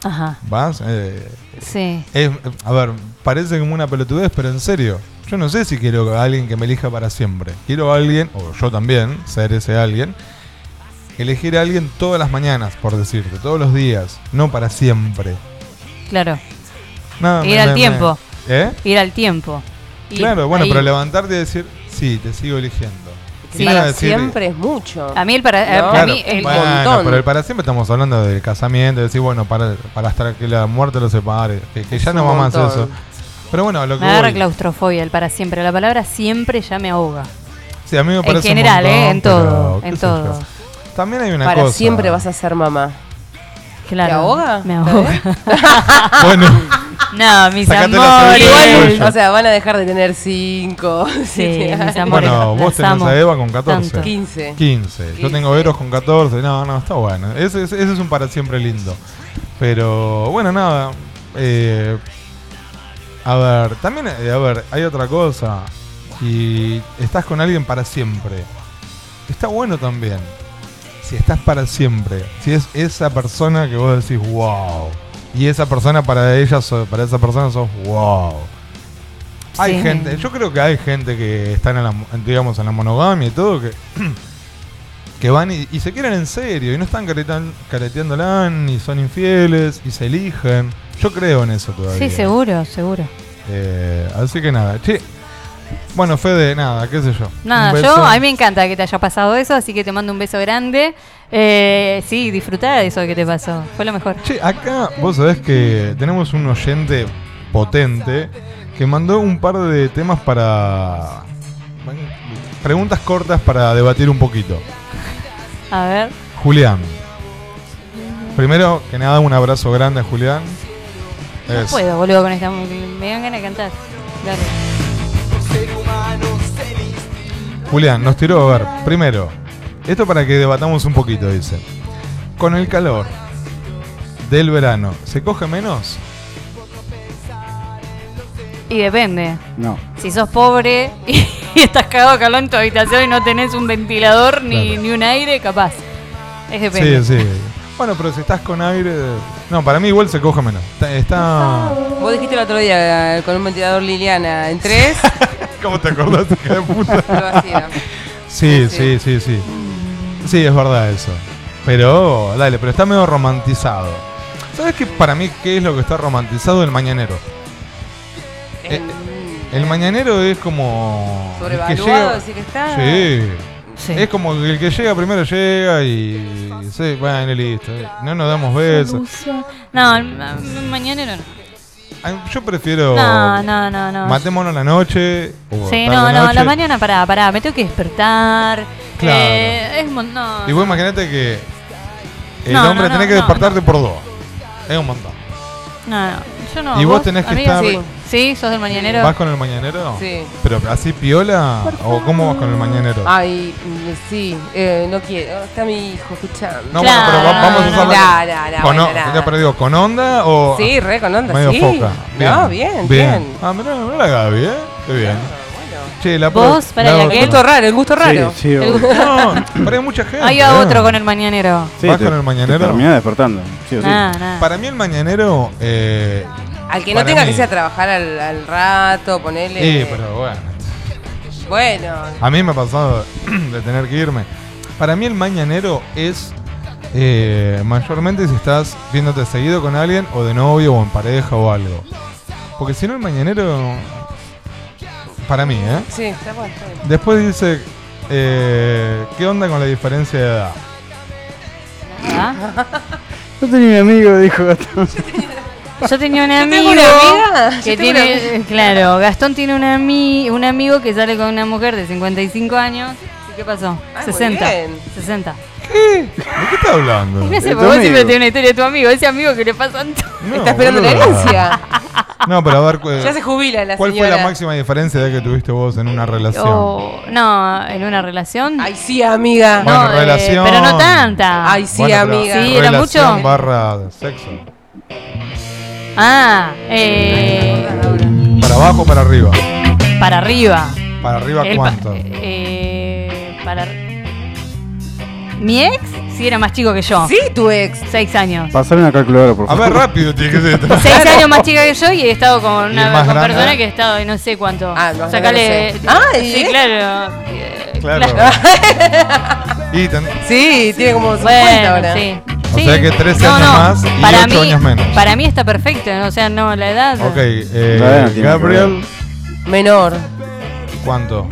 Ajá. ¿Vas? Eh, Sí. es- a ver, parece como una pelotudez, pero en serio. Yo no sé si quiero a alguien que me elija para siempre. Quiero a alguien, o yo también, ser ese alguien. Elegir a alguien todas las mañanas, por decirte, todos los días, no para siempre. Claro. Nada, Ir me- al me- tiempo. me- ¿Eh? Ir al tiempo. Ir Claro, bueno, ahí. pero levantarte y decir, sí, te sigo eligiendo. Sí, Y no para decir- siempre es mucho. A mí el para- a Claro, mí el- bueno, montón. pero el para siempre estamos hablando del casamiento, decir, bueno, para, para hasta que la muerte lo separe, que, que ya Es no un va más montón. eso. Pero bueno, lo que Me agarra voy- claustrofobia el para siempre. La palabra siempre ya me ahoga. Sí, a mí me En parece un general, montón, ¿eh? En pero, todo, qué en sé yo. todo. También hay una Para cosa. siempre vas a ser mamá. Claro. ¿Te ahoga? Me ahoga. Bueno. No, mis Sacate la amores. Igual, o sea, van a dejar de tener 5, mis amores, Bueno, vos tenés a Eva con 14. 15. 15. Yo tengo Eros con 14. No, no, está bueno. Ese, es- ese es un para siempre lindo. Pero bueno, nada. eh, a ver, también, eh, a ver, hay otra cosa. Y estás con alguien para siempre. Está bueno también. Si estás para siempre. Si es esa persona que vos decís, wow. Y esa persona para ella, so- para esa persona sos wow. Hay Sí. gente, yo creo que hay gente que están en la, mo- digamos, en la monogamia y todo, que, que van y, y se quieren en serio, y no están caretan- careteándola, ni son infieles, y se eligen. Yo creo en eso todavía. Sí, seguro, seguro. Eh, así que nada, che. Bueno, Fede, nada, qué sé yo. Nada, Un beso. yo, a mí me encanta que te haya pasado eso, así que te mando un beso grande. Eh, sí, disfrutá de eso que te pasó, fue lo mejor. Che, acá vos sabés que tenemos un oyente potente que mandó un par de temas para. Preguntas cortas para debatir un poquito. A ver, Julián. Primero que nada, un abrazo grande a Julián. no Es- puedo, boludo, con esta música, me dan ganas de cantar. Dale. Julián, nos tiró a ver. Primero, esto para que debatamos un poquito, dice. Con el calor del verano, ¿se coge menos? Y depende. No. Si sos pobre y estás cagado de calor en tu habitación y no tenés un ventilador ni, ni un aire, capaz. Es depende. Sí, sí. Bueno, pero si estás con aire. No, para mí igual se coge menos. Está. está- Vos dijiste el otro día eh, con un ventilador Liliana en tres. ¿Cómo te acordaste, hija de puta? Lo hacía. Sí, sí, sí, sí. Sí, es verdad eso. Pero, dale, pero está medio romantizado. ¿Sabes qué para mí qué es lo que está romantizado? El mañanero. Eh, el mañanero es como. el que Sobrevaluado, llega- así que está. Sí. Sí. Es como que el que llega primero llega y. Sí, bueno, listo. eh. No nos damos besos. No, ma- ma- mañana no. Ay, Yo prefiero. No, no, no, no. Matémonos la noche. o tarde Sí, no, no, la noche. mañana pará, pará, me tengo que despertar. Claro. Eh, es mon- no. Y vos imaginate que el No, hombre no, tenés no, que no, despertarte por dos. Es un montón. No, no, yo no. Y vos tenés que amiga, estar- Sí. Sí, sos del mañanero. ¿Vas con el mañanero? Sí. ¿Pero así piola? ¿O cómo vas con el mañanero? Ah, Ay, mm, sí, eh, no quiero. Está mi hijo escuchando. No, bueno, pero va- vamos a usar No, no, no, con, bueno, on- nada. ya, pero digo, ¿con onda o...? Sí, re con onda, medio sí. foca. No, bien, bien. Ah, mirá, mirá la Gaby, ¿eh? Qué bien. Che, la Vos, pro- pará, la ¿y a otra. qué? El gusto raro, el gusto raro. Sí, sí, El obvio. gusto- No, pero hay mucha gente. Ahí va eh. otro con el mañanero. Sí, ¿Vas te- con el te mañanero? terminás despertando. Sí o sí. Nah, nah. Para mí el mañanero... Eh, Al que no para tenga mí- que irse a trabajar al, al rato, ponerle. Sí, eh, pero bueno. Bueno, A mí me ha pasado de tener que irme. Para mí el mañanero es eh, mayormente si estás viéndote seguido con alguien o de novio o en pareja o algo. Porque si no el mañanero... Para mí, ¿eh? sí, está bueno. está bueno. Después dice, eh, ¿qué onda con la diferencia de edad? ¿Ah? Yo tenía un amigo, dijo Gastón. Yo tenía un amigo tengo una amiga, yo que tengo una tiene, amiga. claro, Gastón tiene un, ami- un amigo que sale con una mujer de 55 años. ¿Y qué pasó? Ay, Ah, muy 60. bien. 60. ¿De qué está hablando? No sé, porque vos siempre tenés una historia de tu amigo, ese amigo que le pasa No, está esperando la boluda. herencia. No, pero a ver, cu- Ya se jubila la ¿cuál señora. fue la máxima diferencia de edad que tuviste vos en una relación? Oh, no, en una relación. Ay, sí, amiga. Bueno, No, eh, relación. pero no tanta. Ay, sí, Bueno, pero amiga. Sí, era relación mucho. barra sexo. Ah, eh, Para abajo, para arriba. para arriba. Para arriba, El pa- ¿cuánto? Eh, para. Mi ex sí era más chico que yo. Sí, tu ex. Seis años. Pasar una calculadora, por A favor. ver, rápido, tiene que ser. Seis años más chica que yo y he estado con el una más con grande? persona que he estado, no sé cuánto. Ah, más Sacale. grande, no sé. Ay, sí, ¿eh? claro. Claro. Y ten- Sí, tiene como 50 Bueno, ahora. sí. O sea que 13 No, años no, más y para 8 mí- años menos. Para mí está perfecto, o sea, no, la edad. Ok, eh, Todavía no tiene Gabriel, Menor. ¿cuánto?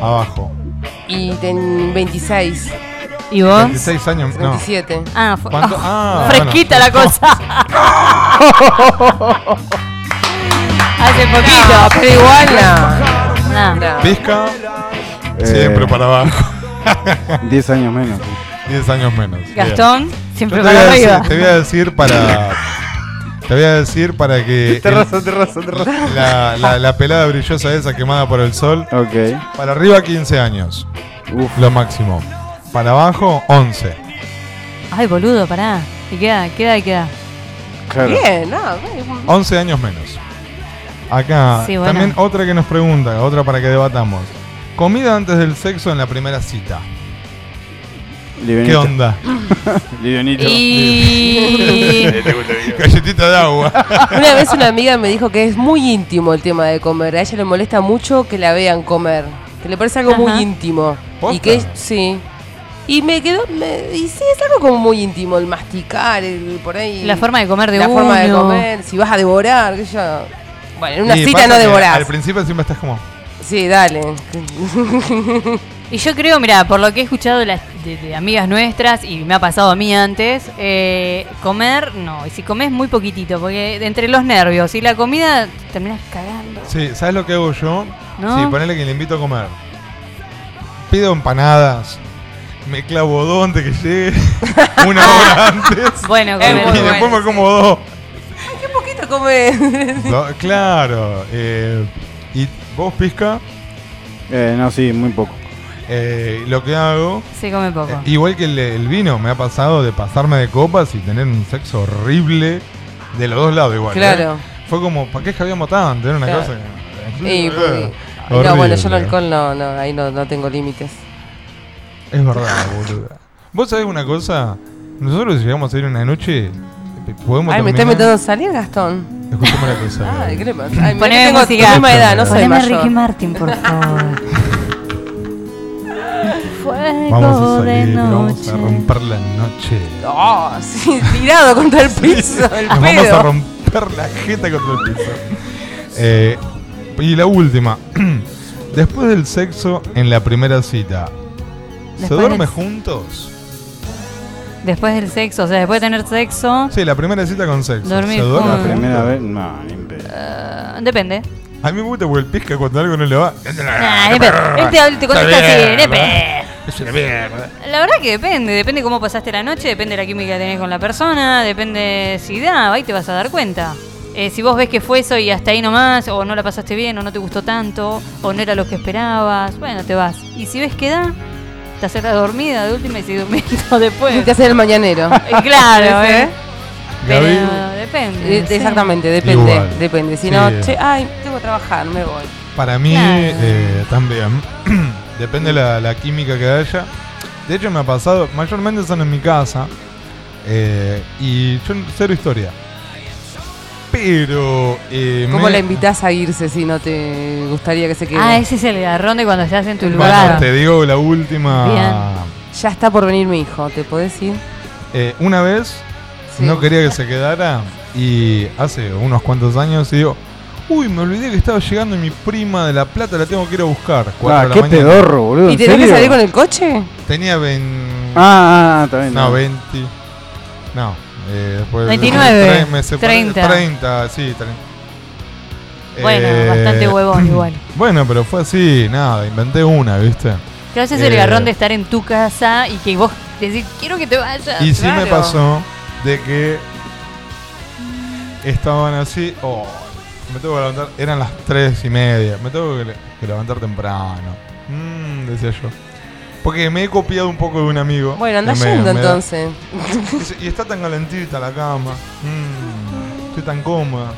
Abajo. Y ten 26, ¿Y vos? 26 años, no. 27. Ah, fue- ¿Cuánto? Ah, Fresquita bueno. la cosa. Hace poquito, pero igual. No. Pisca, Eh, siempre para abajo. 10 años menos. 10 años menos. Gastón, siempre Yo te para voy a arriba. decir- te voy a decir para. Te voy a decir para que. Terraza, terraza, terraza. La, la- la pelada brillosa esa quemada por el sol. Ok. Para arriba 15 años. Uf. Lo máximo. Para abajo 11. Ay, boludo, pará. Y queda, queda y queda. Bien, no, bueno. 11 años menos. Acá, Sí, bueno. también otra que nos pregunta, otra para que debatamos. Comida antes del sexo en la primera cita. ¿Qué Livianito. onda? Livianito. Y- Galletita de agua. Una vez una amiga me dijo que es muy íntimo el tema de comer. A ella le molesta mucho que la vean comer. Que le parece algo Ajá. muy íntimo. Y que sí. Y me quedó. me- y sí, es algo como muy íntimo el masticar, el, por ahí. La forma de comer de La forma de uno. comer, si vas a devorar, qué sé yo. Bueno, en una Y cita pasa no que devorás. Al principio siempre estás como. Sí, dale. Y yo creo, mira, por lo que he escuchado de, las, de- de amigas nuestras y me ha pasado a mí antes, eh, comer, no, y si comes muy poquitito, porque entre los nervios y la comida terminas cagando. Sí, ¿sabes lo que hago yo? ¿No? Sí, ponele que le invito a comer. Pido empanadas. Me clavo dos antes que llegue. Una hora antes. Bueno, y, comer. Es muy después bueno, me como dos. Qué poquito come. Do- claro. eh, ¿Y vos, Pisca? Eh, no, sí, muy poco. Eh, lo que hago. Se come poco. Eh, Igual que el, el vino, me ha pasado de pasarme de copas y tener un sexo horrible de los dos lados igual. ¿eh? Claro. Fue como, ¿para qué Javier tanto? Era una Claro. cosa. Y, porque- Ay, Horrible. no, bueno, yo el alcohol no, no, ahí no, no tengo límites. que- Es verdad, boludo. ¿Vos sabés una cosa? Nosotros si llegamos a ir una noche, eh, podemos Ay, me estás terminar... metiendo a salir, Gastón. Escuchame una cosa. Ay, ¿qué le pasa? Ay, mirá Poneme que tengo música. tu misma edad, no soy Poneme mayor. Ricky Martin, por favor. Fuego Vamos a de salir, vamos noche. a romper la noche. Oh, sí, tirado contra el piso, el Nos vamos a pedo. romper la jeta contra el piso. Eh, y la última. Después del sexo en la primera cita, ¿se Después duerme del- juntos? Después del sexo, o sea, después de tener sexo, Sí, la primera cita con sexo. Dormir ¿Se duerme juntos. La primera vez? No, ni en pedo. eh, depende. A mí me gusta porque el pisca cuando algo no le va. Ah, depende. Él te, te contesta Está así, bien, depende. Es una mierda. La verdad que depende, depende cómo pasaste la noche, depende de la química que tenés con la persona, depende si da, ahí te vas a dar cuenta. Eh, si vos ves que fue eso y hasta ahí nomás, o no la pasaste bien, o no te gustó tanto, o no era lo que esperabas, bueno, te vas. Y si ves que da, te haces la dormida de última y si durmiendo después. Y te haces el mañanero. Eh, claro, Sí. ¿eh? Pero Gaby. depende. Eh, sí. Exactamente, depende, Igual. depende. Si Sí. no, che, ay, tengo que trabajar, me voy. Para mí, eh, también. Depende la, la química que haya. De hecho, me ha pasado, mayormente son en mi casa. eh, y yo cero historia. Pero. eh, ¿Cómo me- la invitás a irse si no te gustaría que se quede? Ah, ese es el garrón de cuando estás en tu Bueno, lugar. te digo la última. Ya está por venir mi hijo, ¿te podés ir? Eh, una vez no quería que se quedara y hace unos cuantos años y digo, uy, me olvidé que estaba llegando y mi prima de La Plata, la tengo que ir a buscar. Cuatro de Ah, la qué mañana. pedorro, boludo, ¿Y ¿en tenés que serio? salir con el coche? Tenía 20... Ah, ah, ah, está bien, No, no. 20... No, eh, después... 29, tre- me separé- 30. 30, sí, 30. Bueno, bastante huevón igual. Bueno, pero fue así, nada, inventé una, ¿viste? Claro, ese es el Eh, garrón de estar en tu casa y que vos decís, quiero que te vayas. Y sí me claro. pasó de que estaban así. Oh, me tengo que levantar. Eran las tres y media. Me tengo que, le- que levantar temprano. Mm, decía yo. Porque me he copiado un poco de un amigo. Bueno, andá que me- yendo me da- entonces. Dice, Y está tan calentita la cama. Mm, estoy tan cómoda.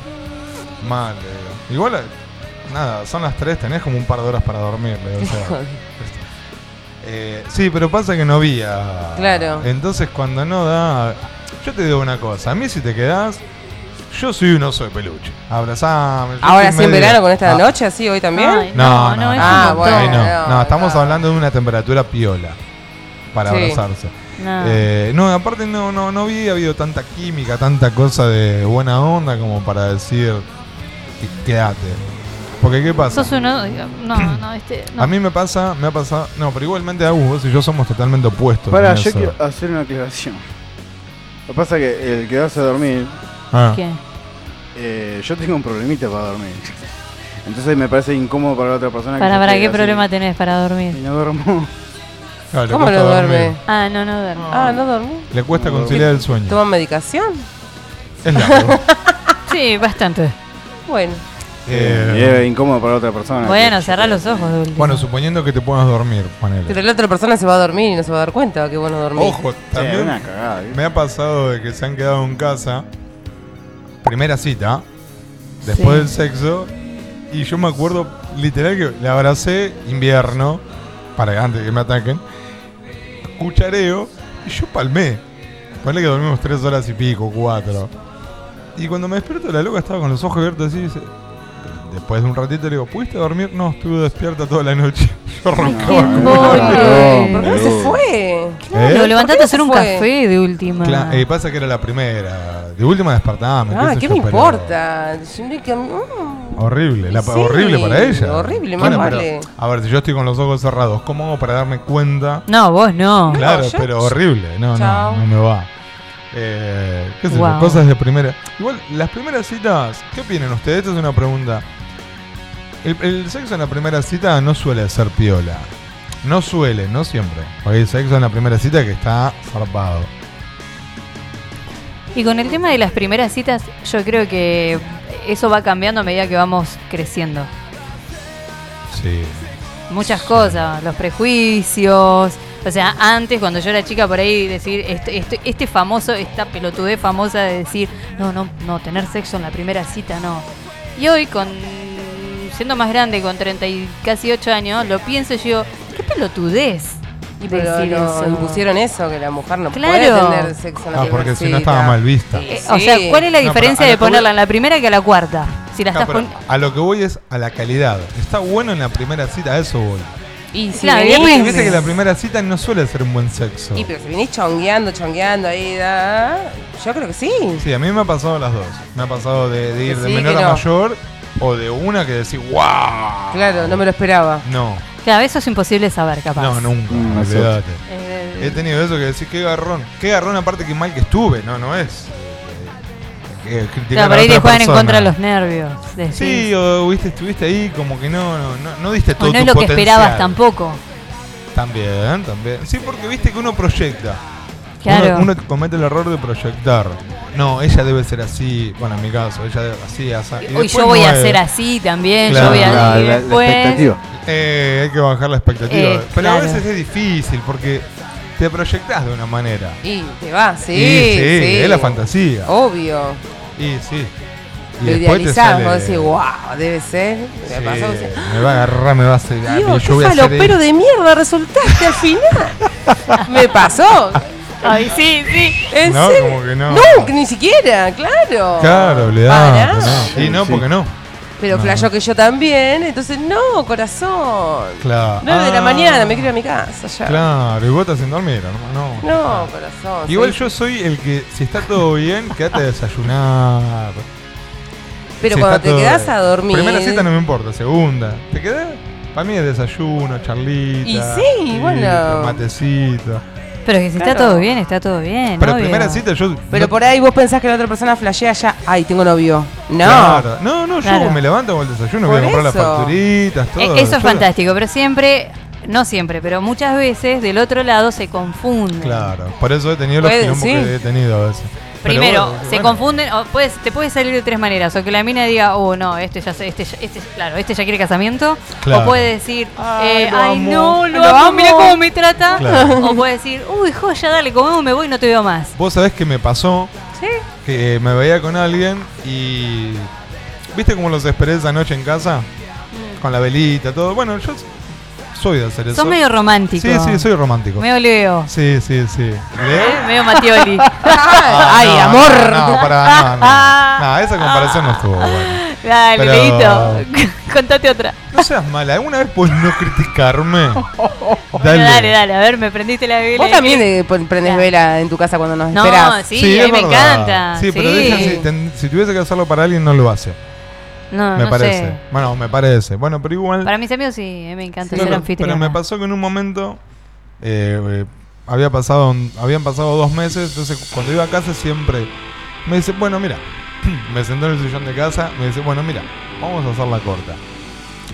Mal, le digo. Igual, eh, nada, son las tres, tenés como un par de horas para dormir, le digo, o sea, eh, sí, pero pasa que no había. Claro. Entonces cuando no da. Yo te digo una cosa, a mí si te quedás, yo soy un oso de peluche. Abrazame. yo Ahora soy sí en medio- verano con esta Ah, noche, así hoy también. No, no, no, ah, no, bueno. ahí no. no. No, estamos hablando de una temperatura piola para Sí. abrazarse. No. Eh, no, aparte no, no, no había habido tanta química, tanta cosa de buena onda como para decir "Qu- quédate. Porque qué pasa? Sos uno. No, no, este. no. A mí me pasa, me ha pasado. No, pero igualmente Agus, vos y yo somos totalmente opuestos. Para, en yo eso. quiero hacer una aclaración. Lo que pasa es que el quedarse a dormir. Ah. ¿Qué? eh, yo tengo un problemita para dormir. Entonces me parece incómodo para la otra persona. que Para, se para, quede ¿qué así. problema tenés para dormir? No duermo. Claro, le ¿Cómo cuesta no dormir. duerme? Ah, no, no duermo. Ah, no dormí. Le cuesta conciliar el sueño. ¿Toman medicación? Es largo. Sí, bastante. Bueno, Eh, Y es incómodo para la otra persona. Bueno, cerrá los ojos, de última. Bueno, suponiendo que te puedas dormir, ponele. pero la otra persona se va a dormir y no se va a dar cuenta que vos no Ah, dormís. Ojo, también me ha pasado de que se han quedado en casa, primera cita, después Sí. del sexo, y yo me acuerdo literal que la abracé invierno, para que- antes que me ataquen, cuchareo, y yo palmé. Ponle que dormimos tres horas y pico, cuatro. Y cuando me despierto, la loca estaba con los ojos abiertos así y dice, Después de un ratito le digo, ¿pudiste dormir? No, estuve despierta toda la noche. Yo roncaba. embole. ¿Por qué no se fue? ¿Eh? Lo levantaste a hacer un Ah, ¿Por qué se fue? café de última. Cla- eh, pasa que era la primera. De última despertame. Ah, sé ¿qué yo, me pero importa? Si no hay que- mm. Horrible, la- Sí, horrible para ella. horrible, Bueno, más pero, vale. A ver, si yo estoy con los ojos cerrados, ¿cómo hago para darme cuenta? No, vos no. Claro, yo- pero horrible. No, Chao. no, no me va. Eh, qué sé yo, Wow. cosas de primera. Igual, las primeras citas, ¿qué opinan ustedes? Esta es una pregunta. El, el sexo en la primera cita no suele ser piola. No suele, no siempre. Porque hay sexo en la primera cita que está zarpado. Y con el tema de las primeras citas, yo creo que eso va cambiando a medida que vamos creciendo. Sí. Muchas cosas, los prejuicios. O sea, antes cuando yo era chica por ahí decir, este, este, este famoso, esta pelotudez famosa de decir, no, no, no, tener sexo en la primera cita, no. Y hoy con siendo más grande, con 30 y casi 8 años, lo pienso y yo, qué pelotudez. Y pero decir lo eso. impusieron eso, que la mujer no Claro. puede tener sexo en la Ah, primera porque si no cita. estaba mal vista. Eh, O sea, ¿cuál es la No, pero diferencia a lo de que voy- ponerla en la primera que a la cuarta? Si la No, estás pero poniendo... a lo que voy es a la calidad. Está bueno en la primera cita, a eso voy. Y si Claro, venís- Y viste que la primera cita no suele ser un buen sexo. Y pero si venís chongueando, chongueando ahí, da, yo creo que sí. Sí, a mí me ha pasado las dos. Me ha pasado de, de ir Que de sí, menor que a no. mayor o de una que decís, ¡guau! Claro, no me lo esperaba. No, Cada vez eso es imposible saber, capaz. no, nunca. Mm, eso. olvídate. Eh, He tenido eso que decís, qué garrón. Qué garrón, aparte que mal que estuve, no, no es. eh, eh, criticar Claro, a por ahí otra te juegan en persona. contra los nervios. decís. Sí, o viste, estuviste ahí como que no, no, no, no diste O todo no es tu lo que potencial. esperabas tampoco. También, también. Sí, porque viste que uno proyecta. Claro. Uno, uno comete el error de proyectar. No, ella debe ser así. Bueno, en mi caso, ella debe así, así. Y Hoy después yo voy no a es. ser así también, Claro. yo voy a La- y la- la después- expectativa. Eh, hay que bajar la expectativa. Eh, Pero a claro. veces es difícil porque te proyectás de una manera. Y te va, sí. Y sí, sí. es la fantasía. Obvio. Y sí. Y Lo después te idealizás, sale- vos decís, wow, debe ser. Me Sí, pasó, decís, me va a agarrar, me va a hacer. ah, Dios, yo voy qué a hacer falopero esto. de mierda resultaste al final. me pasó. Ay, sí, sí. ¿En No, serio? como que no. No, que ni siquiera, claro. Claro, le da. Pará. No. Y no, porque no. Pero No. flasheó que yo también, entonces no, corazón. Claro. 9 de la Ah, mañana, me quiero ir a mi casa ya. Claro, y vos estás sin dormir, hermano. No. No, corazón. Igual Ah, sí. yo soy el que, si está todo bien, quédate a desayunar. Pero Si cuando está te todo quedás bien. a dormir. Primera cita no me importa, segunda. ¿Te quedás? Para mí es desayuno, charlita. Y sí, chill, bueno. Matecito. Pero que si está Claro. todo bien, está todo bien. Pero obvio. primera cita yo. Pero no- por ahí vos pensás que la otra persona flashea ya, ay, tengo novio. No. Claro. No, no, yo Claro. me levanto con el desayuno, voy a Por comprar las eso. E- facturitas, Eh, todo. Eso Yo- es fantástico, pero siempre, no siempre, pero muchas veces del otro lado se confunden. Claro, por eso he tenido los Puede- quilombos sí. que he tenido a veces. Pero Primero, bueno, se bueno. confunden, o puedes, te puede salir de tres maneras, o que la mina diga, oh no, este ya, se- este, ya- este, claro, este ya quiere casamiento, Claro. o puede decir, eh, lo ay amo, no, lo, lo amo, amo". mira cómo me trata, Claro. o puede decir, uy joya, dale, comemos, me voy y no te veo más. Vos sabés que me pasó Sí. que me veía con alguien y. ¿Viste cómo los esperé esa noche en casa? Con la velita, todo. Bueno, yo soy de hacer eso. Sos medio romántico. Sí, sí, soy romántico. Medio Leo, Sí, sí, sí. ¿Leo? eh, medio Matioli. Ah, Ay, no, amor. No, no, pará, no, no. No, esa comparación no estuvo buena. Dale, Pero- Leito, contate otra. No seas mala, ¿alguna vez puedes no criticarme? Dale. dale, a ver, me prendiste la vela. Vos también eh, pon- prendés vela en tu casa cuando nos esperás. sí, a mí es me verdad. encanta, Sí, pero sí. deja, si, ten- si tuviese que hacerlo para alguien, no lo hace. No, me no parece. sé. Bueno, me parece. Bueno, pero igual. Para mis amigos sí, a mí me encanta Claro, ser pero anfitrión. me pasó que en un momento eh, eh, había pasado un- habían pasado dos meses, entonces cuando iba a casa siempre me dice, bueno, mira, me sentó en el sillón de casa, me dice, bueno, mira, vamos a hacer la corta.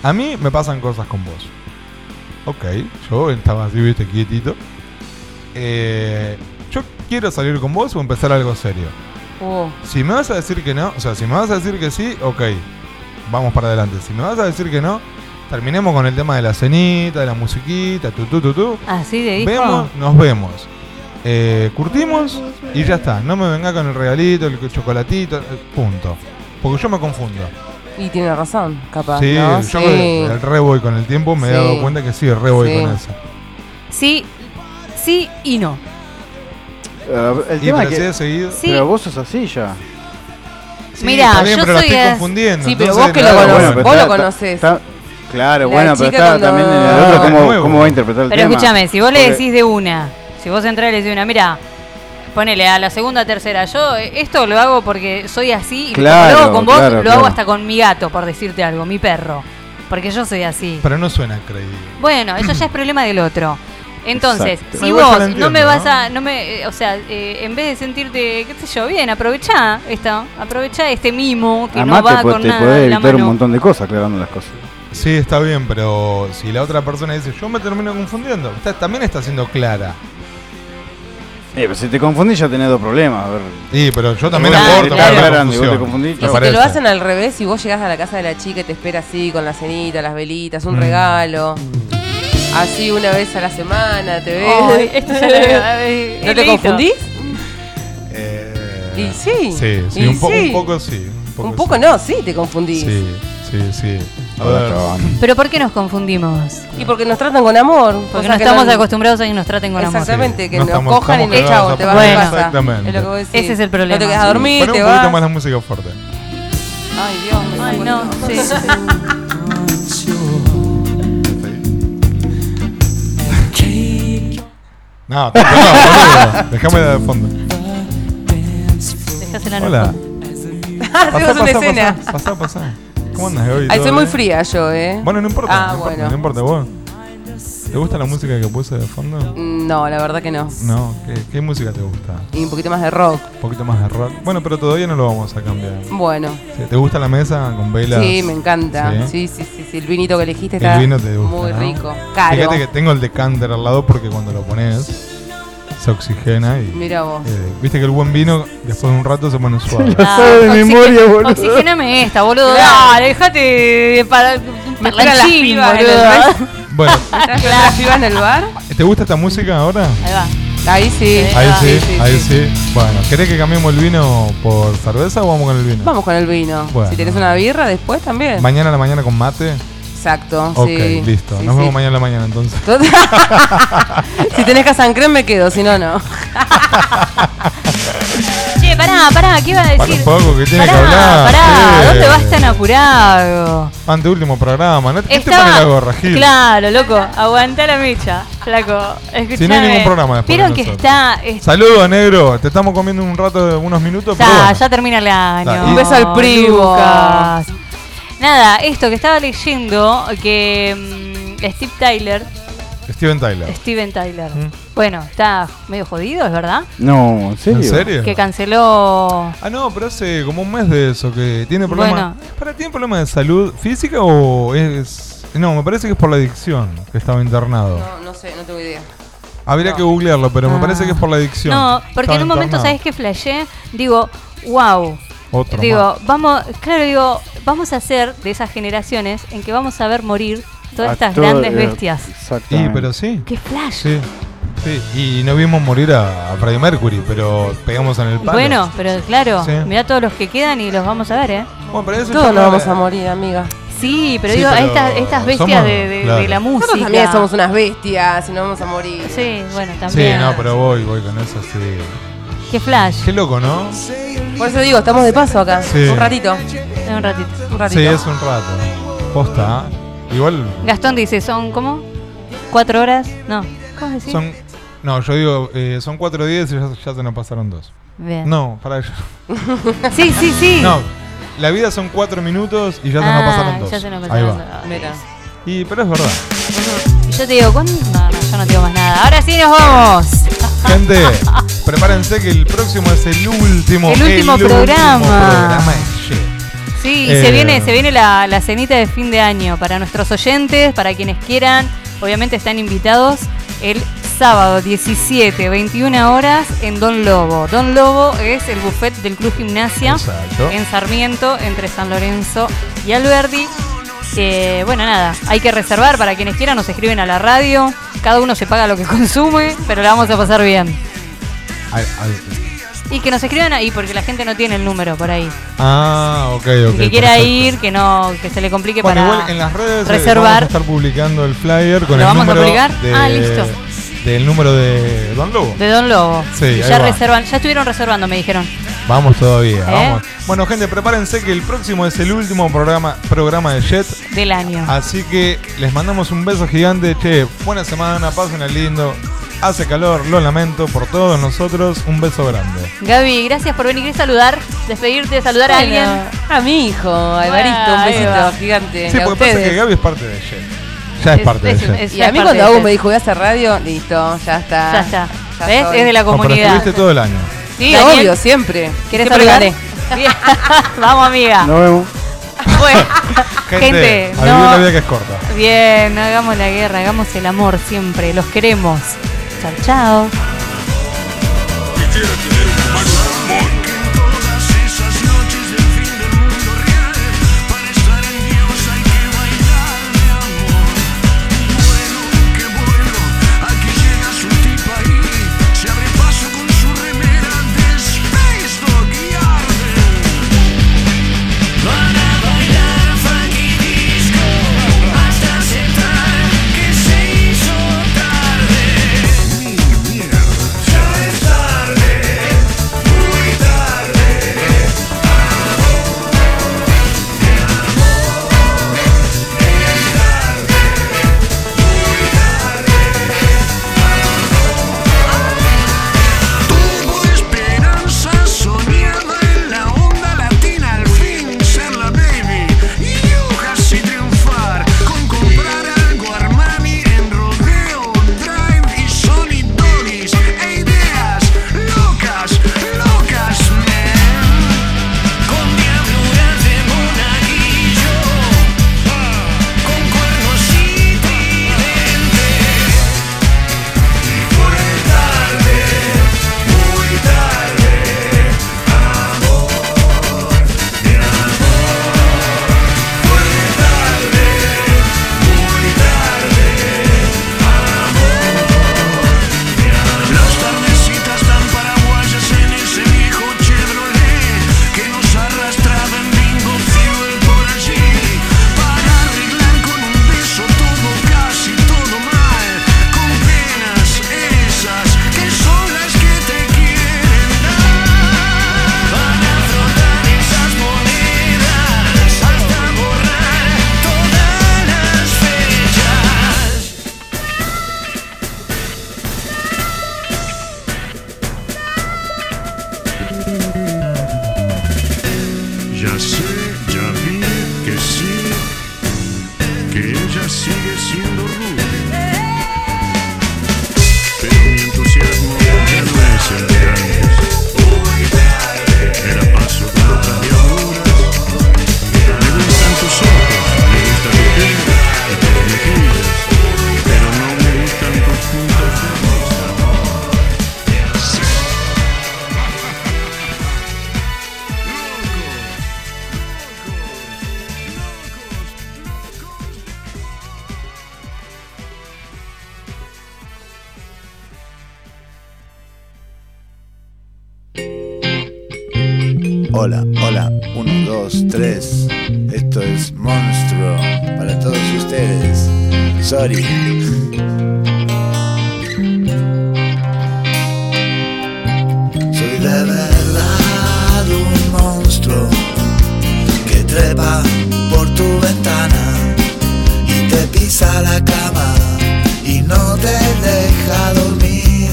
A mí me pasan cosas con vos. Ok, yo estaba así, viste, quietito. Eh, yo quiero salir con vos o empezar algo serio. Oh. Uh, Si me vas a decir que no, o sea, si me vas a decir que sí, ok, vamos para adelante. Si me vas a decir que no, terminemos con el tema de la cenita, de la musiquita, tu, tu, tu, tu. Así de hijo. Vemos, nos vemos. Eh, curtimos y ya está. No me venga con el regalito, el chocolatito, eh, punto. Porque yo me confundo. y tiene razón, capaz. sí, Ah, ¿no? yo con el re voy con el tiempo, me he Sí. dado cuenta que sí, re voy Sí. con eso. Sí, sí y no. Ah, el Y tema pero es si que, he seguido. Sí. Pero vos sos así ya. Sí, Mira, está bien, yo pero lo soy estoy as- confundiendo. Sí, pero entonces, vos que claro, lo bueno, conoces. pero Vos está- Ah, lo conocés. Claro, La bueno, pero chica está cuando- también en el otro cómo, Nuevo. cómo va a interpretar el Pero tema. escúchame, si vos le Porque- decís de una, si vos entrás y le decís de una, mira, ponele a la segunda, tercera, yo eh, esto lo hago porque soy así y Claro, como lo hago con vos, claro, lo claro. hago hasta con mi gato, por decirte algo, mi perro, porque yo soy así. Pero no suena creíble. Bueno, eso ya es problema del otro. Entonces, Exacto. si Igual yo vos lo no entiendo, me vas ¿no? a, no me, eh, o sea, eh, en vez de sentirte, qué sé yo, bien, aprovechá esta, aprovechá este mimo que Además, no va te, po- con te nada podés en la evitar un mano. montón de cosas aclarando las cosas. Sí, está bien, pero si la otra persona dice, yo me termino confundiendo, está- también está siendo clara. Eh, pero si te confundís ya tenés dos problemas. A ver. Sí, pero yo también Claro, aporto claro. para la Grande, vos te confusión. confundís, Me chao. Si te parece. lo hacen al revés y vos llegás a la casa de la chica y te espera así, con la cenita, las velitas, un Mm. regalo. Así una vez a la semana, te ves. Ay, esto ya lo- ay, ¿No te Elito. confundís? Eh, Y sí. Sí, sí, Y un, po- sí. un poco sí. Un poco, Un poco no, sí, te confundís. sí. Sí, sí, sí. A Ahora ver. Pero ¿por qué nos confundimos? Y porque nos tratan con amor. Porque cosa no que estamos acostumbrados a que nos traten con amor. Exactamente, que No nos estamos- cojan y estamos nos chavo, cagados te a vas a palo. casa. Exactamente. Es lo que vos decís. Ese es el problema. No te quedas a dormir, Poné te un poquito vas. más la música fuerte. Ay, Dios, me Ay, no, sí. No, no, boludo. Dejame la de fondo. Dejásela en el Hola. Ah, fondo. Hacemos una escena. Pasá, pasá, pasá. ¿Cómo andas hoy? Ay, ¿Todo soy muy bien? fría yo, ¿eh? Bueno, no importa. Ah, no importa, bueno. No importa, vos. ¿Te gusta la música que puse de fondo? No, la verdad que no. No, ¿qué, qué música te gusta? Y un poquito más de rock. Un poquito más de rock. Bueno, pero todavía no lo vamos a cambiar. Bueno. Sí, ¿Te gusta la mesa con velas? Sí, me encanta. Sí. Sí, sí, sí, sí. El vinito que elegiste El está vino te gusta, muy ¿no? rico. Caro. Fíjate que tengo el decanter al lado porque cuando lo pones se oxigena y. Mira vos. eh, Viste que el buen vino después de un rato se pone suave. Ah, oxige- Oxigéname esta, boludo. Dale, dejate de para, Me para esperan el las chin, pibas en el boludo. bar. bueno, ¿Estás con las pibas en el bar? ¿te gusta esta música ahora? Ahí va. Ahí sí. Ahí sí, ahí sí. Bueno, ¿querés que cambiemos el vino por cerveza o vamos con el vino? Vamos con el vino. Bueno. Si tenés una birra, después también. Mañana a la mañana con mate. Exacto. ok, sí. listo. Sí, Nos vemos sí. mañana a la mañana entonces. si tenés casancrén, me quedo. Si no, no. Che, Eh, pará, pará, ¿qué iba a Para decir? un poco, que tiene que Pará, hablar. pará, che. ¿dónde vas tan apurado? Ante último programa, ¿no? ¿Qué te Este pone la gorra, Gil? Claro, loco, aguantá la mecha, flaco. Escuchame. Si no hay ningún programa después de Vieron que nosotros. está. está Saludos, negro. Te estamos comiendo un rato, unos minutos. pero bueno. ya termina el año. Está. Un beso al primo. Lucas. Nada, esto que estaba leyendo que mm, Steve Tyler, Steven Tyler. Steven Tyler, Mm. bueno, está medio jodido, es verdad, No, ¿en serio? ¿En serio? que canceló Ah, no, pero hace como un mes de eso que tiene problemas. ¿Para tiene problemas de salud física o es.? No, me parece que es por la adicción que estaba internado. No, no sé, no tengo idea. Habría que googlearlo, pero me Ah. parece que es por la adicción. No, porque Estaba en un momento, internado. ¿sabes qué flashé? Digo, wow. Otro digo, vamos, claro, digo, vamos a ser de esas generaciones en que vamos a ver morir todas A estas todo- grandes eh, bestias. Y, Exactamente. pero sí. ¡Qué flash! Sí. Sí, y no vimos morir a, a Freddie Mercury, pero pegamos en el palo. Bueno, pero claro, Sí. mirá todos los que quedan y los vamos a ver, ¿eh? Bueno, pero eso Todos está nos vamos mal. a morir, amiga. Sí, pero Sí, digo, pero estas, estas bestias somos- de, de- claro. de la música. Nosotros también somos unas bestias y no vamos a morir. Sí, bueno, Sí, también. no, pero voy, voy con eso, sí. ¡Qué flash! Qué loco, ¿no? Por eso digo, estamos de paso acá. Sí. Un ratito. Dame un ratito. Un ratito. Sí, es un rato. Posta. ¿eh? Igual Gastón dice, ¿son cómo? ¿Cuatro horas? No. ¿Cómo decís? son. No, yo digo, eh, son 4 días y ya, ya se nos pasaron dos. Bien. No, para Sí, sí, sí. No, la vida son 4 minutos y ya se nos Ah, pasaron dos. ya se nos Ahí pasaron va. dos. Mira. Y, pero es verdad. Y Yo te digo, ¿cuándo? No, no, yo no te digo más nada. Ahora sí nos vamos. Gente, prepárense que el próximo es el último. El último último programa. programa de Ye. Sí, y Eh. se viene, se viene la, la cenita de fin de año para nuestros oyentes, para quienes quieran. Obviamente están invitados el sábado 17, 21 horas en Don Lobo. Don Lobo es el buffet del Club Gimnasia Exacto. en Sarmiento, entre San Lorenzo y Alberdi. Eh, bueno, nada, hay que reservar para quienes quieran, nos escriben a la radio. Cada uno se paga lo que consume, pero la vamos a pasar bien. Al- al- Y que nos escriban ahí, porque la gente no tiene el número por ahí. Ah, ok, ok. El que quiera perfecto. ir, que no, que se le complique Bueno, para igual en las redes eh, vamos a reservar. estar publicando el flyer con ¿Lo el vamos a número publicar? de- Ah, listo. del número de Don Lobo. De Don Lobo. Sí, Y ahí ya va. reservan, ya estuvieron reservando, me dijeron. Vamos todavía, ¿Eh? vamos. Bueno, gente, prepárense que el próximo es el último programa, programa de Jet. Del año. Así que les mandamos un beso gigante. Che, buena semana, pásenla lindo. Hace calor, lo lamento por todos nosotros. Un beso grande. Gaby, gracias por venir. ¿Querés saludar? Despedirte, saludar a Bueno, alguien. A mi hijo, a Evaristo, un besito gigante. Sí, a porque pasa ustedes. que Gaby es parte de Jet. Ya es, parte de Jet. y a mí cuando Agus me dijo, voy a hacer radio, listo, ya está. Ya está. Ya ¿Ves? soy. Es de la No, pero comunidad. estuviste todo el año. Sí, Daniel. obvio, siempre. ¿Querés Siempre saludar? gané. Bien. Vamos, amiga. Nos vemos. Bueno, Gente, gente, a vivir no. la vida que es corta. Bien, no hagamos la guerra, hagamos el amor siempre. Los queremos. Chao, chao. Quisiera tener un humano Ramón. Se abre paso con su remera de Space Dog y Arden. Van a bailar funky disco hasta aceptar que se hizo tarde. Mi mierda. Ya es tarde, muy tarde. Tuvo esperanza soñada en la onda latina al fin ser la baby y hojas y triunfar con comprar algo Armani en Rodeo Drive y Sony Doris e ideas locas, locas man. con diabluras de monaguillo, con cuernos y tridentes y fue tarde. Muy tarde, amor, mi amor. Muy tarde, muy tarde, amor. Las tardecitas tan paraguayas en ese viejo Chevrolet que nos arrastraba en bingo fiel por allí para arreglar con un beso todo casi todo mal con penas esas que son las que te quieren dar. Van a frotar esas monedas hasta borrar todas las fechas. Ya sé, ya vi que sí, que ella sigue siendo rubia. Pero mi entusiasmo ya no es el de antes. Era paso por otras diabluras. Me gustan tus ojos, me gusta tu piel y tus mejillas. Pero no me gustan tus puntos de vista. Sí. Hola, hola, 1, 2, 3. Esto es Monstruo para todos ustedes. Sorry. Soy de verdad un monstruo que trepa por tu ventana y te pisa la cama y no te deja dormir.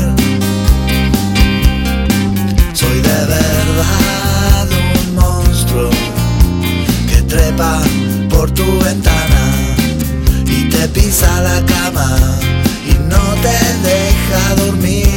Soy de verdad un monstruo que trepa por tu ventana y te pisa la cama y no te deja dormir.